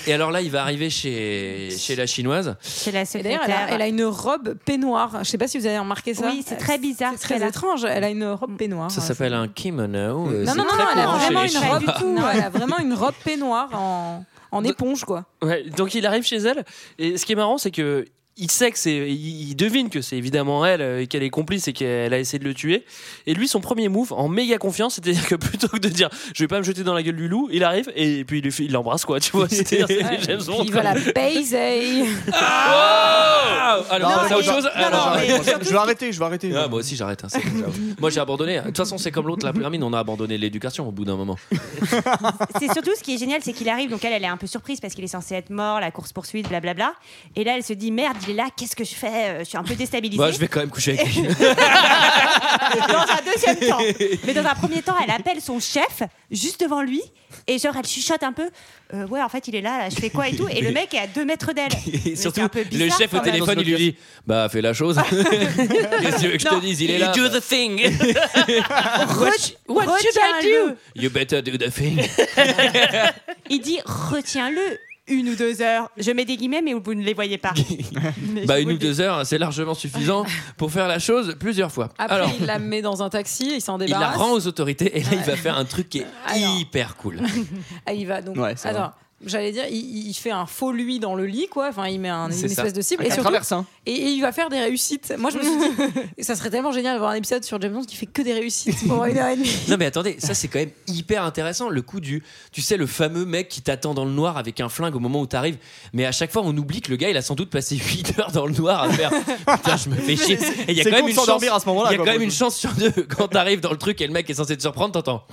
[SPEAKER 1] Et alors là il va arriver chez chez la chinoise.
[SPEAKER 6] Chez la
[SPEAKER 11] Et D'ailleurs, elle, a-
[SPEAKER 6] secrétaire.
[SPEAKER 11] elle a une robe peignoir. Je sais pas si vous avez remarqué ça.
[SPEAKER 6] Oui, c'est très bizarre
[SPEAKER 11] C'est
[SPEAKER 6] ce
[SPEAKER 11] très
[SPEAKER 6] qu'elle a.
[SPEAKER 11] étrange. Elle a une robe peignoir.
[SPEAKER 1] Ça s'appelle un kimono. euh,
[SPEAKER 11] Non,
[SPEAKER 1] c'est
[SPEAKER 11] non, non,
[SPEAKER 1] très
[SPEAKER 11] elle a
[SPEAKER 1] courant chez
[SPEAKER 11] vraiment
[SPEAKER 1] les
[SPEAKER 11] une
[SPEAKER 1] Chinois.
[SPEAKER 11] robe du tout. Non, elle a vraiment une robe peignoir en, en éponge, quoi.
[SPEAKER 8] Ouais, donc il arrive chez elle et ce qui est marrant c'est que il sait que c'est il il devine que c'est évidemment elle euh, et qu'elle est complice et qu'elle a essayé de le tuer et lui son premier move en méga confiance [laughs] c'est-à-dire que plutôt que de dire je vais pas me jeter dans la gueule du loup il arrive et puis il lui fait- il l'embrasse quoi tu vois c'est-à-dire c'est
[SPEAKER 11] Ouais.
[SPEAKER 8] James Bond
[SPEAKER 1] [laughs]
[SPEAKER 11] Puis Il va la baiser.
[SPEAKER 1] Ah, alors
[SPEAKER 6] Non,
[SPEAKER 1] on passe à autre
[SPEAKER 6] mais-
[SPEAKER 1] chose.
[SPEAKER 6] non, non,
[SPEAKER 1] Alors-
[SPEAKER 6] mais-
[SPEAKER 7] je vais arrêter, je vais arrêter.
[SPEAKER 1] Ah, moi aussi j'arrête. hein, c'est bon, j'avoue. moi j'ai abandonné. hein. De toute façon c'est comme l'autre la pyramide on a abandonné l'éducation au bout d'un moment.
[SPEAKER 6] c'est surtout ce qui est génial, c'est qu'il arrive. Donc elle, elle est un peu surprise parce qu'il est censé être mort, la course poursuite, blablabla. Et là, elle se dit merde, il est là. Qu'est-ce que je fais Euh, Je suis un peu déstabilisée.
[SPEAKER 1] Moi Bah, je vais quand même coucher avec
[SPEAKER 6] [laughs]
[SPEAKER 1] lui.
[SPEAKER 6] dans un
[SPEAKER 1] [laughs]
[SPEAKER 6] deuxième temps. Mais dans un premier temps, elle appelle son chef juste devant lui et genre elle chuchote un peu. Euh, ouais, en fait, il est là, là, je fais quoi et tout. Et le mec est à deux mètres
[SPEAKER 1] [laughs]
[SPEAKER 6] d'elle.
[SPEAKER 1] Et
[SPEAKER 6] Mais
[SPEAKER 1] surtout
[SPEAKER 6] c'est un peu
[SPEAKER 1] le
[SPEAKER 6] bizarre,
[SPEAKER 1] chef au
[SPEAKER 6] quand même.
[SPEAKER 1] téléphone il lui dit bah fais la
[SPEAKER 6] [laughs]
[SPEAKER 1] chose. Qu'est-ce que tu veux que je te
[SPEAKER 6] Non.
[SPEAKER 1] dise il est
[SPEAKER 8] You
[SPEAKER 1] là.
[SPEAKER 8] do the thing
[SPEAKER 6] What should I do
[SPEAKER 1] You better do the thing.
[SPEAKER 6] Il dit retiens-le une ou deux heures. Je mets des guillemets, mais vous ne les voyez
[SPEAKER 7] [laughs]
[SPEAKER 6] pas. Mais
[SPEAKER 1] Bah
[SPEAKER 6] [laughs] je
[SPEAKER 1] une
[SPEAKER 6] vous
[SPEAKER 1] ou
[SPEAKER 6] le dis.
[SPEAKER 1] deux heures c'est largement suffisant pour faire la chose plusieurs fois.
[SPEAKER 11] Après,
[SPEAKER 1] alors
[SPEAKER 11] il la met dans un taxi, il s'en
[SPEAKER 1] Il la
[SPEAKER 11] débarrasse.
[SPEAKER 1] rend aux autorités et là, il va faire un truc qui est
[SPEAKER 11] Alors.
[SPEAKER 1] hyper cool.
[SPEAKER 11] Ah, il va donc.
[SPEAKER 7] Ouais, c'est
[SPEAKER 11] attends, j'allais dire, il, il fait un faux lui dans le lit, quoi. Enfin, il met un- une
[SPEAKER 1] C'est ça.
[SPEAKER 11] espèce de cible. Et,
[SPEAKER 7] Elle
[SPEAKER 11] surtout,
[SPEAKER 7] traverse, hein.
[SPEAKER 11] et, et il va faire des réussites. Moi, je me suis dit, ça serait tellement génial d'avoir un épisode sur James Bond qui fait que des réussites pendant une heure et demie.
[SPEAKER 1] Non mais attendez, ça c'est quand même hyper intéressant le coup du tu sais le fameux mec qui t'attend dans le noir avec un flingue au moment où t'arrives mais à chaque fois on oublie que le gars il a sans doute passé [laughs] 8 heures dans le noir à
[SPEAKER 7] [laughs]
[SPEAKER 1] faire putain je me fais chier [laughs] et il y a
[SPEAKER 7] C'est
[SPEAKER 1] quand
[SPEAKER 7] con
[SPEAKER 1] même
[SPEAKER 7] de
[SPEAKER 1] une chance
[SPEAKER 7] s'endormir à ce moment-là.
[SPEAKER 1] il y a
[SPEAKER 7] quoi,
[SPEAKER 1] quand même
[SPEAKER 7] pour
[SPEAKER 1] une
[SPEAKER 7] le
[SPEAKER 1] chance sur deux quand t'arrives dans le truc et le mec est censé te surprendre
[SPEAKER 7] [laughs]
[SPEAKER 1] t'entends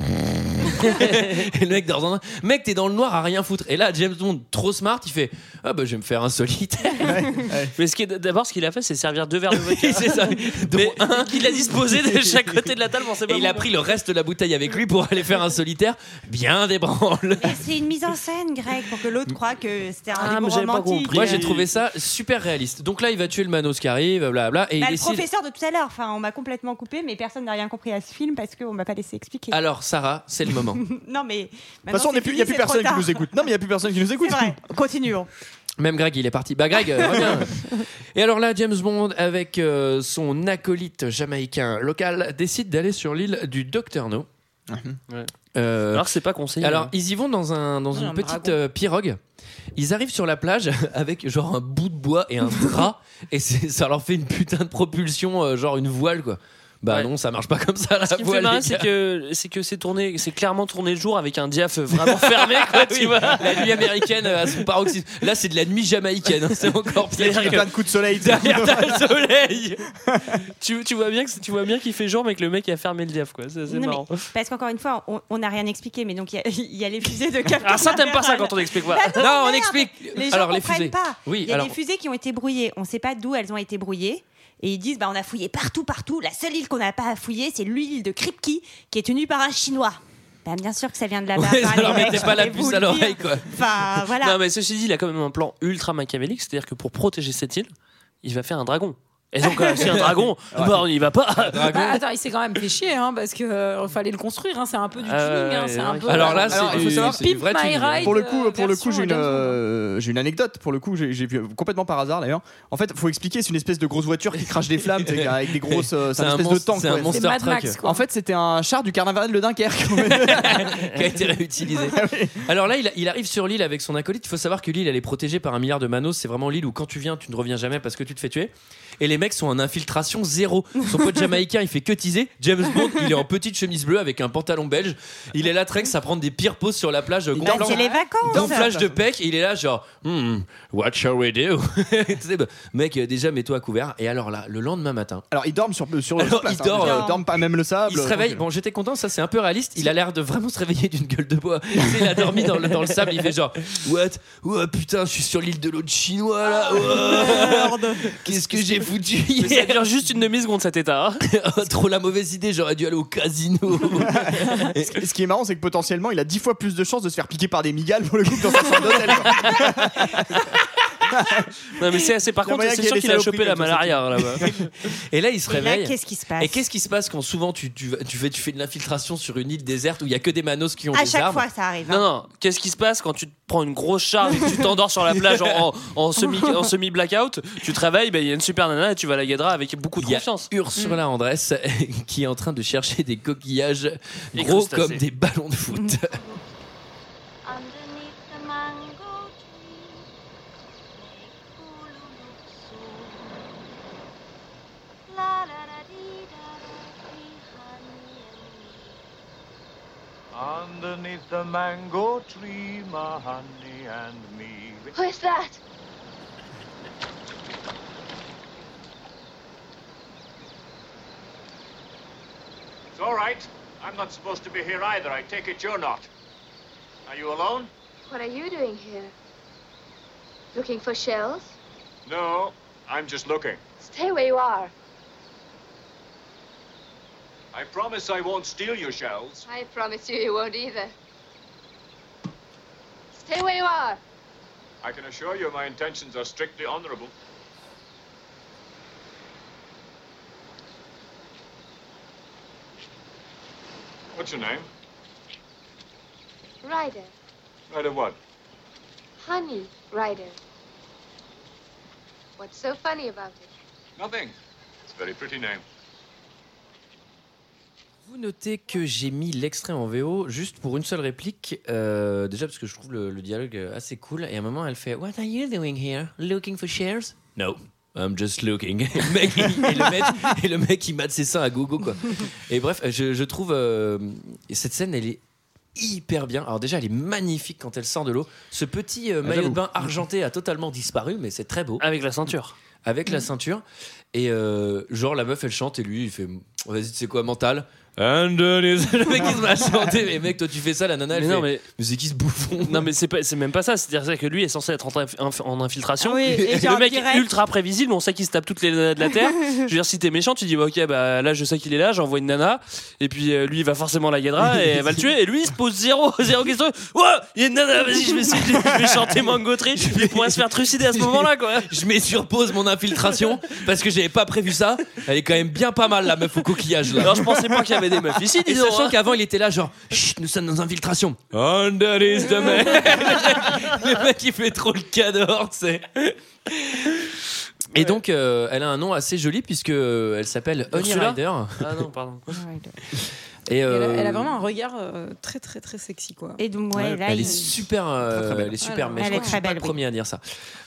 [SPEAKER 1] et le mec dans un mec t'es dans le noir à rien foutre et là James Bond trop smart il fait ah bah je vais me faire un
[SPEAKER 7] [laughs]
[SPEAKER 1] solitaire
[SPEAKER 7] coup. Ouais.
[SPEAKER 8] [laughs] mais ce qui est d'abord ce qu'il a fait c'est servir deux verres de
[SPEAKER 1] [laughs]
[SPEAKER 8] vodka
[SPEAKER 1] c'est ça
[SPEAKER 8] mais
[SPEAKER 1] dont
[SPEAKER 8] qu'il a disposé
[SPEAKER 1] [laughs]
[SPEAKER 8] de chaque côté de la table on sait pas
[SPEAKER 1] Et il a
[SPEAKER 8] pourquoi.
[SPEAKER 1] pris le reste de la bouteille avec lui pour aller faire un solitaire bien des branles.
[SPEAKER 6] Mais C'est une mise en scène, Greg, pour que l'autre croit que c'était un
[SPEAKER 8] Ah,
[SPEAKER 6] livre
[SPEAKER 8] mais j'avais pas
[SPEAKER 6] romantique.
[SPEAKER 8] compris.
[SPEAKER 1] Moi j'ai trouvé ça super réaliste. Donc là il va tuer le Manos qui arrive, blablabla, et il
[SPEAKER 6] Bah, le
[SPEAKER 1] décide.
[SPEAKER 6] professeur de tout à l'heure, enfin, on m'a complètement coupé, mais personne n'a rien compris à ce film parce qu'on m'a pas laissé expliquer.
[SPEAKER 1] Alors Sarah, c'est le moment. [laughs]
[SPEAKER 6] Non, mais.
[SPEAKER 7] Ah. De toute façon, il n'y a plus personne qui nous écoute. Non, mais il n'y a plus personne qui nous écoute.
[SPEAKER 6] C'est vrai, continuons.
[SPEAKER 1] Même Greg il est parti. Bah Greg, euh, reviens. Et alors là James Bond avec euh, son acolyte jamaïcain local décide d'aller sur l'île du Docteur No.
[SPEAKER 8] Ouais.
[SPEAKER 1] Euh,
[SPEAKER 8] alors c'est pas conseillé
[SPEAKER 1] Alors, ils y vont dans, un, dans
[SPEAKER 11] Ouais,
[SPEAKER 1] une
[SPEAKER 11] un
[SPEAKER 1] petite
[SPEAKER 11] dragon.
[SPEAKER 1] euh, pirogue. Ils arrivent sur la plage [laughs] avec genre un bout de bois et un drap, et c'est- ça leur fait une putain de propulsion, euh, genre une voile quoi. Bah
[SPEAKER 8] Ouais.
[SPEAKER 1] non, ça marche pas comme ça la
[SPEAKER 8] Ce qui me fait
[SPEAKER 1] voile.
[SPEAKER 8] marrer,
[SPEAKER 1] les
[SPEAKER 8] c'est
[SPEAKER 1] gars.
[SPEAKER 8] que c'est que c'est tourné, c'est clairement tourné le jour avec un diaph vraiment fermé, quoi, tu vois. [laughs]
[SPEAKER 1] La nuit américaine euh, à son paroxysme. Là, c'est de la nuit jamaïcaine, hein, c'est encore pire.
[SPEAKER 7] Il y a plein de coups de
[SPEAKER 1] [laughs]
[SPEAKER 7] soleil.
[SPEAKER 8] Derrière t'as le soleil. tu, tu vois bien que tu vois bien qu'il fait jour, mais que le mec a fermé le diaph, quoi. Ça, C'est
[SPEAKER 6] Non, mais-
[SPEAKER 8] marrant.
[SPEAKER 6] Parce qu'encore une fois, on- on n'a rien expliqué, mais donc il y a- [laughs] il y a les fusées
[SPEAKER 7] [laughs]
[SPEAKER 6] de Captain
[SPEAKER 8] Ah ça t'aimes pas ça
[SPEAKER 6] Marvel.
[SPEAKER 8] quand on explique pas.
[SPEAKER 6] Bah
[SPEAKER 1] Non, on
[SPEAKER 6] merde.
[SPEAKER 1] explique.
[SPEAKER 6] Les gens
[SPEAKER 1] alors les
[SPEAKER 6] comprennent
[SPEAKER 1] fusées.
[SPEAKER 6] pas.
[SPEAKER 1] Oui,
[SPEAKER 6] Il y a
[SPEAKER 1] alors
[SPEAKER 6] des fusées qui ont été brouillées. On ne sait pas d'où elles ont été brouillées. Et ils disent, bah, on a fouillé partout, partout. La seule île qu'on n'a pas à fouiller, c'est l'île de Kripke, qui est tenue par un Chinois. Bah, bien sûr que ça vient de là-bas.
[SPEAKER 1] [laughs] Ouais,
[SPEAKER 6] Enfin,
[SPEAKER 1] ça leur
[SPEAKER 6] les mecs,
[SPEAKER 1] mettait pas la
[SPEAKER 6] je voulais
[SPEAKER 1] puce
[SPEAKER 6] vous
[SPEAKER 1] à
[SPEAKER 6] le dire.
[SPEAKER 1] l'oreille quoi.
[SPEAKER 6] Enfin, voilà.
[SPEAKER 8] Non mais ceci dit, il a quand même un plan ultra machiavélique, c'est-à-dire que pour protéger cette île, il va faire un dragon. Et donc, euh, c'est un dragon.
[SPEAKER 11] Ouais.
[SPEAKER 8] Bah, on n'y va pas.
[SPEAKER 11] Bah, attends, il s'est quand même fait chier hein, parce que euh, fallait le construire. hein, c'est un
[SPEAKER 8] [laughs]
[SPEAKER 11] peu du tuning.
[SPEAKER 8] Euh,
[SPEAKER 11] hein, c'est un peu,
[SPEAKER 1] Alors là, c'est euh,
[SPEAKER 11] il faut
[SPEAKER 1] du-
[SPEAKER 11] savoir,
[SPEAKER 1] c'est du
[SPEAKER 11] Pimp
[SPEAKER 1] vrai
[SPEAKER 11] My
[SPEAKER 1] tuning, hein.
[SPEAKER 11] Ride,
[SPEAKER 1] Pour
[SPEAKER 7] le coup,
[SPEAKER 11] euh,
[SPEAKER 7] [laughs] pour le coup, j'ai une,
[SPEAKER 11] version James
[SPEAKER 7] euh, j'ai une anecdote. Pour le coup, j'ai j'ai vu complètement par hasard d'ailleurs. En fait, faut expliquer, c'est une espèce de grosse voiture qui crache des flammes, tu sais, avec des grosses, euh,
[SPEAKER 1] [laughs] C'est
[SPEAKER 7] c'est
[SPEAKER 1] un
[SPEAKER 7] un espèce
[SPEAKER 1] monstre-
[SPEAKER 7] de tank.
[SPEAKER 1] c'est un
[SPEAKER 7] ouais.
[SPEAKER 1] monster C'est Mad truck. Max, quoi.
[SPEAKER 7] En fait, c'était un char du carnaval de
[SPEAKER 1] [laughs]
[SPEAKER 7] Dunkerque.
[SPEAKER 1] qui a été réutilisé. Alors là, il, il arrive sur l'île avec son acolyte. Il faut savoir que l'île, elle est protégée par un milliard de manos. C'est vraiment l'île où quand tu viens, tu ne reviens jamais parce que tu te fais tuer. Et les mecs sont en infiltration zéro. Son pote jamaïcain, il fait que teaser. James Bond, il est en petite chemise bleue avec un pantalon belge. Il est là, Trex, à prendre des pires poses sur la plage.
[SPEAKER 6] Bah, c'est les vacances.
[SPEAKER 1] Gonflage de pec. Et il est là, genre, Hmm, what shall we do? [laughs] Tu sais, bah, mec, euh, déjà, mets-toi à couvert. Et alors là, le lendemain matin.
[SPEAKER 7] Alors, il dort sur, sur
[SPEAKER 1] Alors,
[SPEAKER 7] sur place,
[SPEAKER 1] il dort,
[SPEAKER 7] hein.
[SPEAKER 1] euh,
[SPEAKER 7] dorment pas même le sable.
[SPEAKER 1] Il se réveille. Bon, j'étais content, ça c'est un peu réaliste. Il a l'air de vraiment se réveiller d'une gueule de bois. Tu sais, il a dormi dans le, dans le sable. Il fait genre What Ouais, putain, je suis sur l'île de l'autre chinois là. Ouais. Qu'est-ce que j'ai foutu
[SPEAKER 8] Mais [laughs] ça
[SPEAKER 1] hier
[SPEAKER 8] dure juste une demi-seconde cet état. hein.
[SPEAKER 1] Oh, Trop la mauvaise idée, j'aurais dû aller au casino.
[SPEAKER 7] Et ce qui- ce qui est marrant, c'est que potentiellement, il a dix fois plus de chances de se faire piquer par des migales pour le coup que dans son chambre [laughs] d'hôtel.
[SPEAKER 8] Non, mais c'est assez. Par
[SPEAKER 7] Il y a
[SPEAKER 8] contre,
[SPEAKER 7] moyen
[SPEAKER 8] c'est
[SPEAKER 7] qu'il y ait
[SPEAKER 8] sûr
[SPEAKER 7] des
[SPEAKER 8] qu'il a
[SPEAKER 7] saloperies
[SPEAKER 8] chopé la
[SPEAKER 7] comme ça,
[SPEAKER 8] malaria là-bas.
[SPEAKER 1] Et là, il se
[SPEAKER 6] Et là,
[SPEAKER 1] réveille.
[SPEAKER 6] qu'est-ce qui se passe
[SPEAKER 1] Et qu'est-ce qui se passe quand souvent tu, tu, vas- tu fais, tu fais de l'infiltration sur une île déserte où il y a que des manos qui ont
[SPEAKER 6] À
[SPEAKER 1] des
[SPEAKER 6] chaque
[SPEAKER 1] arbres
[SPEAKER 6] fois, ça arrive. hein.
[SPEAKER 8] Non, non, qu'est-ce qui se passe quand tu te prends une grosse charge et que tu t'endors sur la plage en, en- en semi, en semi-blackout Tu travailles, il y a une super nana et tu vas à la guédra avec beaucoup de
[SPEAKER 1] Il y a
[SPEAKER 8] confiance.
[SPEAKER 1] Ursula
[SPEAKER 8] Mm.
[SPEAKER 1] Andress [laughs] qui est en train de chercher des coquillages
[SPEAKER 8] Et
[SPEAKER 1] gros
[SPEAKER 8] crustacés. Mm.
[SPEAKER 1] comme des ballons de foot.
[SPEAKER 12] Underneath the mango tree La la la dee da honey and
[SPEAKER 13] Underneath the mango tree, my honey and me.
[SPEAKER 12] Who is that?
[SPEAKER 13] It's all right. I'm not supposed to be here either. I take it you're not. Are you alone?
[SPEAKER 12] What are you doing here? Looking for shells?
[SPEAKER 13] No, I'm just looking.
[SPEAKER 12] Stay where you are.
[SPEAKER 13] I promise I won't steal your shells.
[SPEAKER 12] I promise you, you won't either. Stay where you are.
[SPEAKER 13] I can assure you my intentions are strictly honorable. What's your name?
[SPEAKER 12] Ryder.
[SPEAKER 13] Ryder what?
[SPEAKER 12] Honey, Ryder. What's so funny about it?
[SPEAKER 13] Nothing. It's a very pretty name.
[SPEAKER 1] Vous notez que j'ai mis l'extrait en VO juste pour une seule réplique, euh, déjà parce que je trouve le, le dialogue euh, assez cool. Et à un moment, elle fait What are you doing here? Looking for shares? No. I'm just looking. [laughs] Et le mec, il- et, le mec, et le mec, il mate ses seins à gogo, quoi. Et bref, je, je trouve euh, cette scène, elle est hyper bien. Alors, déjà, elle est magnifique quand elle sort de l'eau. Ce petit euh, maillot de
[SPEAKER 8] Ah, j'avoue.
[SPEAKER 1] bain argenté a totalement disparu, mais c'est très beau.
[SPEAKER 8] Avec la ceinture.
[SPEAKER 1] Avec
[SPEAKER 8] Mm.
[SPEAKER 1] la ceinture. Et euh, genre, la meuf, elle chante et lui, il fait Vas-y, tu sais quoi, mental Underneath. [laughs] Le mec, il se met à chanter. Mais mec, toi, tu fais ça, la nana, elle
[SPEAKER 8] Mais non,
[SPEAKER 1] fait,
[SPEAKER 8] mais-
[SPEAKER 1] c'est qui ce bouffon
[SPEAKER 8] Non mais c'est pas- c'est même pas ça, c'est-à-dire ça que lui est censé être en, inf- inf- en infiltration.
[SPEAKER 11] Ah oui, et
[SPEAKER 8] le
[SPEAKER 11] genre
[SPEAKER 8] mec
[SPEAKER 11] direct.
[SPEAKER 8] est ultra prévisible, on sait qu'il se tape toutes les nanas de la
[SPEAKER 11] [laughs]
[SPEAKER 8] terre. je veux dire si t'es méchant, tu dis bah, ok bah là je sais qu'il est là, j'envoie une nana et puis euh, lui il va forcément la guédra et elle va le tuer et lui il se pose zéro [laughs] zéro question. Ouais, il y a une nana, vas-y je vais essayer, je vais chanter Mango Tree, il pourrait se faire trucider à ce moment-là quoi.
[SPEAKER 1] Je mets sur pause mon infiltration parce que j'avais pas prévu ça. Elle est quand même bien pas mal, la meuf au coquillage. Là.
[SPEAKER 8] Alors je pensais pas qu'il y avait des meufs ici,
[SPEAKER 1] Et
[SPEAKER 8] dis donc.
[SPEAKER 1] sachant
[SPEAKER 8] hein.
[SPEAKER 1] qu'avant, il était là, genre, chut, nous sommes dans infiltration. Underneath the man. le mec, il fait trop le cador, tu sais. Et donc, euh, elle a un nom assez joli puisque euh, elle s'appelle Honey
[SPEAKER 8] Ursula
[SPEAKER 1] Rider.
[SPEAKER 8] Ah non pardon.
[SPEAKER 1] Et,
[SPEAKER 11] Elle, a,
[SPEAKER 1] euh,
[SPEAKER 11] elle a vraiment un regard euh, très très très sexy quoi.
[SPEAKER 6] Et donc, ouais,
[SPEAKER 1] Ouais,
[SPEAKER 6] là,
[SPEAKER 1] elle
[SPEAKER 6] il-
[SPEAKER 1] est super, euh, elle est super,
[SPEAKER 11] Voilà.
[SPEAKER 1] mais je
[SPEAKER 6] Elle
[SPEAKER 1] crois
[SPEAKER 6] est
[SPEAKER 1] que je suis
[SPEAKER 6] très
[SPEAKER 1] pas le
[SPEAKER 6] belle, oui.
[SPEAKER 1] premier à dire ça.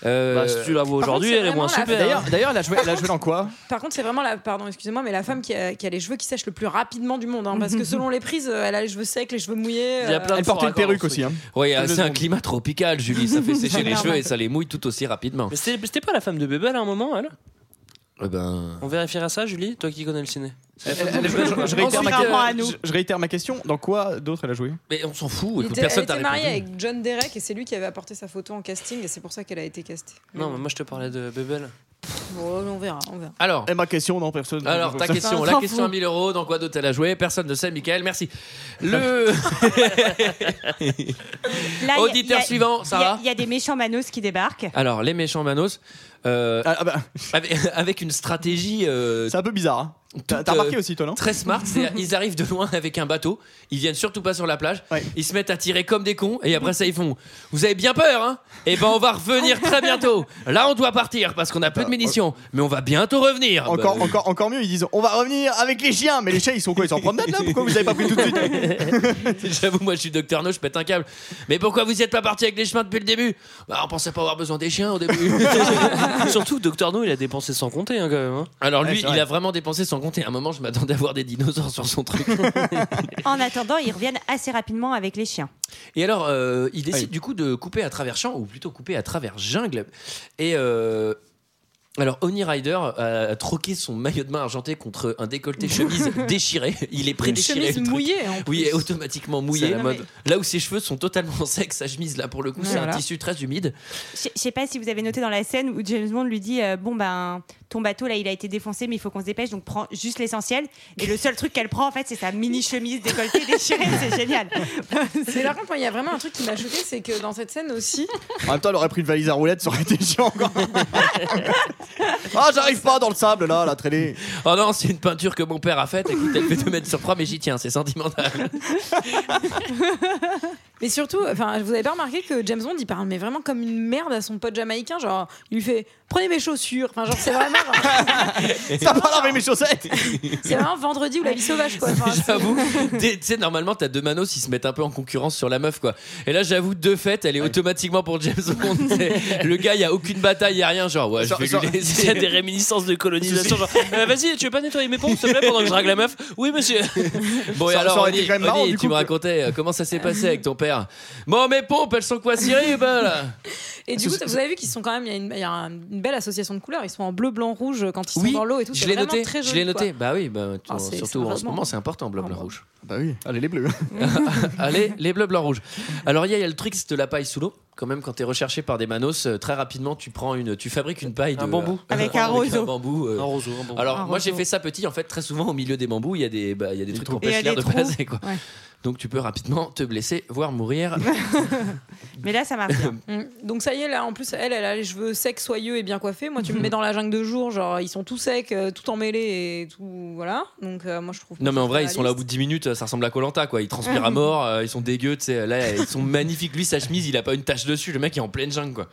[SPEAKER 1] Euh,
[SPEAKER 8] Bah, si tu la vois aujourd'hui,
[SPEAKER 11] c'est
[SPEAKER 8] elle est moins
[SPEAKER 11] vraiment la
[SPEAKER 8] super. hein.
[SPEAKER 7] D'ailleurs, d'ailleurs, elle a joué, elle a joué dans quoi
[SPEAKER 11] Par contre, c'est vraiment la pardon, excusez-moi, mais la femme qui a, qui a les cheveux qui sèchent le plus rapidement du monde, hein, parce que selon les prises, euh, elle a les cheveux secs, les cheveux mouillés.
[SPEAKER 8] Il y a
[SPEAKER 11] euh,
[SPEAKER 8] plein de
[SPEAKER 7] Elle portait
[SPEAKER 8] faux
[SPEAKER 7] une perruque
[SPEAKER 8] raccords, ce
[SPEAKER 7] aussi.
[SPEAKER 8] truc.
[SPEAKER 7] Hein.
[SPEAKER 1] ouais,
[SPEAKER 7] Deux
[SPEAKER 1] c'est un
[SPEAKER 7] secondes.
[SPEAKER 1] climat tropical, Julie. Ça fait sécher les
[SPEAKER 11] Normal.
[SPEAKER 1] cheveux et ça les mouille tout aussi rapidement.
[SPEAKER 8] Mais c'était c'était pas la femme de Bebel à un moment elle
[SPEAKER 1] Eh ben,
[SPEAKER 8] On vérifiera ça Julie, toi qui connais le ciné.
[SPEAKER 7] Je, je réitère ma,
[SPEAKER 1] Ensuite,
[SPEAKER 7] question-
[SPEAKER 1] euh,
[SPEAKER 7] je- je réitère ma question. Dans quoi d'autre elle a joué
[SPEAKER 1] mais on s'en fout.
[SPEAKER 11] il
[SPEAKER 1] écoute,
[SPEAKER 11] était-
[SPEAKER 1] personne
[SPEAKER 11] elle
[SPEAKER 1] t'a
[SPEAKER 11] était mariée
[SPEAKER 1] répondu.
[SPEAKER 11] avec John Derek et c'est lui qui avait apporté sa photo en casting et c'est pour ça qu'elle a été castée.
[SPEAKER 8] Non mais moi je te parlais de
[SPEAKER 11] [laughs]
[SPEAKER 8] Bebel.
[SPEAKER 11] Bon, on verra, on verra.
[SPEAKER 1] Alors,
[SPEAKER 7] Et Euh, ma question, non, personne.
[SPEAKER 1] alors ta question,
[SPEAKER 11] on
[SPEAKER 1] la
[SPEAKER 11] s'en
[SPEAKER 1] question
[SPEAKER 11] fout.
[SPEAKER 1] à 1000 euros. Dans quoi d'autre elle a joué Personne ne sait. Michael, merci. Le
[SPEAKER 6] là, il y a- il y a-
[SPEAKER 1] auditeur suivant,
[SPEAKER 6] il y a-
[SPEAKER 1] Sarah.
[SPEAKER 6] Il y a des méchants manos qui débarquent.
[SPEAKER 1] Alors, les méchants Manos. euh,
[SPEAKER 7] Ah.
[SPEAKER 1] avec, [laughs] avec une stratégie.
[SPEAKER 7] bah,
[SPEAKER 1] euh,
[SPEAKER 7] c'est un peu bizarre. hein. T'as
[SPEAKER 1] toute,
[SPEAKER 7] t'as remarqué
[SPEAKER 1] euh,
[SPEAKER 7] aussi, toi, non
[SPEAKER 1] Très smart, c'est ils arrivent de loin avec un bateau, ils viennent surtout pas sur la plage, ils se mettent à tirer comme des cons et après ça ils font Vous avez bien peur hein Eh ben on va revenir très bientôt. Là on doit partir parce qu'on a plus de munitions, mais on va bientôt revenir.
[SPEAKER 7] Encore,
[SPEAKER 1] Bah,
[SPEAKER 7] encore, encore mieux, ils disent on va revenir avec les chiens, mais les chiens ils sont quoi Ils sont en promenade là Pourquoi vous avez pas pris tout de suite
[SPEAKER 1] [laughs] J'avoue, moi je suis docteur No, je pète un câble. Mais pourquoi vous y êtes pas parti avec les chemins depuis le début Bah on pensait pas avoir besoin des chiens au début.
[SPEAKER 8] Surtout, Docteur No, il a dépensé sans compter hein, quand même. hein.
[SPEAKER 1] Alors lui, il a vraiment dépensé sans compter. À un moment, je m'attendais à voir des dinosaures sur son truc.
[SPEAKER 6] En attendant, ils reviennent assez rapidement avec les chiens.
[SPEAKER 1] Et alors, euh, il décide du coup de couper à travers champ, ou plutôt couper à travers jungle. Et euh, alors, Oni Rider a, a troqué son maillot de main argenté contre un
[SPEAKER 11] [laughs]
[SPEAKER 1] décolleté chemise déchiré. Il est pré-déchiré.
[SPEAKER 11] chemise
[SPEAKER 1] le truc.
[SPEAKER 11] mouillée, en plus.
[SPEAKER 1] Oui, et automatiquement mouillé.
[SPEAKER 11] C'est la mode.
[SPEAKER 1] Là où ses cheveux sont totalement [laughs] secs, sa chemise, là pour le coup,
[SPEAKER 6] Ouais,
[SPEAKER 1] c'est
[SPEAKER 6] voilà.
[SPEAKER 1] un tissu très humide.
[SPEAKER 6] Je je sais pas si vous avez noté dans la scène où James Bond lui dit euh, Bon, ben, ton bateau là, il a été défoncé, mais il faut qu'on se dépêche, donc prends juste l'essentiel. Et le seul truc qu'elle prend, en fait, c'est sa mini chemise décolletée déchirée. [laughs] C'est génial.
[SPEAKER 11] C'est par contre, moi, il y a vraiment un truc qui m'a choqué, c'est que dans cette scène aussi,
[SPEAKER 7] En même temps, elle aurait pris une valise à roulettes, ça aurait été chiant [laughs] encore. ah, j'arrive pas dans le sable là, la [laughs] traînée.
[SPEAKER 1] Oh non, c'est une peinture que mon père a faite. Écoute, elle fait 2 mètres sur 3, mais j'y tiens, c'est sentimental.
[SPEAKER 11] Mais surtout, enfin, vous avez pas remarqué que James Bond il parle mais vraiment comme une merde à son pote jamaïcain, genre il lui fait prenez mes chaussures, enfin genre c'est vraiment,
[SPEAKER 7] Ça parle avec mes chaussettes
[SPEAKER 11] c'est vraiment vendredi ou la vie sauvage quoi. Enfin, Ah, c'est-
[SPEAKER 1] J'avoue, t'es- [laughs] tu sais, normalement, t'as deux manos, ils se mettent un peu en concurrence sur la meuf, quoi. Et là, j'avoue, de fait, elle est automatiquement pour James Bond. [laughs] C'est- le gars, il y a aucune bataille, il y a rien. Genre, ouais, je
[SPEAKER 8] Genre-
[SPEAKER 1] vais
[SPEAKER 8] genre,
[SPEAKER 1] lui laisser.
[SPEAKER 8] [laughs] il y a des réminiscences de
[SPEAKER 1] [laughs]
[SPEAKER 8] colonisation. genre, Euh, Vas-y, tu veux pas nettoyer mes pompes, s'il te plaît, pendant que je drague la meuf Oui, monsieur.
[SPEAKER 1] [laughs] Bon, et
[SPEAKER 8] Ça-
[SPEAKER 1] alors,
[SPEAKER 8] ça aurait
[SPEAKER 1] Oni,
[SPEAKER 8] été quand même marrant,
[SPEAKER 1] Oni,
[SPEAKER 8] du
[SPEAKER 1] tu me racontais euh, comment ça s'est passé avec ton père. Bon, mes pompes, elles sont quoi, cirées ben, là
[SPEAKER 11] Et du coup, vous avez vu qu'ils sont quand même, il y a une- il y, a un- une belle association de couleurs, ils sont en bleu, blanc, rouge quand ils
[SPEAKER 1] Oui,
[SPEAKER 11] sont dans l'eau et tout.
[SPEAKER 1] je
[SPEAKER 11] c'est
[SPEAKER 1] l'ai
[SPEAKER 11] vraiment
[SPEAKER 1] noté.
[SPEAKER 11] Très
[SPEAKER 1] je
[SPEAKER 11] joli,
[SPEAKER 1] l'ai noté.
[SPEAKER 11] quoi.
[SPEAKER 1] Bah oui, bah, tu-
[SPEAKER 11] Ah, c'est- c'est
[SPEAKER 1] surtout en ce
[SPEAKER 11] vraiment-
[SPEAKER 1] moment, c'est important, bleu, blanc, rouge.
[SPEAKER 7] Bah oui, allez les bleus.
[SPEAKER 1] Allez, les bleus, blancs, rouges. Alors, il y, a- il y a le trick de la paille sous l'eau. Quand même, quand t'es recherché par des manos, euh, très rapidement, tu prends une, tu fabriques une paille de Euh,
[SPEAKER 8] Un bambou. Avec un roseau.
[SPEAKER 1] bambou. euh.
[SPEAKER 8] Un roseau, un bambou.
[SPEAKER 1] Alors,
[SPEAKER 8] Un
[SPEAKER 1] moi, j'ai
[SPEAKER 8] roseau.
[SPEAKER 1] fait ça petit. En fait, très souvent, au milieu des bambous, il y a des, bah, il y a des trucs qui
[SPEAKER 6] Et il y a
[SPEAKER 1] empêchent l'air de
[SPEAKER 6] des trous.
[SPEAKER 1] passer, quoi.
[SPEAKER 6] Ouais.
[SPEAKER 1] Donc, tu peux rapidement te blesser, voire
[SPEAKER 6] [laughs]
[SPEAKER 1] mourir.
[SPEAKER 6] Mais là, ça marche bien.
[SPEAKER 11] [laughs] Mm. Donc ça y est là, en plus elle, elle a les cheveux secs, soyeux et bien coiffés. Moi,
[SPEAKER 6] Mm-hmm.
[SPEAKER 11] tu me mets dans la jungle de jour, genre ils sont tout secs, euh, tout emmêlés et tout, voilà. Donc euh, moi je trouve.
[SPEAKER 1] Non mais en vrai ils
[SPEAKER 11] réaliste.
[SPEAKER 1] sont là au bout de 10 minutes ça ressemble à Colanta quoi ils
[SPEAKER 6] [laughs]
[SPEAKER 1] transpirent à mort euh, ils sont dégueux tu sais là ils sont magnifiques lui sa chemise il a pas une tache dessus le mec est en pleine jungle quoi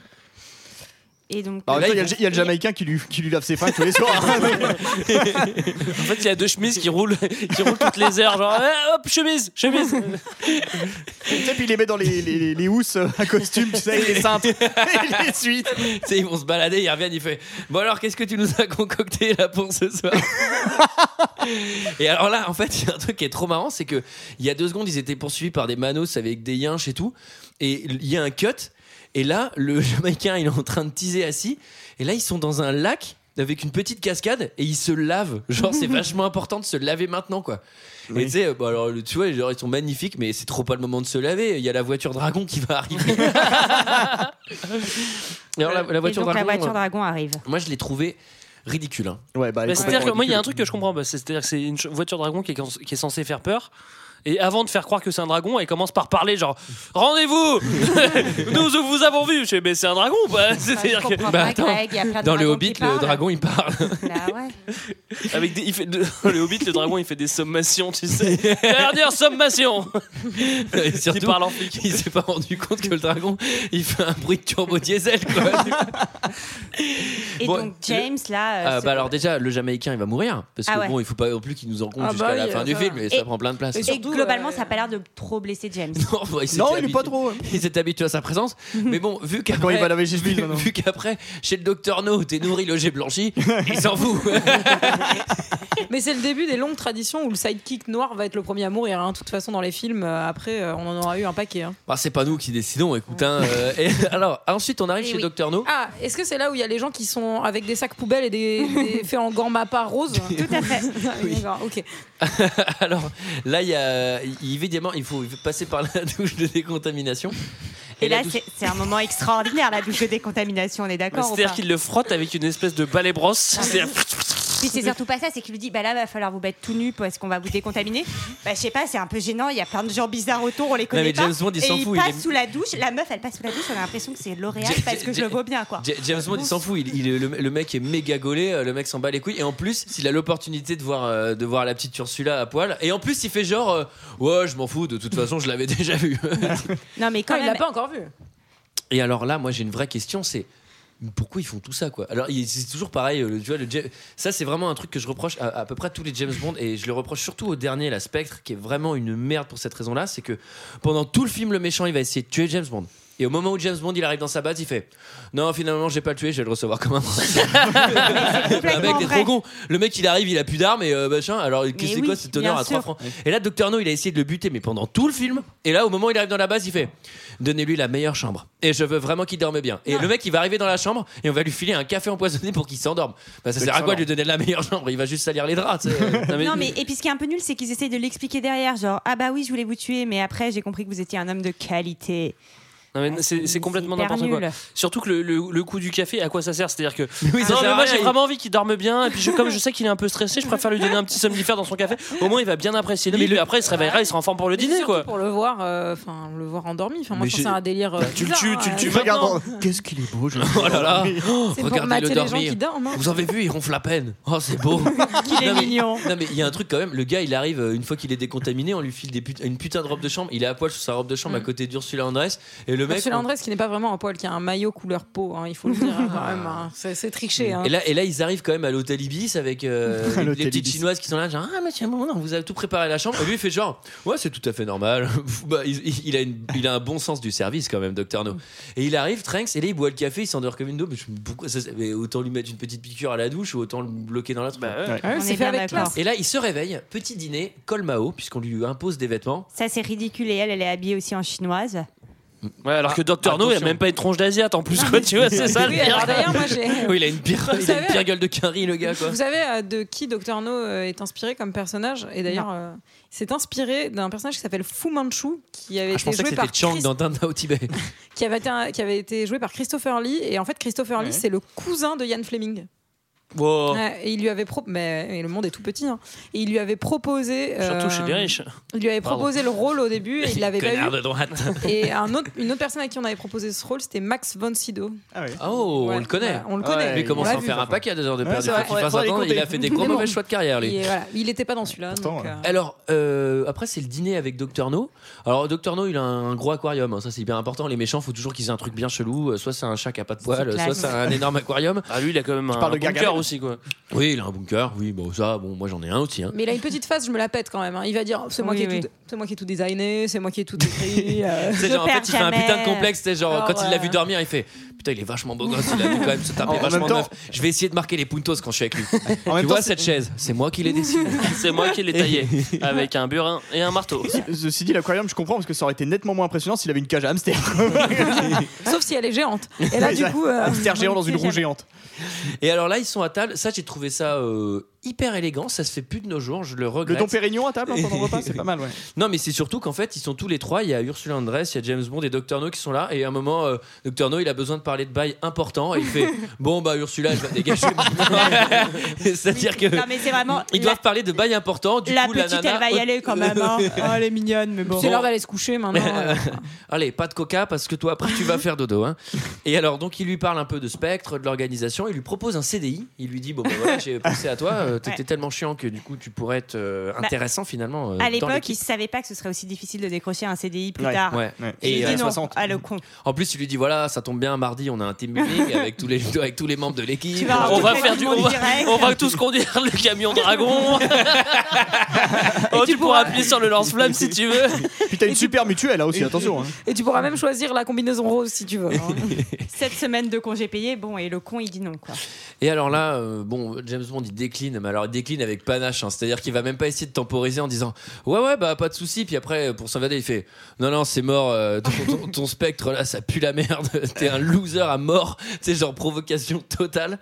[SPEAKER 6] Et donc.
[SPEAKER 7] Alors,
[SPEAKER 1] Là,
[SPEAKER 7] Bah, il y, a
[SPEAKER 1] ils
[SPEAKER 7] le- il y a le Jamaïcain qui lui, qui lui lave ses fringues [laughs] tous les soirs.
[SPEAKER 8] en fait, il y a deux chemises qui roulent, [laughs] qui roulent toutes les heures. Genre, Eh, hop, chemise, chemise.
[SPEAKER 7] Tu sais, puis il les met dans les, les, les- les housses euh, [laughs] à costume, tu sais, avec les [laughs] cintres. Et les suites.
[SPEAKER 1] Tu sais, ils vont se balader, ils reviennent, il fait Bon, alors, qu'est-ce que tu nous as concocté là pour ce soir Et alors là, en fait, il y a un truc qui est trop marrant c'est que il y a deux secondes, ils étaient poursuivis par des manos avec des yinches et tout. Et il y a un cut. Et là, le [laughs] Jamaïcain, il est en train de teaser assis. Et là, ils sont dans un lac avec une petite cascade et ils se lavent. Genre, c'est vachement important de se laver maintenant, quoi. Et tu sais, euh, bon, alors, le- tu vois, genre, ils sont magnifiques, mais c'est trop pas le moment de se laver. Il y a la voiture dragon qui va arriver. Et alors, la, la
[SPEAKER 6] Et
[SPEAKER 1] voiture
[SPEAKER 6] donc, la
[SPEAKER 1] dragon.
[SPEAKER 6] voiture
[SPEAKER 1] euh, [laughs]
[SPEAKER 6] dragon arrive.
[SPEAKER 1] moi, je l'ai trouvé ridicule. hein.
[SPEAKER 7] Ouais, bah,
[SPEAKER 8] Bah, c'est-à-dire que moi, il y a un truc que je comprends. pas. C'est- c'est-à-dire que c'est une ch- voiture dragon qui est, cons- qui est censée faire peur. Et avant de faire croire que c'est un dragon, elle commence par parler genre Rendez-vous [laughs] Nous vous avons vu Je fais, Mais c'est un dragon ou
[SPEAKER 6] Ah,
[SPEAKER 8] pas C'est-à-dire que.
[SPEAKER 1] Bah, attends, [laughs] dans le Hobbit, le dragon il [laughs] parle.
[SPEAKER 6] Bah
[SPEAKER 8] Avec des, il fait, de- [laughs] le Hobbit, le dragon, il fait des sommations, tu sais. Dernière sommation
[SPEAKER 1] Et surtout,
[SPEAKER 8] Il parle en flic.
[SPEAKER 1] Il s'est pas rendu compte que le dragon il fait un bruit de turbo diesel. [laughs] Quoi.
[SPEAKER 6] Et
[SPEAKER 1] Bon,
[SPEAKER 6] donc,
[SPEAKER 1] le-
[SPEAKER 6] James là. euh,
[SPEAKER 1] Ah,
[SPEAKER 6] se-
[SPEAKER 1] bah alors déjà le Jamaïcain il va mourir parce que
[SPEAKER 6] Ah ouais.
[SPEAKER 1] bon il faut pas non plus qu'il nous en compte
[SPEAKER 6] Ah
[SPEAKER 1] jusqu'à
[SPEAKER 6] bah
[SPEAKER 1] la
[SPEAKER 6] oui,
[SPEAKER 1] fin
[SPEAKER 6] euh,
[SPEAKER 1] du
[SPEAKER 6] ça
[SPEAKER 1] film
[SPEAKER 6] va.
[SPEAKER 1] et, ça prend plein de [laughs] place.
[SPEAKER 6] Et globalement,
[SPEAKER 1] euh,
[SPEAKER 6] ça a pas l'air de trop blesser
[SPEAKER 1] [laughs]
[SPEAKER 6] James.
[SPEAKER 1] Non, bah, il
[SPEAKER 7] Non,
[SPEAKER 1] s'était
[SPEAKER 7] il est pas hein.
[SPEAKER 1] habitu- Il s'est habitué à sa présence, mais bon, vu qu'après,
[SPEAKER 7] il va laver ses
[SPEAKER 1] vu,
[SPEAKER 7] chemises, maintenant.
[SPEAKER 1] vu qu'après, chez le docteur No, t'es nourri, logé, blanchi, il s'en fout. [laughs]
[SPEAKER 11] Mais c'est le début des longues traditions où le sidekick noir va être le premier à mourir. hein. De toute façon, dans les films, euh, après, euh, on en aura eu un paquet. hein.
[SPEAKER 1] Bah, c'est pas nous qui décidons, écoute. hein, euh, et [laughs] alors, ensuite, on arrive
[SPEAKER 11] Eh
[SPEAKER 1] chez
[SPEAKER 11] oui.
[SPEAKER 1] Docteur No.
[SPEAKER 11] Ah, est-ce que c'est là où il y a les gens qui sont avec des sacs poubelles et des, [laughs] des faits en gants mappa rose Tout
[SPEAKER 6] à fait.
[SPEAKER 11] ok.
[SPEAKER 1] Alors là, il y a, évidemment, il faut passer par la douche de décontamination.
[SPEAKER 6] Et
[SPEAKER 1] la
[SPEAKER 6] là,
[SPEAKER 1] douche- Bah,
[SPEAKER 6] c'est c'est un moment extraordinaire, la douche de décontamination, on Ah, est d'accord ou
[SPEAKER 8] C'est-à-dire
[SPEAKER 6] pas
[SPEAKER 8] qu'il le frotte avec une espèce de balai brosse. C'est-à-dire-
[SPEAKER 6] Puis c'est surtout pas ça, c'est qu'il lui dit bah là va falloir vous mettre tout nu parce qu'on va vous décontaminer. Bah je sais pas, c'est un peu gênant, il y a plein de gens bizarres autour, on les connaît
[SPEAKER 1] mais
[SPEAKER 6] pas.
[SPEAKER 1] James Bond, il
[SPEAKER 6] et
[SPEAKER 1] s'en
[SPEAKER 6] il
[SPEAKER 1] fout, il
[SPEAKER 6] passe
[SPEAKER 1] est-
[SPEAKER 6] sous la douche, la meuf elle passe sous la douche, on a l'impression que c'est L'Oréal
[SPEAKER 1] Ja-
[SPEAKER 6] parce que je
[SPEAKER 1] Ja-
[SPEAKER 6] le vois bien quoi.
[SPEAKER 1] Ja- James Bond, il s'en fout. Il, il- le, le mec est méga gaulé. euh, Le mec s'en bat les couilles. Et en plus, s'il a l'opportunité de voir, euh, de voir la petite Ursula à poil, et en plus, il fait genre, euh, ouais, je m'en fous. De toute façon, je l'avais [laughs] déjà vu.
[SPEAKER 6] Non mais quand
[SPEAKER 11] il
[SPEAKER 6] même-
[SPEAKER 11] l'a pas encore vu.
[SPEAKER 1] et alors là, moi, j'ai une vraie question. C'est pourquoi ils font tout ça, quoi Alors, il- c'est toujours pareil. euh, le- tu vois, le Ja- ça, c'est vraiment un truc que je reproche à, à peu près tous les James Bond, et je le reproche surtout au dernier, la Spectre, qui est vraiment une merde pour cette raison-là. C'est que pendant tout le film, le méchant, il va essayer de tuer James Bond. Et au moment où James Bond il arrive dans sa base, il fait Non, finalement, j'ai pas le tué, je vais le recevoir comme un prince. Le mec, t'es trop con. Le mec, il arrive, il a plus d'armes et euh, machin. Alors, qu'est-ce que c'est
[SPEAKER 14] oui,
[SPEAKER 1] quoi cet honneur
[SPEAKER 14] bien
[SPEAKER 1] à 3
[SPEAKER 14] sûr.
[SPEAKER 1] francs Et là, Docteur No, il a essayé de le buter, mais pendant tout le film. Et là, au moment où il arrive dans la base, il fait Donnez-lui la meilleure chambre. Et je veux vraiment qu'il dorme bien.
[SPEAKER 11] Ah.
[SPEAKER 1] Et le mec, il va arriver dans la chambre et on va lui filer un café empoisonné pour qu'il s'endorme. Bah, ça
[SPEAKER 14] Il
[SPEAKER 1] sert à quoi
[SPEAKER 14] s'endorme.
[SPEAKER 1] de lui donner la meilleure chambre Il va juste salir les draps.
[SPEAKER 11] [laughs]
[SPEAKER 1] tu sais. Non, mais-
[SPEAKER 6] Non mais et puis ce qui est un peu nul c'est qu'ils essayent de l'expliquer derrière genre ah bah oui je voulais vous tuer mais après j'ai compris que vous étiez un homme de qualité.
[SPEAKER 8] Non, mais c'est c'est complètement
[SPEAKER 6] hyper
[SPEAKER 8] n'importe quoi.
[SPEAKER 6] nul.
[SPEAKER 8] Surtout que le, le- le coup du café, à quoi ça sert C'est-à-dire que
[SPEAKER 1] oui, ça
[SPEAKER 8] non,
[SPEAKER 1] sert
[SPEAKER 8] mais
[SPEAKER 1] à
[SPEAKER 8] moi
[SPEAKER 1] rien,
[SPEAKER 8] j'ai
[SPEAKER 1] il-
[SPEAKER 8] vraiment envie qu'il dorme bien. Et puis je- comme je sais qu'il est un peu stressé, je préfère lui donner un petit somnifère dans son café. Au moins il va bien apprécier. Mais après il se réveillera, il sera en forme pour le dîner quoi.
[SPEAKER 11] Pour le voir, euh, enfin le voir endormi. Enfin moi
[SPEAKER 8] Mais
[SPEAKER 11] je pense
[SPEAKER 8] j'ai-
[SPEAKER 11] que c'est un délire. euh,
[SPEAKER 8] Bah, tu le
[SPEAKER 11] bizarre,
[SPEAKER 8] tues, tu
[SPEAKER 11] hein.
[SPEAKER 8] le tues maintenant.
[SPEAKER 7] Qu'est-ce qu'il est
[SPEAKER 11] [laughs]
[SPEAKER 7] beau, je
[SPEAKER 1] [laughs] Oh là là Oh,
[SPEAKER 11] C'est pour mater
[SPEAKER 1] Regardez-le
[SPEAKER 11] les gens
[SPEAKER 1] dormir
[SPEAKER 11] qui
[SPEAKER 1] [laughs]
[SPEAKER 11] dorment, hein.
[SPEAKER 1] Vous avez vu, il ronfle à peine Oh, c'est
[SPEAKER 11] [laughs]
[SPEAKER 1] beau
[SPEAKER 11] Qu'il est
[SPEAKER 1] Non, mais-
[SPEAKER 11] mignon.
[SPEAKER 1] Non, mais il y a un truc quand même, le gars, il arrive, euh, une fois qu'il est décontaminé, on lui file des put- une putain de robe de chambre, il est à poil sous sa robe de chambre à côté d'Ursula Andress, et le mec...
[SPEAKER 11] Mm. Ursula
[SPEAKER 1] on-
[SPEAKER 11] Andress qui n'est pas vraiment en poil, qui a un maillot couleur peau, hein, il faut le dire hein, quand même. hein. C'est c'est triché. hein.
[SPEAKER 1] Et là, et là, ils arrivent quand même à l'hôtel Ibis avec
[SPEAKER 11] [laughs]
[SPEAKER 1] euh, les- les,
[SPEAKER 7] l'hôtel
[SPEAKER 1] petites
[SPEAKER 7] Ibis.
[SPEAKER 1] chinoises qui sont là, genre Ah, monsieur Bond, on vous a tout préparé à la chambre. Et lui, il fait genre Ouais, c'est tout à fait normal. [laughs] Bah, il, il a une- il a un bon sens du service quand même, Docteur
[SPEAKER 11] Mm.
[SPEAKER 1] No. Et il arrive, Tranks, et là, il boit le café, il s'endort comme une daube. Mais je me dis, pourquoi ça- mais autant lui mettre une petite piqûre à la douche ou autant le bloquer dans la
[SPEAKER 8] Bah
[SPEAKER 1] truc.
[SPEAKER 11] ouais, On c'est est fait bien avec d'accord. classe.
[SPEAKER 1] Et là, il se réveille, petit dîner, col Mao, puisqu'on lui impose des vêtements.
[SPEAKER 6] Ça c'est ridicule et elle elle est habillée aussi en chinoise.
[SPEAKER 8] Ouais, alors que Docteur No, il a même pas une tronche d'asiate en plus quoi. Tu
[SPEAKER 11] [laughs]
[SPEAKER 8] vois, c'est ça le
[SPEAKER 11] Ah, Oui,
[SPEAKER 8] pire.
[SPEAKER 11] alors d'ailleurs, moi, j'ai-
[SPEAKER 1] [laughs] Oui, il a une pire,
[SPEAKER 11] Vous
[SPEAKER 1] il a une
[SPEAKER 11] savez-
[SPEAKER 1] pire gueule de curry, le gars, quoi. Ah,
[SPEAKER 11] Vous savez euh, de qui Dr No euh, est inspiré comme personnage Et d'ailleurs, euh, il s'est inspiré d'un personnage qui s'appelle Fu Manchu, qui avait
[SPEAKER 1] Ah, je
[SPEAKER 11] été
[SPEAKER 1] pensais que
[SPEAKER 11] joué
[SPEAKER 1] c'était
[SPEAKER 11] par
[SPEAKER 1] Chang
[SPEAKER 11] Chris-
[SPEAKER 1] dans Dada au Tibet.
[SPEAKER 11] qui avait été un- qui avait été joué par Christopher Lee. Et en fait, Christopher Lee, c'est le cousin de Ian Fleming.
[SPEAKER 1] Wow.
[SPEAKER 11] Ouais, et il lui avait pro- mais, mais le monde est tout petit. hein. Et il lui avait proposé. euh,
[SPEAKER 8] Surtout chez les riches.
[SPEAKER 11] Il lui avait
[SPEAKER 8] Pardon.
[SPEAKER 11] proposé le rôle au début
[SPEAKER 1] [laughs]
[SPEAKER 11] et il l'avait pas
[SPEAKER 8] Connard de
[SPEAKER 11] eu.
[SPEAKER 8] droite.
[SPEAKER 11] Et un autre, une autre personne à qui on avait proposé ce rôle, c'était Max von Sydow.
[SPEAKER 7] Ah
[SPEAKER 1] Oh, on le connaît.
[SPEAKER 11] on le connaît.
[SPEAKER 1] Mais comment
[SPEAKER 11] On l'a
[SPEAKER 1] ça en
[SPEAKER 11] vu,
[SPEAKER 1] faire un
[SPEAKER 11] parfois.
[SPEAKER 1] paquet à deux heures de
[SPEAKER 11] Ouais,
[SPEAKER 1] perdu
[SPEAKER 11] c'est vrai.
[SPEAKER 1] Faut qu'il fasse
[SPEAKER 11] Faudrait
[SPEAKER 1] attendre,
[SPEAKER 11] compter.
[SPEAKER 1] Il a fait des gros
[SPEAKER 11] [laughs] Mais bon.
[SPEAKER 1] mauvais choix de carrière, lui.
[SPEAKER 11] Et voilà, il était pas dans celui-là. donc, euh,
[SPEAKER 1] Alors, euh, après, c'est le dîner avec Dr. No. Alors, Dr. No, il a un gros aquarium. hein. Ça, c'est hyper important. Les méchants, faut toujours qu'ils aient un truc bien chelou. Euh, Soit c'est un chat qui a pas de poils,
[SPEAKER 8] C'est
[SPEAKER 1] soit
[SPEAKER 8] classe.
[SPEAKER 1] c'est un énorme aquarium.
[SPEAKER 8] [laughs] Ah, lui, il a quand même un
[SPEAKER 1] parles de
[SPEAKER 8] bunker
[SPEAKER 1] Gargamel
[SPEAKER 8] aussi quoi.
[SPEAKER 1] Oui, il a un bunker. Oui, bon, ça, bon, moi j'en ai un aussi. hein.
[SPEAKER 11] Mais il a une petite face, je me la pète quand même. hein. Il va dire c'est moi,
[SPEAKER 1] Oui,
[SPEAKER 11] qui ai
[SPEAKER 1] oui.
[SPEAKER 11] tout- c'est moi qui ai tout designé, c'est moi qui ai tout écrit. euh,
[SPEAKER 1] C'est
[SPEAKER 11] je
[SPEAKER 1] genre, en
[SPEAKER 11] perds
[SPEAKER 1] fait, il fait un
[SPEAKER 11] jamais.
[SPEAKER 1] putain de complexe. C'est genre,
[SPEAKER 11] Alors,
[SPEAKER 1] quand il l'a vu
[SPEAKER 11] euh,
[SPEAKER 1] dormir, il fait Putain, il est vachement beau gosse. Il a dû quand même se
[SPEAKER 7] En-
[SPEAKER 1] taper
[SPEAKER 7] en
[SPEAKER 1] vachement
[SPEAKER 7] même temps-
[SPEAKER 1] neuf. Je vais essayer de marquer les puntos quand je suis avec lui. tu
[SPEAKER 7] temps,
[SPEAKER 1] vois
[SPEAKER 7] c'est-
[SPEAKER 1] cette chaise C'est moi qui l'ai dessinée.
[SPEAKER 8] C'est moi qui l'ai taillé avec un burin et un marteau.
[SPEAKER 7] Ceci dit, l'aquarium, je comprends parce que ça aurait été nettement moins impressionnant s'il avait une cage à hamster.
[SPEAKER 11] Sauf si elle est géante. Et
[SPEAKER 7] [laughs]
[SPEAKER 11] là, du coup. euh,
[SPEAKER 7] Un hamster géant dans une roue géante.
[SPEAKER 1] Et alors là, ils sont à table. Ça, j'ai trouvé ça euh, hyper élégant. Ça se fait plus de nos jours. Je le
[SPEAKER 7] Le
[SPEAKER 1] regrette.
[SPEAKER 7] Don Pérignon à table hein, pendant le repas, c'est pas mal, ouais.
[SPEAKER 1] Non, mais c'est surtout qu'en fait, ils sont tous les trois. Il y a Ursula Andress, il y a James Bond et Dr. No qui sont là. Et à un moment, euh, Dr. No, il a besoin de parler de bail important. Et il
[SPEAKER 6] [laughs]
[SPEAKER 1] fait Bon, bah, Ursula, elle va dégager. C'est-à-dire que.
[SPEAKER 6] Non, mais c'est vraiment
[SPEAKER 1] Ils
[SPEAKER 6] la-
[SPEAKER 1] doivent parler de bail important. Du
[SPEAKER 6] la
[SPEAKER 1] coup,
[SPEAKER 6] petite
[SPEAKER 1] la nana...
[SPEAKER 6] elle va y aller quand même.
[SPEAKER 1] [laughs]
[SPEAKER 6] hein. Oh, elle est mignonne mais bon.
[SPEAKER 11] C'est l'heure d'aller se coucher maintenant. euh.
[SPEAKER 1] Allez, pas de coca parce que toi après tu vas faire dodo. Hein. Et alors donc il lui parle un peu de spectre, de l'organisation, il lui propose un CDI, il lui dit bon ben voilà j'ai pensé à toi, euh, t'étais
[SPEAKER 6] Ouais.
[SPEAKER 1] tellement chiant que du coup tu pourrais être euh,
[SPEAKER 6] Bah,
[SPEAKER 1] intéressant finalement. euh,
[SPEAKER 6] à
[SPEAKER 1] dans
[SPEAKER 6] l'époque,
[SPEAKER 1] l'équipe.
[SPEAKER 6] ils ne savaient pas que ce serait aussi difficile de décrocher un CDI plus
[SPEAKER 1] Ouais.
[SPEAKER 6] tard.
[SPEAKER 1] Ouais. Ouais.
[SPEAKER 6] Et
[SPEAKER 1] Et,
[SPEAKER 6] il
[SPEAKER 1] euh,
[SPEAKER 6] dit non,
[SPEAKER 1] 60.
[SPEAKER 6] à le con.
[SPEAKER 1] En plus il lui dit voilà ça tombe bien mardi on a un team building avec tous les avec tous les membres de
[SPEAKER 6] Tu
[SPEAKER 1] l'équipe.
[SPEAKER 6] vas
[SPEAKER 8] On va
[SPEAKER 6] rencontrer
[SPEAKER 8] faire
[SPEAKER 6] tout
[SPEAKER 8] du,
[SPEAKER 6] le monde
[SPEAKER 8] on va,
[SPEAKER 6] direct.
[SPEAKER 8] on va tous conduire le camion dragon. Oh, tu, pourras appuyer sur le lance-flamme si tu veux.
[SPEAKER 7] Puis t'as une super mutuelle là aussi, attention. hein.
[SPEAKER 6] Bah,
[SPEAKER 11] Et tu pourras même choisir la combinaison rose si tu veux. hein.
[SPEAKER 6] Cette semaine de congé payé, bon, et le con, il dit non, quoi.
[SPEAKER 1] Et alors là, euh, bon, James Bond il décline, mais alors il décline avec panache, hein. c'est-à-dire qu'il va même pas essayer de temporiser en disant ouais ouais bah pas de souci, puis après pour s'invader il fait non non c'est mort, euh, ton, ton- ton spectre là ça pue la merde, [laughs] t'es un loser à mort, [laughs] c'est genre provocation totale.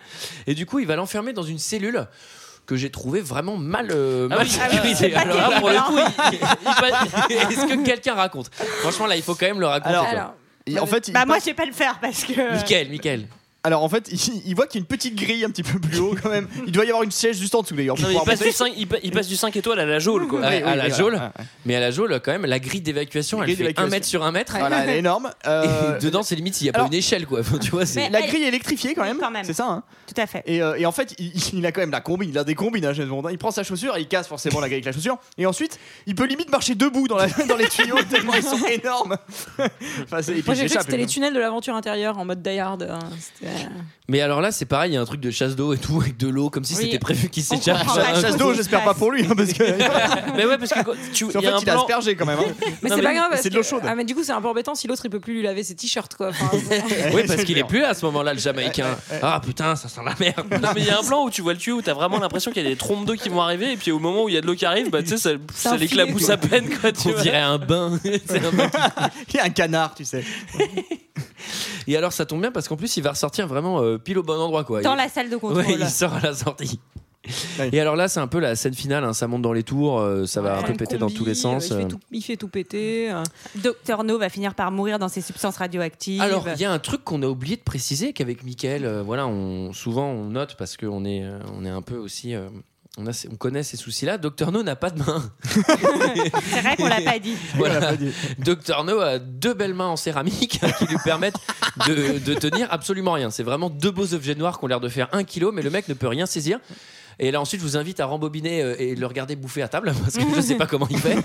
[SPEAKER 1] Et du coup il va l'enfermer dans une cellule que j'ai trouvé vraiment mal euh,
[SPEAKER 8] Ah
[SPEAKER 1] mal
[SPEAKER 8] oui,
[SPEAKER 1] sécurisée.
[SPEAKER 8] c'est pas
[SPEAKER 1] Alors là,
[SPEAKER 8] terrible,
[SPEAKER 1] pour le
[SPEAKER 8] hein.
[SPEAKER 1] coup, il- il- il- [laughs] est-ce que quelqu'un raconte Franchement là il faut quand même le raconter.
[SPEAKER 7] Alors, euh,
[SPEAKER 1] quoi.
[SPEAKER 7] et en fait, il
[SPEAKER 6] bah, moi,
[SPEAKER 7] passe-
[SPEAKER 6] je vais pas le faire parce que.
[SPEAKER 1] Michael, Michael.
[SPEAKER 7] Alors en fait, [laughs] il, il voit qu'il y a une petite grille un petit peu plus haut quand même. Il doit y avoir une siège juste en dessous d'ailleurs. pour
[SPEAKER 8] Non, mais il,
[SPEAKER 7] pouvoir
[SPEAKER 8] passe du 5,
[SPEAKER 7] monter.
[SPEAKER 8] il, pa- il passe du 5 étoiles à la jaule,
[SPEAKER 7] [laughs]
[SPEAKER 8] quoi.
[SPEAKER 7] Ouais,
[SPEAKER 1] à la
[SPEAKER 7] voilà.
[SPEAKER 1] geôle. Mais à la geôle, quand même, la grille d'évacuation,
[SPEAKER 7] La
[SPEAKER 1] elle
[SPEAKER 7] grille
[SPEAKER 1] fait 1
[SPEAKER 7] d'évacuation.
[SPEAKER 1] mètre sur 1 mètre.
[SPEAKER 7] Voilà, elle est énorme. Euh,
[SPEAKER 1] Et dedans, c'est limite s'il n'y a
[SPEAKER 7] alors-
[SPEAKER 1] pas une échelle, quoi. [laughs] Enfin, tu vois, c'est.
[SPEAKER 7] la grille est électrifiée quand même, c'est ça hein
[SPEAKER 6] Tout à fait.
[SPEAKER 7] Et, euh, et en fait, il, [laughs] il a quand même la combine, il a des combines à James Bond. Il prend sa chaussure et il casse forcément la grille avec la chaussure. Et ensuite, il peut limite marcher debout dans, la- [laughs] dans les tuyaux tellement ils sont énormes. [laughs] enfin, c'est- hein. et puis
[SPEAKER 11] Moi,
[SPEAKER 7] il
[SPEAKER 11] j'ai cru que
[SPEAKER 7] s'échappe,
[SPEAKER 11] c'était les
[SPEAKER 7] évidemment.
[SPEAKER 11] tunnels de l'aventure intérieure en mode Die Hard. hein. C'était, euh,
[SPEAKER 1] Mais alors là, c'est pareil, il y a un truc de chasse d'eau et tout, avec de l'eau, comme si
[SPEAKER 11] Oui.
[SPEAKER 1] c'était prévu qu'il
[SPEAKER 11] On
[SPEAKER 1] s'échappe.
[SPEAKER 11] comprend pas.
[SPEAKER 7] Chasse d'eau, j'espère pas pour lui, hein,
[SPEAKER 11] [laughs]
[SPEAKER 7] parce que.
[SPEAKER 8] mais ouais, parce que quand tu.
[SPEAKER 7] Parce qu'en
[SPEAKER 8] il y a
[SPEAKER 7] fait,
[SPEAKER 8] un
[SPEAKER 7] il a
[SPEAKER 8] plan-
[SPEAKER 7] aspergé quand même.
[SPEAKER 6] [laughs]
[SPEAKER 7] hein.
[SPEAKER 11] Mais c'est
[SPEAKER 8] Non, mais
[SPEAKER 11] pas grave.
[SPEAKER 8] c'est
[SPEAKER 11] parce
[SPEAKER 8] de l'eau
[SPEAKER 11] que- Ah, mais du coup, c'est un peu embêtant si l'autre il peut plus lui laver ses t-shirts quoi. Enfin, c'est-
[SPEAKER 1] Oui,
[SPEAKER 7] [laughs]
[SPEAKER 1] parce qu'il est plus là à ce moment-là, le Jamaïcain. Ah putain, ça sent la merde.
[SPEAKER 8] Non, mais il y a un plan où tu vois le tuyau où t'as vraiment l'impression qu'il y a des trompes d'eau qui vont arriver et puis au moment où il y a de l'eau qui arrive, bah tu sais, ça, ça
[SPEAKER 11] un
[SPEAKER 8] l'éclabousse
[SPEAKER 11] filet,
[SPEAKER 8] à peine quoi. [laughs] Tu
[SPEAKER 1] On
[SPEAKER 8] vois.
[SPEAKER 1] dirait un bain. C'est un bain.
[SPEAKER 7] Il y a un canard, tu sais.
[SPEAKER 1] Et alors, ça tombe bien parce qu'en plus, il va ressortir vraiment euh, pile au bon endroit, quoi.
[SPEAKER 6] Dans
[SPEAKER 1] Il-
[SPEAKER 6] la salle de contrôle.
[SPEAKER 1] Ouais, il sort à la sortie. Et alors là, c'est un peu la scène finale, hein, ça monte dans les tours, euh, ça va un peu
[SPEAKER 11] Une
[SPEAKER 1] péter dans
[SPEAKER 11] combi,
[SPEAKER 1] tous les sens.
[SPEAKER 11] euh, Il
[SPEAKER 1] euh.
[SPEAKER 11] fait tout, il fait tout péter. euh.
[SPEAKER 6] Docteur No va finir par mourir dans ses substances radioactives.
[SPEAKER 1] Alors, il y a un truc qu'on a oublié de préciser qu'avec Mickaël, euh, voilà, on, souvent on note parce qu'on est, euh, on est un peu aussi. euh, on, a, ces- on connaît ces soucis-là. Docteur No n'a pas de main. [laughs]
[SPEAKER 6] C'est vrai qu'on l'a pas dit.
[SPEAKER 1] Voilà. Docteur No a deux belles mains en céramique [laughs] qui lui permettent de, de tenir absolument rien. C'est vraiment deux beaux objets noirs qui ont l'air de faire un kilo, mais le mec ne peut rien saisir. Et là, ensuite, je vous invite à rembobiner euh, et le regarder bouffer à table, [laughs] parce que je ne sais pas comment
[SPEAKER 6] [laughs]
[SPEAKER 1] il fait.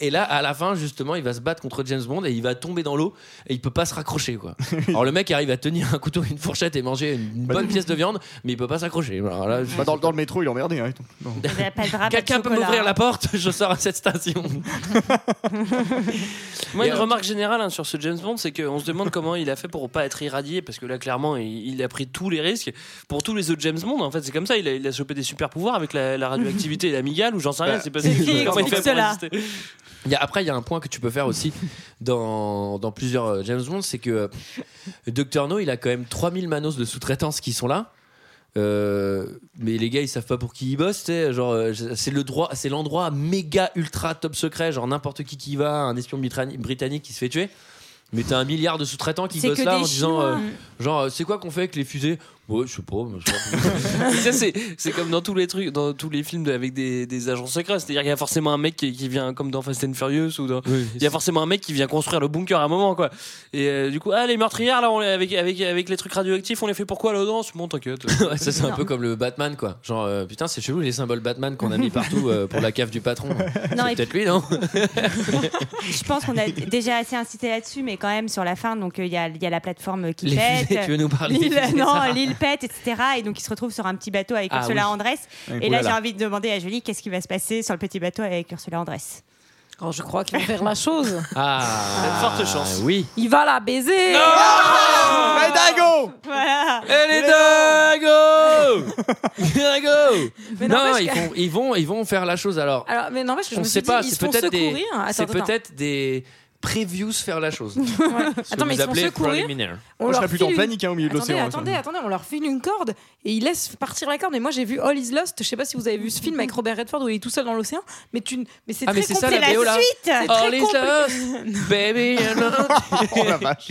[SPEAKER 1] Et, et là, à la fin, justement, il va se battre contre James Bond et il va tomber dans l'eau et il peut pas se raccrocher.
[SPEAKER 6] [laughs]
[SPEAKER 1] Quoi. Alors, le mec arrive à tenir un couteau, une fourchette et manger une
[SPEAKER 6] Bah
[SPEAKER 1] bonne pièce de viande, mais il peut pas s'accrocher. Alors là, je-
[SPEAKER 7] Bah, dans, dans le métro, il est emmerdé. hein.
[SPEAKER 6] Il y a pas de drap, Ah, pas de
[SPEAKER 1] Quelqu'un peut
[SPEAKER 6] chocolat.
[SPEAKER 1] m'ouvrir la porte, [laughs] je sors à cette station.
[SPEAKER 8] Moi,
[SPEAKER 1] Et
[SPEAKER 8] une
[SPEAKER 1] alors-
[SPEAKER 8] remarque générale hein, sur ce James Bond, c'est qu'on se demande comment il a fait pour pas être irradié, parce que là, clairement, il, il a pris tous les risques. Pour tous les autres James Bond, en fait, c'est comme ça. Il a, il a chopé des super pouvoirs avec la, la radioactivité et la migale, ou j'en sais rien.
[SPEAKER 1] Bah,
[SPEAKER 8] c'est pas ça.
[SPEAKER 11] qui
[SPEAKER 8] Comment il
[SPEAKER 11] explique
[SPEAKER 8] fait pour
[SPEAKER 11] cela
[SPEAKER 8] résister
[SPEAKER 1] Il y a- après, il y a un point que tu peux faire aussi dans, dans plusieurs euh, James Bond, c'est que euh, Dr. No, il a quand même 3000 manos de sous-traitance qui sont là. Euh, mais les gars ils savent pas pour qui ils bossent tu sais, genre euh, c'est le droit c'est l'endroit méga ultra top secret genre n'importe qui qui y va un espion britanni- britannique qui se fait tuer mais t'as un milliard de sous-traitants qui
[SPEAKER 6] C'est
[SPEAKER 1] bossent
[SPEAKER 6] que
[SPEAKER 1] là
[SPEAKER 6] des
[SPEAKER 1] en disant euh,
[SPEAKER 6] Chinois.
[SPEAKER 1] genre euh, c'est quoi qu'on fait avec les fusées ouais je sais pas, mais je sais pas.
[SPEAKER 8] Mais ça, c'est, c'est comme dans tous les trucs, dans tous les films de- avec des, des agents secrets. C'est-à-dire qu'il y a forcément un mec qui, qui vient, comme dans Fast and Furious, ou dans, il y a forcément un mec qui vient construire le bunker à un moment, quoi. Et euh, du coup, ah, les meurtrières, là, on, les- avec, avec, avec les trucs radioactifs, on les fait pourquoi là-dedans Bon, t'inquiète.
[SPEAKER 1] Ouais, ça c'est un peu comme le Batman quoi. Genre euh, putain c'est chelou les symboles Batman qu'on a
[SPEAKER 6] [laughs]
[SPEAKER 1] mis partout euh, pour la cave du patron.
[SPEAKER 6] hein.
[SPEAKER 1] [laughs]
[SPEAKER 6] Non,
[SPEAKER 1] c'est
[SPEAKER 6] et
[SPEAKER 1] peut-être lui
[SPEAKER 11] [laughs]
[SPEAKER 1] non
[SPEAKER 6] Je pense qu'on a d- déjà assez incité là-dessus, mais quand même sur la fin, donc euh, il y, a, il y a la plateforme qui
[SPEAKER 1] Les
[SPEAKER 6] pète. [laughs]
[SPEAKER 1] fusées, tu veux nous parler Ah. des
[SPEAKER 6] L'île-
[SPEAKER 1] fusées, Sarah
[SPEAKER 6] Non, l'île pète, etc. Et donc il se retrouve sur un petit bateau avec
[SPEAKER 1] Ah
[SPEAKER 6] Ursula
[SPEAKER 1] oui.
[SPEAKER 6] Andress.
[SPEAKER 1] Avec
[SPEAKER 6] Et là,
[SPEAKER 1] Oulala.
[SPEAKER 6] j'ai envie de demander à Julie qu'est-ce qui va se passer sur le petit bateau avec Ursula Andress.
[SPEAKER 11] Quand je crois qu'il va faire la chose,
[SPEAKER 1] Ah
[SPEAKER 8] forte chance.
[SPEAKER 1] Oui.
[SPEAKER 11] il va la baiser.
[SPEAKER 7] Ah, Mais dingo
[SPEAKER 6] Voilà.
[SPEAKER 1] Elle est
[SPEAKER 11] [laughs]
[SPEAKER 1] dingo Dingo
[SPEAKER 11] Mais
[SPEAKER 1] Non,
[SPEAKER 11] n'empêche
[SPEAKER 1] ils,
[SPEAKER 11] que-
[SPEAKER 1] vont, ils, vont, ils vont faire la chose alors.
[SPEAKER 11] Alors, mais non, parce que je
[SPEAKER 1] on
[SPEAKER 11] me
[SPEAKER 1] ne
[SPEAKER 11] suis
[SPEAKER 1] sait
[SPEAKER 11] dit,
[SPEAKER 1] pas,
[SPEAKER 11] ils
[SPEAKER 1] c'est
[SPEAKER 11] se font
[SPEAKER 1] peut-être
[SPEAKER 11] secourir.
[SPEAKER 1] des,
[SPEAKER 11] Attends,
[SPEAKER 1] c'est
[SPEAKER 11] attends.
[SPEAKER 1] peut-être des previews faire la
[SPEAKER 11] [laughs]
[SPEAKER 1] chose. Ce que
[SPEAKER 11] Attends, mais
[SPEAKER 1] vous
[SPEAKER 11] ils se font
[SPEAKER 1] appelez
[SPEAKER 11] secourir.
[SPEAKER 1] préliminaire.
[SPEAKER 11] On
[SPEAKER 7] Moi, je
[SPEAKER 11] leur
[SPEAKER 7] serais plutôt en
[SPEAKER 11] file une-
[SPEAKER 7] panique hein, au milieu de
[SPEAKER 11] Attendez,
[SPEAKER 7] l'océan. hein, ça.
[SPEAKER 11] [laughs] attendez, attendez, on leur file une corde et ils laissent partir la corde. Et moi, j'ai vu All is Lost. Je sais pas si vous avez vu ce film avec Robert Redford où il est tout seul dans l'océan, mais tu, mais c'est
[SPEAKER 1] Ah, mais
[SPEAKER 11] très
[SPEAKER 1] c'est ça, la
[SPEAKER 11] compliqué.
[SPEAKER 1] Et BO,
[SPEAKER 6] La
[SPEAKER 1] là.
[SPEAKER 6] suite
[SPEAKER 1] All is
[SPEAKER 11] compli- [laughs]
[SPEAKER 1] lost, baby. and love.
[SPEAKER 7] [laughs] Oh la vache.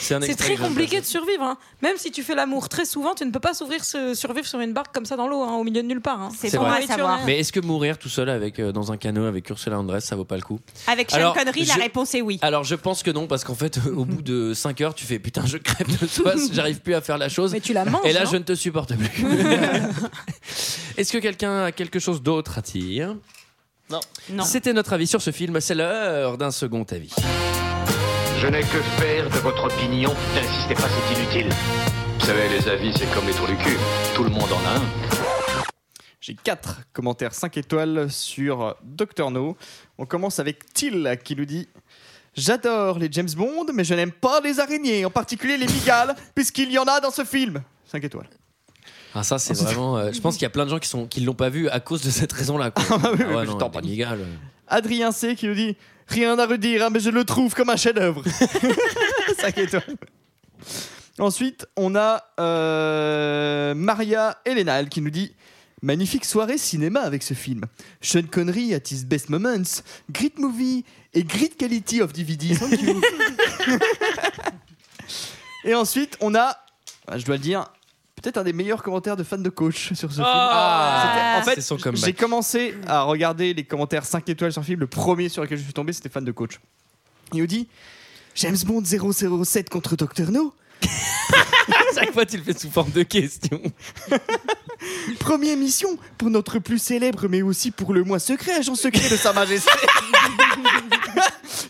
[SPEAKER 1] C'est un
[SPEAKER 11] C'est
[SPEAKER 1] extrait
[SPEAKER 11] très
[SPEAKER 1] que j'aime
[SPEAKER 11] compliqué de survivre. hein. Même si tu fais l'amour très souvent, tu ne peux pas s'ouvrir, se- survivre sur une barque comme ça dans l'eau, hein, au milieu de nulle part. hein.
[SPEAKER 1] C'est
[SPEAKER 6] C'est bon
[SPEAKER 1] vrai.
[SPEAKER 6] à savoir.
[SPEAKER 1] bien. Mais est-ce que mourir tout seul avec, euh, dans un canot avec Ursula Andress, ça vaut pas le coup
[SPEAKER 6] Avec Sean
[SPEAKER 1] Alors,
[SPEAKER 6] Connery, la
[SPEAKER 1] je-
[SPEAKER 6] réponse est oui.
[SPEAKER 1] Alors je pense que non, parce qu'en fait, [laughs] au bout de 5 heures, tu fais putain, je crève de soif, j'arrive plus à faire la chose.
[SPEAKER 11] Mais tu la manges.
[SPEAKER 1] Et là,
[SPEAKER 11] hein.
[SPEAKER 1] je ne te supporte plus. [laughs] Est-ce que quelqu'un a quelque chose d'autre à dire
[SPEAKER 6] Non.
[SPEAKER 1] C'était notre avis sur ce film. C'est l'heure d'un second avis.
[SPEAKER 2] Je n'ai que faire de votre opinion. N'insistez pas, c'est inutile.
[SPEAKER 5] Vous savez, les avis, c'est comme les trous du cul. Tout le monde en a un.
[SPEAKER 7] J'ai 4 commentaires 5 étoiles sur Dr No. On commence avec Till qui nous dit J'adore les James Bond, mais je n'aime pas les araignées, en particulier les migales, puisqu'il y en a dans ce film. 5 étoiles.
[SPEAKER 1] Ah ça, c'est vraiment. euh, je pense qu'il y a plein de gens qui sont qui l'ont pas vu à cause de cette raison-là. quoi. Ah
[SPEAKER 7] oui, oui, je
[SPEAKER 1] non,
[SPEAKER 7] t'en
[SPEAKER 1] des
[SPEAKER 7] prie.
[SPEAKER 1] migales, euh.
[SPEAKER 7] Adrien C qui nous dit Rien à redire, hein, mais je le trouve comme un chef-d'œuvre. [laughs] 5 étoiles. Ensuite, on a euh, Maria Elenal qui nous dit Magnifique soirée cinéma avec ce film. Sean Connery at his best moments, great movie et great
[SPEAKER 1] [laughs]
[SPEAKER 7] quality of DVD. Thank you. et ensuite, on a bah, je dois le dire, peut-être un des meilleurs commentaires de fans de coach sur ce film.
[SPEAKER 1] Ah.
[SPEAKER 7] C'était-
[SPEAKER 1] C'est son
[SPEAKER 7] en fait,
[SPEAKER 1] comeback.
[SPEAKER 7] j'ai commencé à regarder les commentaires 5 étoiles sur le film. Le premier sur lequel je suis tombé, c'était fan de coach. Il nous dit James Bond 007 contre
[SPEAKER 1] [laughs]
[SPEAKER 7] Dr. No.
[SPEAKER 1] Chaque fois, tu le fais sous forme de question.
[SPEAKER 7] Première mission pour notre plus célèbre, mais aussi pour le moins secret agent secret de Sa Majesté. [laughs]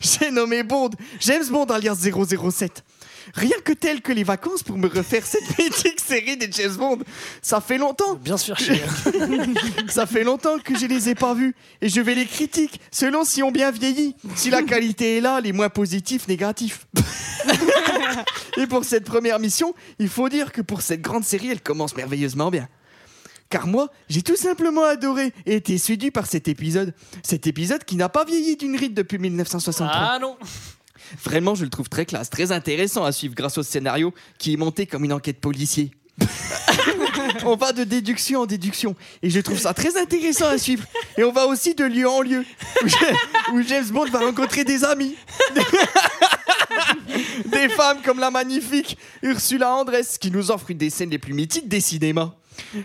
[SPEAKER 7] J'ai nommé Bond, James Bond alias 007. Rien que tel que les vacances pour me refaire cette [laughs] mythique série des James Bond. Ça fait longtemps.
[SPEAKER 8] Bien sûr,
[SPEAKER 7] [laughs] Ça fait longtemps que je les ai pas vus et je vais les critiquer selon si on bien vieilli. Si la qualité est là, les moins positifs, négatifs. [laughs] et pour cette première mission, il faut dire que pour cette grande série, elle commence merveilleusement bien. Car moi, j'ai tout simplement adoré et été séduit par cet épisode. Cet épisode qui n'a pas vieilli d'une ride depuis 1963.
[SPEAKER 8] Ah non
[SPEAKER 7] Vraiment, je le trouve très classe, très intéressant à suivre grâce au scénario qui est monté comme une enquête policier. [laughs] on va de déduction en déduction et je trouve ça très intéressant à suivre. Et on va aussi de lieu en lieu où, je- où James Bond va rencontrer des amis. [laughs] des femmes comme la magnifique Ursula Andress qui nous offre une des scènes les plus mythiques des cinémas.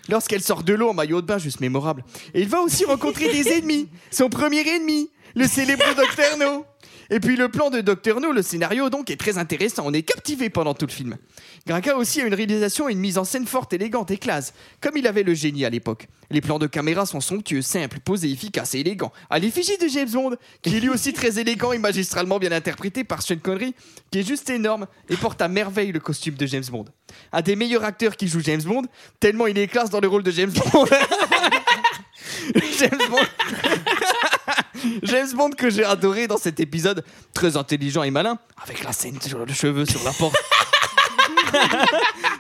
[SPEAKER 7] Lorsqu'elle sort de l'eau en maillot de bain, juste mémorable. Et il va aussi rencontrer des ennemis. Son premier ennemi, le célèbre Docteur No. Et puis le plan de Docteur No, le scénario donc est très intéressant. On est captivé pendant tout le film. Grinka aussi a une réalisation et une mise en scène forte, élégante et classe, comme il avait le génie à l'époque. Les plans de caméra sont somptueux, simples, posés, efficaces et élégants. À l'effigie de James Bond, qui est lui aussi très élégant et magistralement bien interprété par Sean Connery, qui est juste énorme et porte à merveille le costume de James Bond. Un des meilleurs acteurs qui joue James Bond, tellement il est classe dans le rôle de James Bond. [laughs] James Bond. James Bond [laughs] que j'ai adoré dans cet épisode, très intelligent et malin, avec la scène sur le cheveu sur la porte.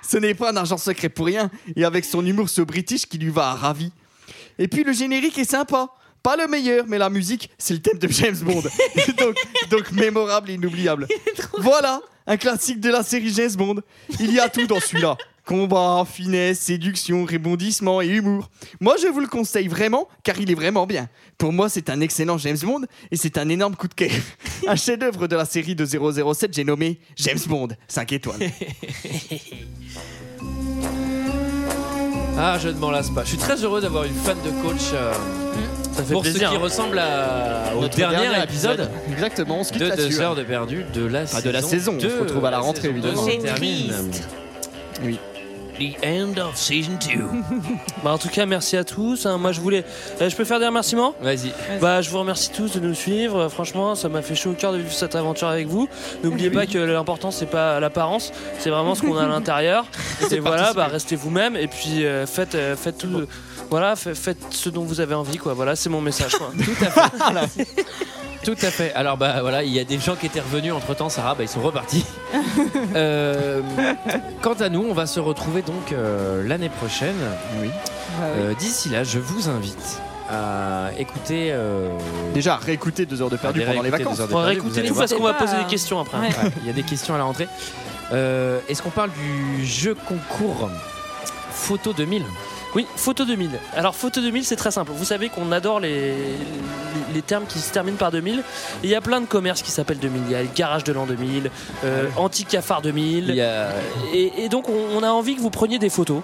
[SPEAKER 7] Ce n'est pas un argent secret pour rien, et avec son humour ce british qui lui va à ravi. Et puis le générique est sympa. Pas le meilleur, mais la musique, c'est le thème de James Bond. [laughs] donc, donc mémorable et inoubliable. Voilà, un classique de la série James Bond. Il y a tout dans celui-là. Combat, finesse, séduction, rebondissement et humour. Moi, je vous le conseille vraiment, car il est vraiment bien. Pour moi, c'est un excellent James Bond et c'est un énorme coup de cœur. [laughs] Un chef-d'œuvre de la série de 007, j'ai nommé James Bond, 5 étoiles.
[SPEAKER 1] Ah, je ne m'en lasse pas. Je suis très heureux d'avoir une fan de coach. euh,
[SPEAKER 8] Ça fait
[SPEAKER 1] pour
[SPEAKER 8] plaisir.
[SPEAKER 1] ce qui ressemble à- hein. au
[SPEAKER 7] Notre
[SPEAKER 1] dernier,
[SPEAKER 7] dernier
[SPEAKER 1] épisode.
[SPEAKER 7] épisode. Exactement, on se quitte
[SPEAKER 1] de
[SPEAKER 7] là-dessus,
[SPEAKER 1] deux
[SPEAKER 7] hein.
[SPEAKER 1] heures de perdu de la
[SPEAKER 7] Pas
[SPEAKER 1] saison.
[SPEAKER 7] de la saison, on se
[SPEAKER 1] deux.
[SPEAKER 7] retrouve à la
[SPEAKER 1] La
[SPEAKER 7] rentrée,
[SPEAKER 1] saison deux
[SPEAKER 7] évidemment.
[SPEAKER 1] se
[SPEAKER 7] C'est
[SPEAKER 1] termine.
[SPEAKER 7] Oui.
[SPEAKER 8] The end of season 2. [laughs] bah, en tout cas, merci à tous. hein. Moi, je voulais. euh, je peux faire des remerciements
[SPEAKER 1] Vas-y.
[SPEAKER 8] Bah, je vous remercie tous de nous suivre. Euh, Franchement, ça m'a fait chaud au cœur de vivre cette aventure avec vous. N'oubliez pas que l'important, c'est pas l'apparence, c'est vraiment ce qu'on a
[SPEAKER 1] [laughs]
[SPEAKER 8] à l'intérieur. Et voilà, bah, restez vous-même et puis euh, faites, euh, faites tout. Voilà, fa- faites ce dont vous avez envie, quoi. Voilà, c'est mon message, quoi.
[SPEAKER 1] Tout à fait. Alors bah voilà, il y a des gens qui étaient revenus entre temps, Sarah, bah ils sont
[SPEAKER 7] [laughs]
[SPEAKER 1] repartis. Euh, quant à nous, on va se retrouver donc euh, l'année prochaine.
[SPEAKER 7] Bah Oui.
[SPEAKER 1] Euh, D'ici là, je vous invite à écouter. euh,
[SPEAKER 7] Déjà, réécouter deux heures de perdu
[SPEAKER 1] à
[SPEAKER 7] pendant les
[SPEAKER 1] réécouter
[SPEAKER 7] vacances.
[SPEAKER 1] deux heures de
[SPEAKER 8] On va
[SPEAKER 1] perdu, [laughs]
[SPEAKER 8] réécouter
[SPEAKER 1] vous euh, allez
[SPEAKER 8] tout
[SPEAKER 1] voir.
[SPEAKER 8] parce qu'on va poser des questions après.
[SPEAKER 1] Ouais, Il y a des questions à la rentrée. Euh, Est-ce qu'on parle du jeu concours Photo 2000
[SPEAKER 8] Oui, Photo 2000. Alors, Photo 2000, c'est très simple. Vous savez qu'on adore les, les, les termes qui se terminent par 2000. Et Il y a plein de commerces qui s'appellent 2000. Il y a le Garage de l'an 2000, euh,
[SPEAKER 1] Ah
[SPEAKER 8] Anti-Cafard 2000.
[SPEAKER 1] Il y a-
[SPEAKER 8] Euh, Et, et donc, on, on a envie que vous preniez des photos.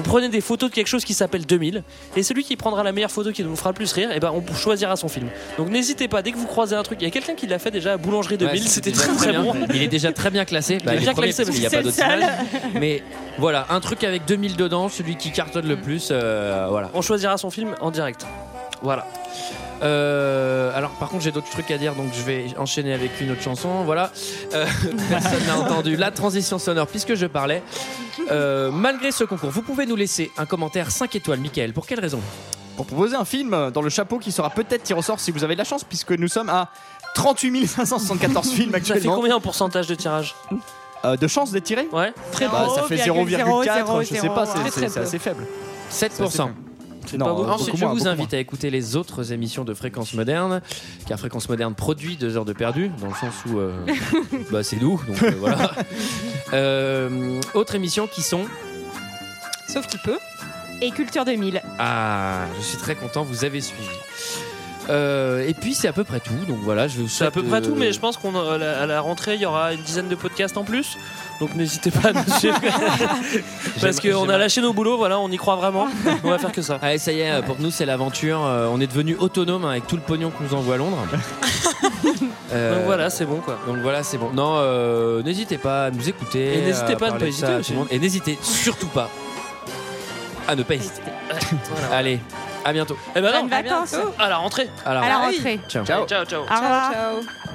[SPEAKER 8] Vous prenez des photos de quelque chose qui s'appelle 2000. Et celui qui prendra la meilleure photo qui nous fera le plus rire, et ben, on choisira son film. Donc, n'hésitez pas, dès que vous croisez un truc, il y a quelqu'un qui l'a fait déjà à Boulangerie 2000.
[SPEAKER 1] Ouais,
[SPEAKER 8] C'était
[SPEAKER 1] déjà
[SPEAKER 8] très très
[SPEAKER 1] bien.
[SPEAKER 8] bon.
[SPEAKER 1] Il est déjà très bien classé.
[SPEAKER 8] est
[SPEAKER 1] il est
[SPEAKER 8] bien
[SPEAKER 1] premier
[SPEAKER 8] classé
[SPEAKER 1] parce qu'il
[SPEAKER 8] parce
[SPEAKER 1] n'y a
[SPEAKER 8] que
[SPEAKER 1] pas d'autre
[SPEAKER 8] c'est le
[SPEAKER 1] image. Mais voilà, un truc avec 2000 dedans, celui qui cartonne le plus, euh, voilà.
[SPEAKER 8] On choisira son film en direct. Voilà.
[SPEAKER 1] Euh, alors par contre j'ai d'autres trucs à dire donc je vais enchaîner avec une autre chanson. Voilà. Euh, [laughs] personne n'a entendu la transition sonore puisque je parlais. Euh, malgré ce concours, vous pouvez nous laisser un commentaire 5 étoiles, Michael. Pour quelle raison
[SPEAKER 7] Pour proposer un film dans le chapeau qui sera peut-être tiré au sort si vous avez de la chance, puisque nous sommes à 38 574 films
[SPEAKER 8] Ça fait
[SPEAKER 7] actuellement.
[SPEAKER 8] combien en pourcentage de tirage
[SPEAKER 7] Euh, de chance d'être tiré
[SPEAKER 8] Ouais.
[SPEAKER 7] Très
[SPEAKER 6] Oh,
[SPEAKER 7] Bah, bon. ça fait 0,4, je sais
[SPEAKER 6] hein.
[SPEAKER 7] pas, c'est-
[SPEAKER 8] Très, très
[SPEAKER 7] c'est
[SPEAKER 8] peu.
[SPEAKER 7] assez faible.
[SPEAKER 1] 7%.
[SPEAKER 7] C'est Non, pas beaucoup.
[SPEAKER 1] Ensuite,
[SPEAKER 7] beaucoup
[SPEAKER 1] je
[SPEAKER 7] moins,
[SPEAKER 1] vous
[SPEAKER 7] beaucoup
[SPEAKER 1] invite à écouter les autres émissions de Fréquence Moderne, car Fréquence Moderne produit deux heures de perdu, dans le sens où
[SPEAKER 7] [laughs]
[SPEAKER 1] euh, bah, c'est nous, donc euh, voilà. Euh, autres émissions qui sont.
[SPEAKER 6] Sauf qu'il peut. Et Culture 2000.
[SPEAKER 1] Ah, je suis très content, vous avez suivi. Euh, et puis c'est à peu près tout. Donc voilà, je vais vous
[SPEAKER 8] C'est à peu
[SPEAKER 1] souhaite,
[SPEAKER 8] près
[SPEAKER 1] euh,
[SPEAKER 8] tout, mais je pense qu'on euh, à la- à la rentrée, il y aura une dizaine de podcasts en plus. Donc n'hésitez pas
[SPEAKER 1] [laughs]
[SPEAKER 8] à nous suivre. Parce
[SPEAKER 1] J'aime-
[SPEAKER 8] qu'on a
[SPEAKER 1] j'aime-
[SPEAKER 8] lâché nos boulots, voilà, on y croit vraiment. On va faire que ça.
[SPEAKER 1] Allez, ça y est, pour nous, c'est l'aventure. Euh, on est devenu autonome hein, avec tout le pognon qu'on nous envoie à
[SPEAKER 8] [laughs]
[SPEAKER 1] Londres. Euh,
[SPEAKER 8] Donc voilà, c'est bon quoi.
[SPEAKER 1] Donc voilà, c'est bon. Non, euh, n'hésitez pas à nous écouter.
[SPEAKER 8] Et n'hésitez
[SPEAKER 1] à
[SPEAKER 8] pas à
[SPEAKER 1] parler
[SPEAKER 8] ne pas
[SPEAKER 1] de
[SPEAKER 8] hésiter
[SPEAKER 1] ça à
[SPEAKER 8] aussi.
[SPEAKER 1] tout le monde. Et n'hésitez surtout pas à ne pas hésiter. [laughs] Allez, à bientôt.
[SPEAKER 8] Eh ben non,
[SPEAKER 11] Bonnes vacances.
[SPEAKER 8] à la rentrée.
[SPEAKER 1] À la
[SPEAKER 11] À la
[SPEAKER 7] Ah
[SPEAKER 1] rentrée.
[SPEAKER 11] rentrée.
[SPEAKER 1] Ciao.
[SPEAKER 8] Ciao, ciao.
[SPEAKER 11] Au revoir. ciao.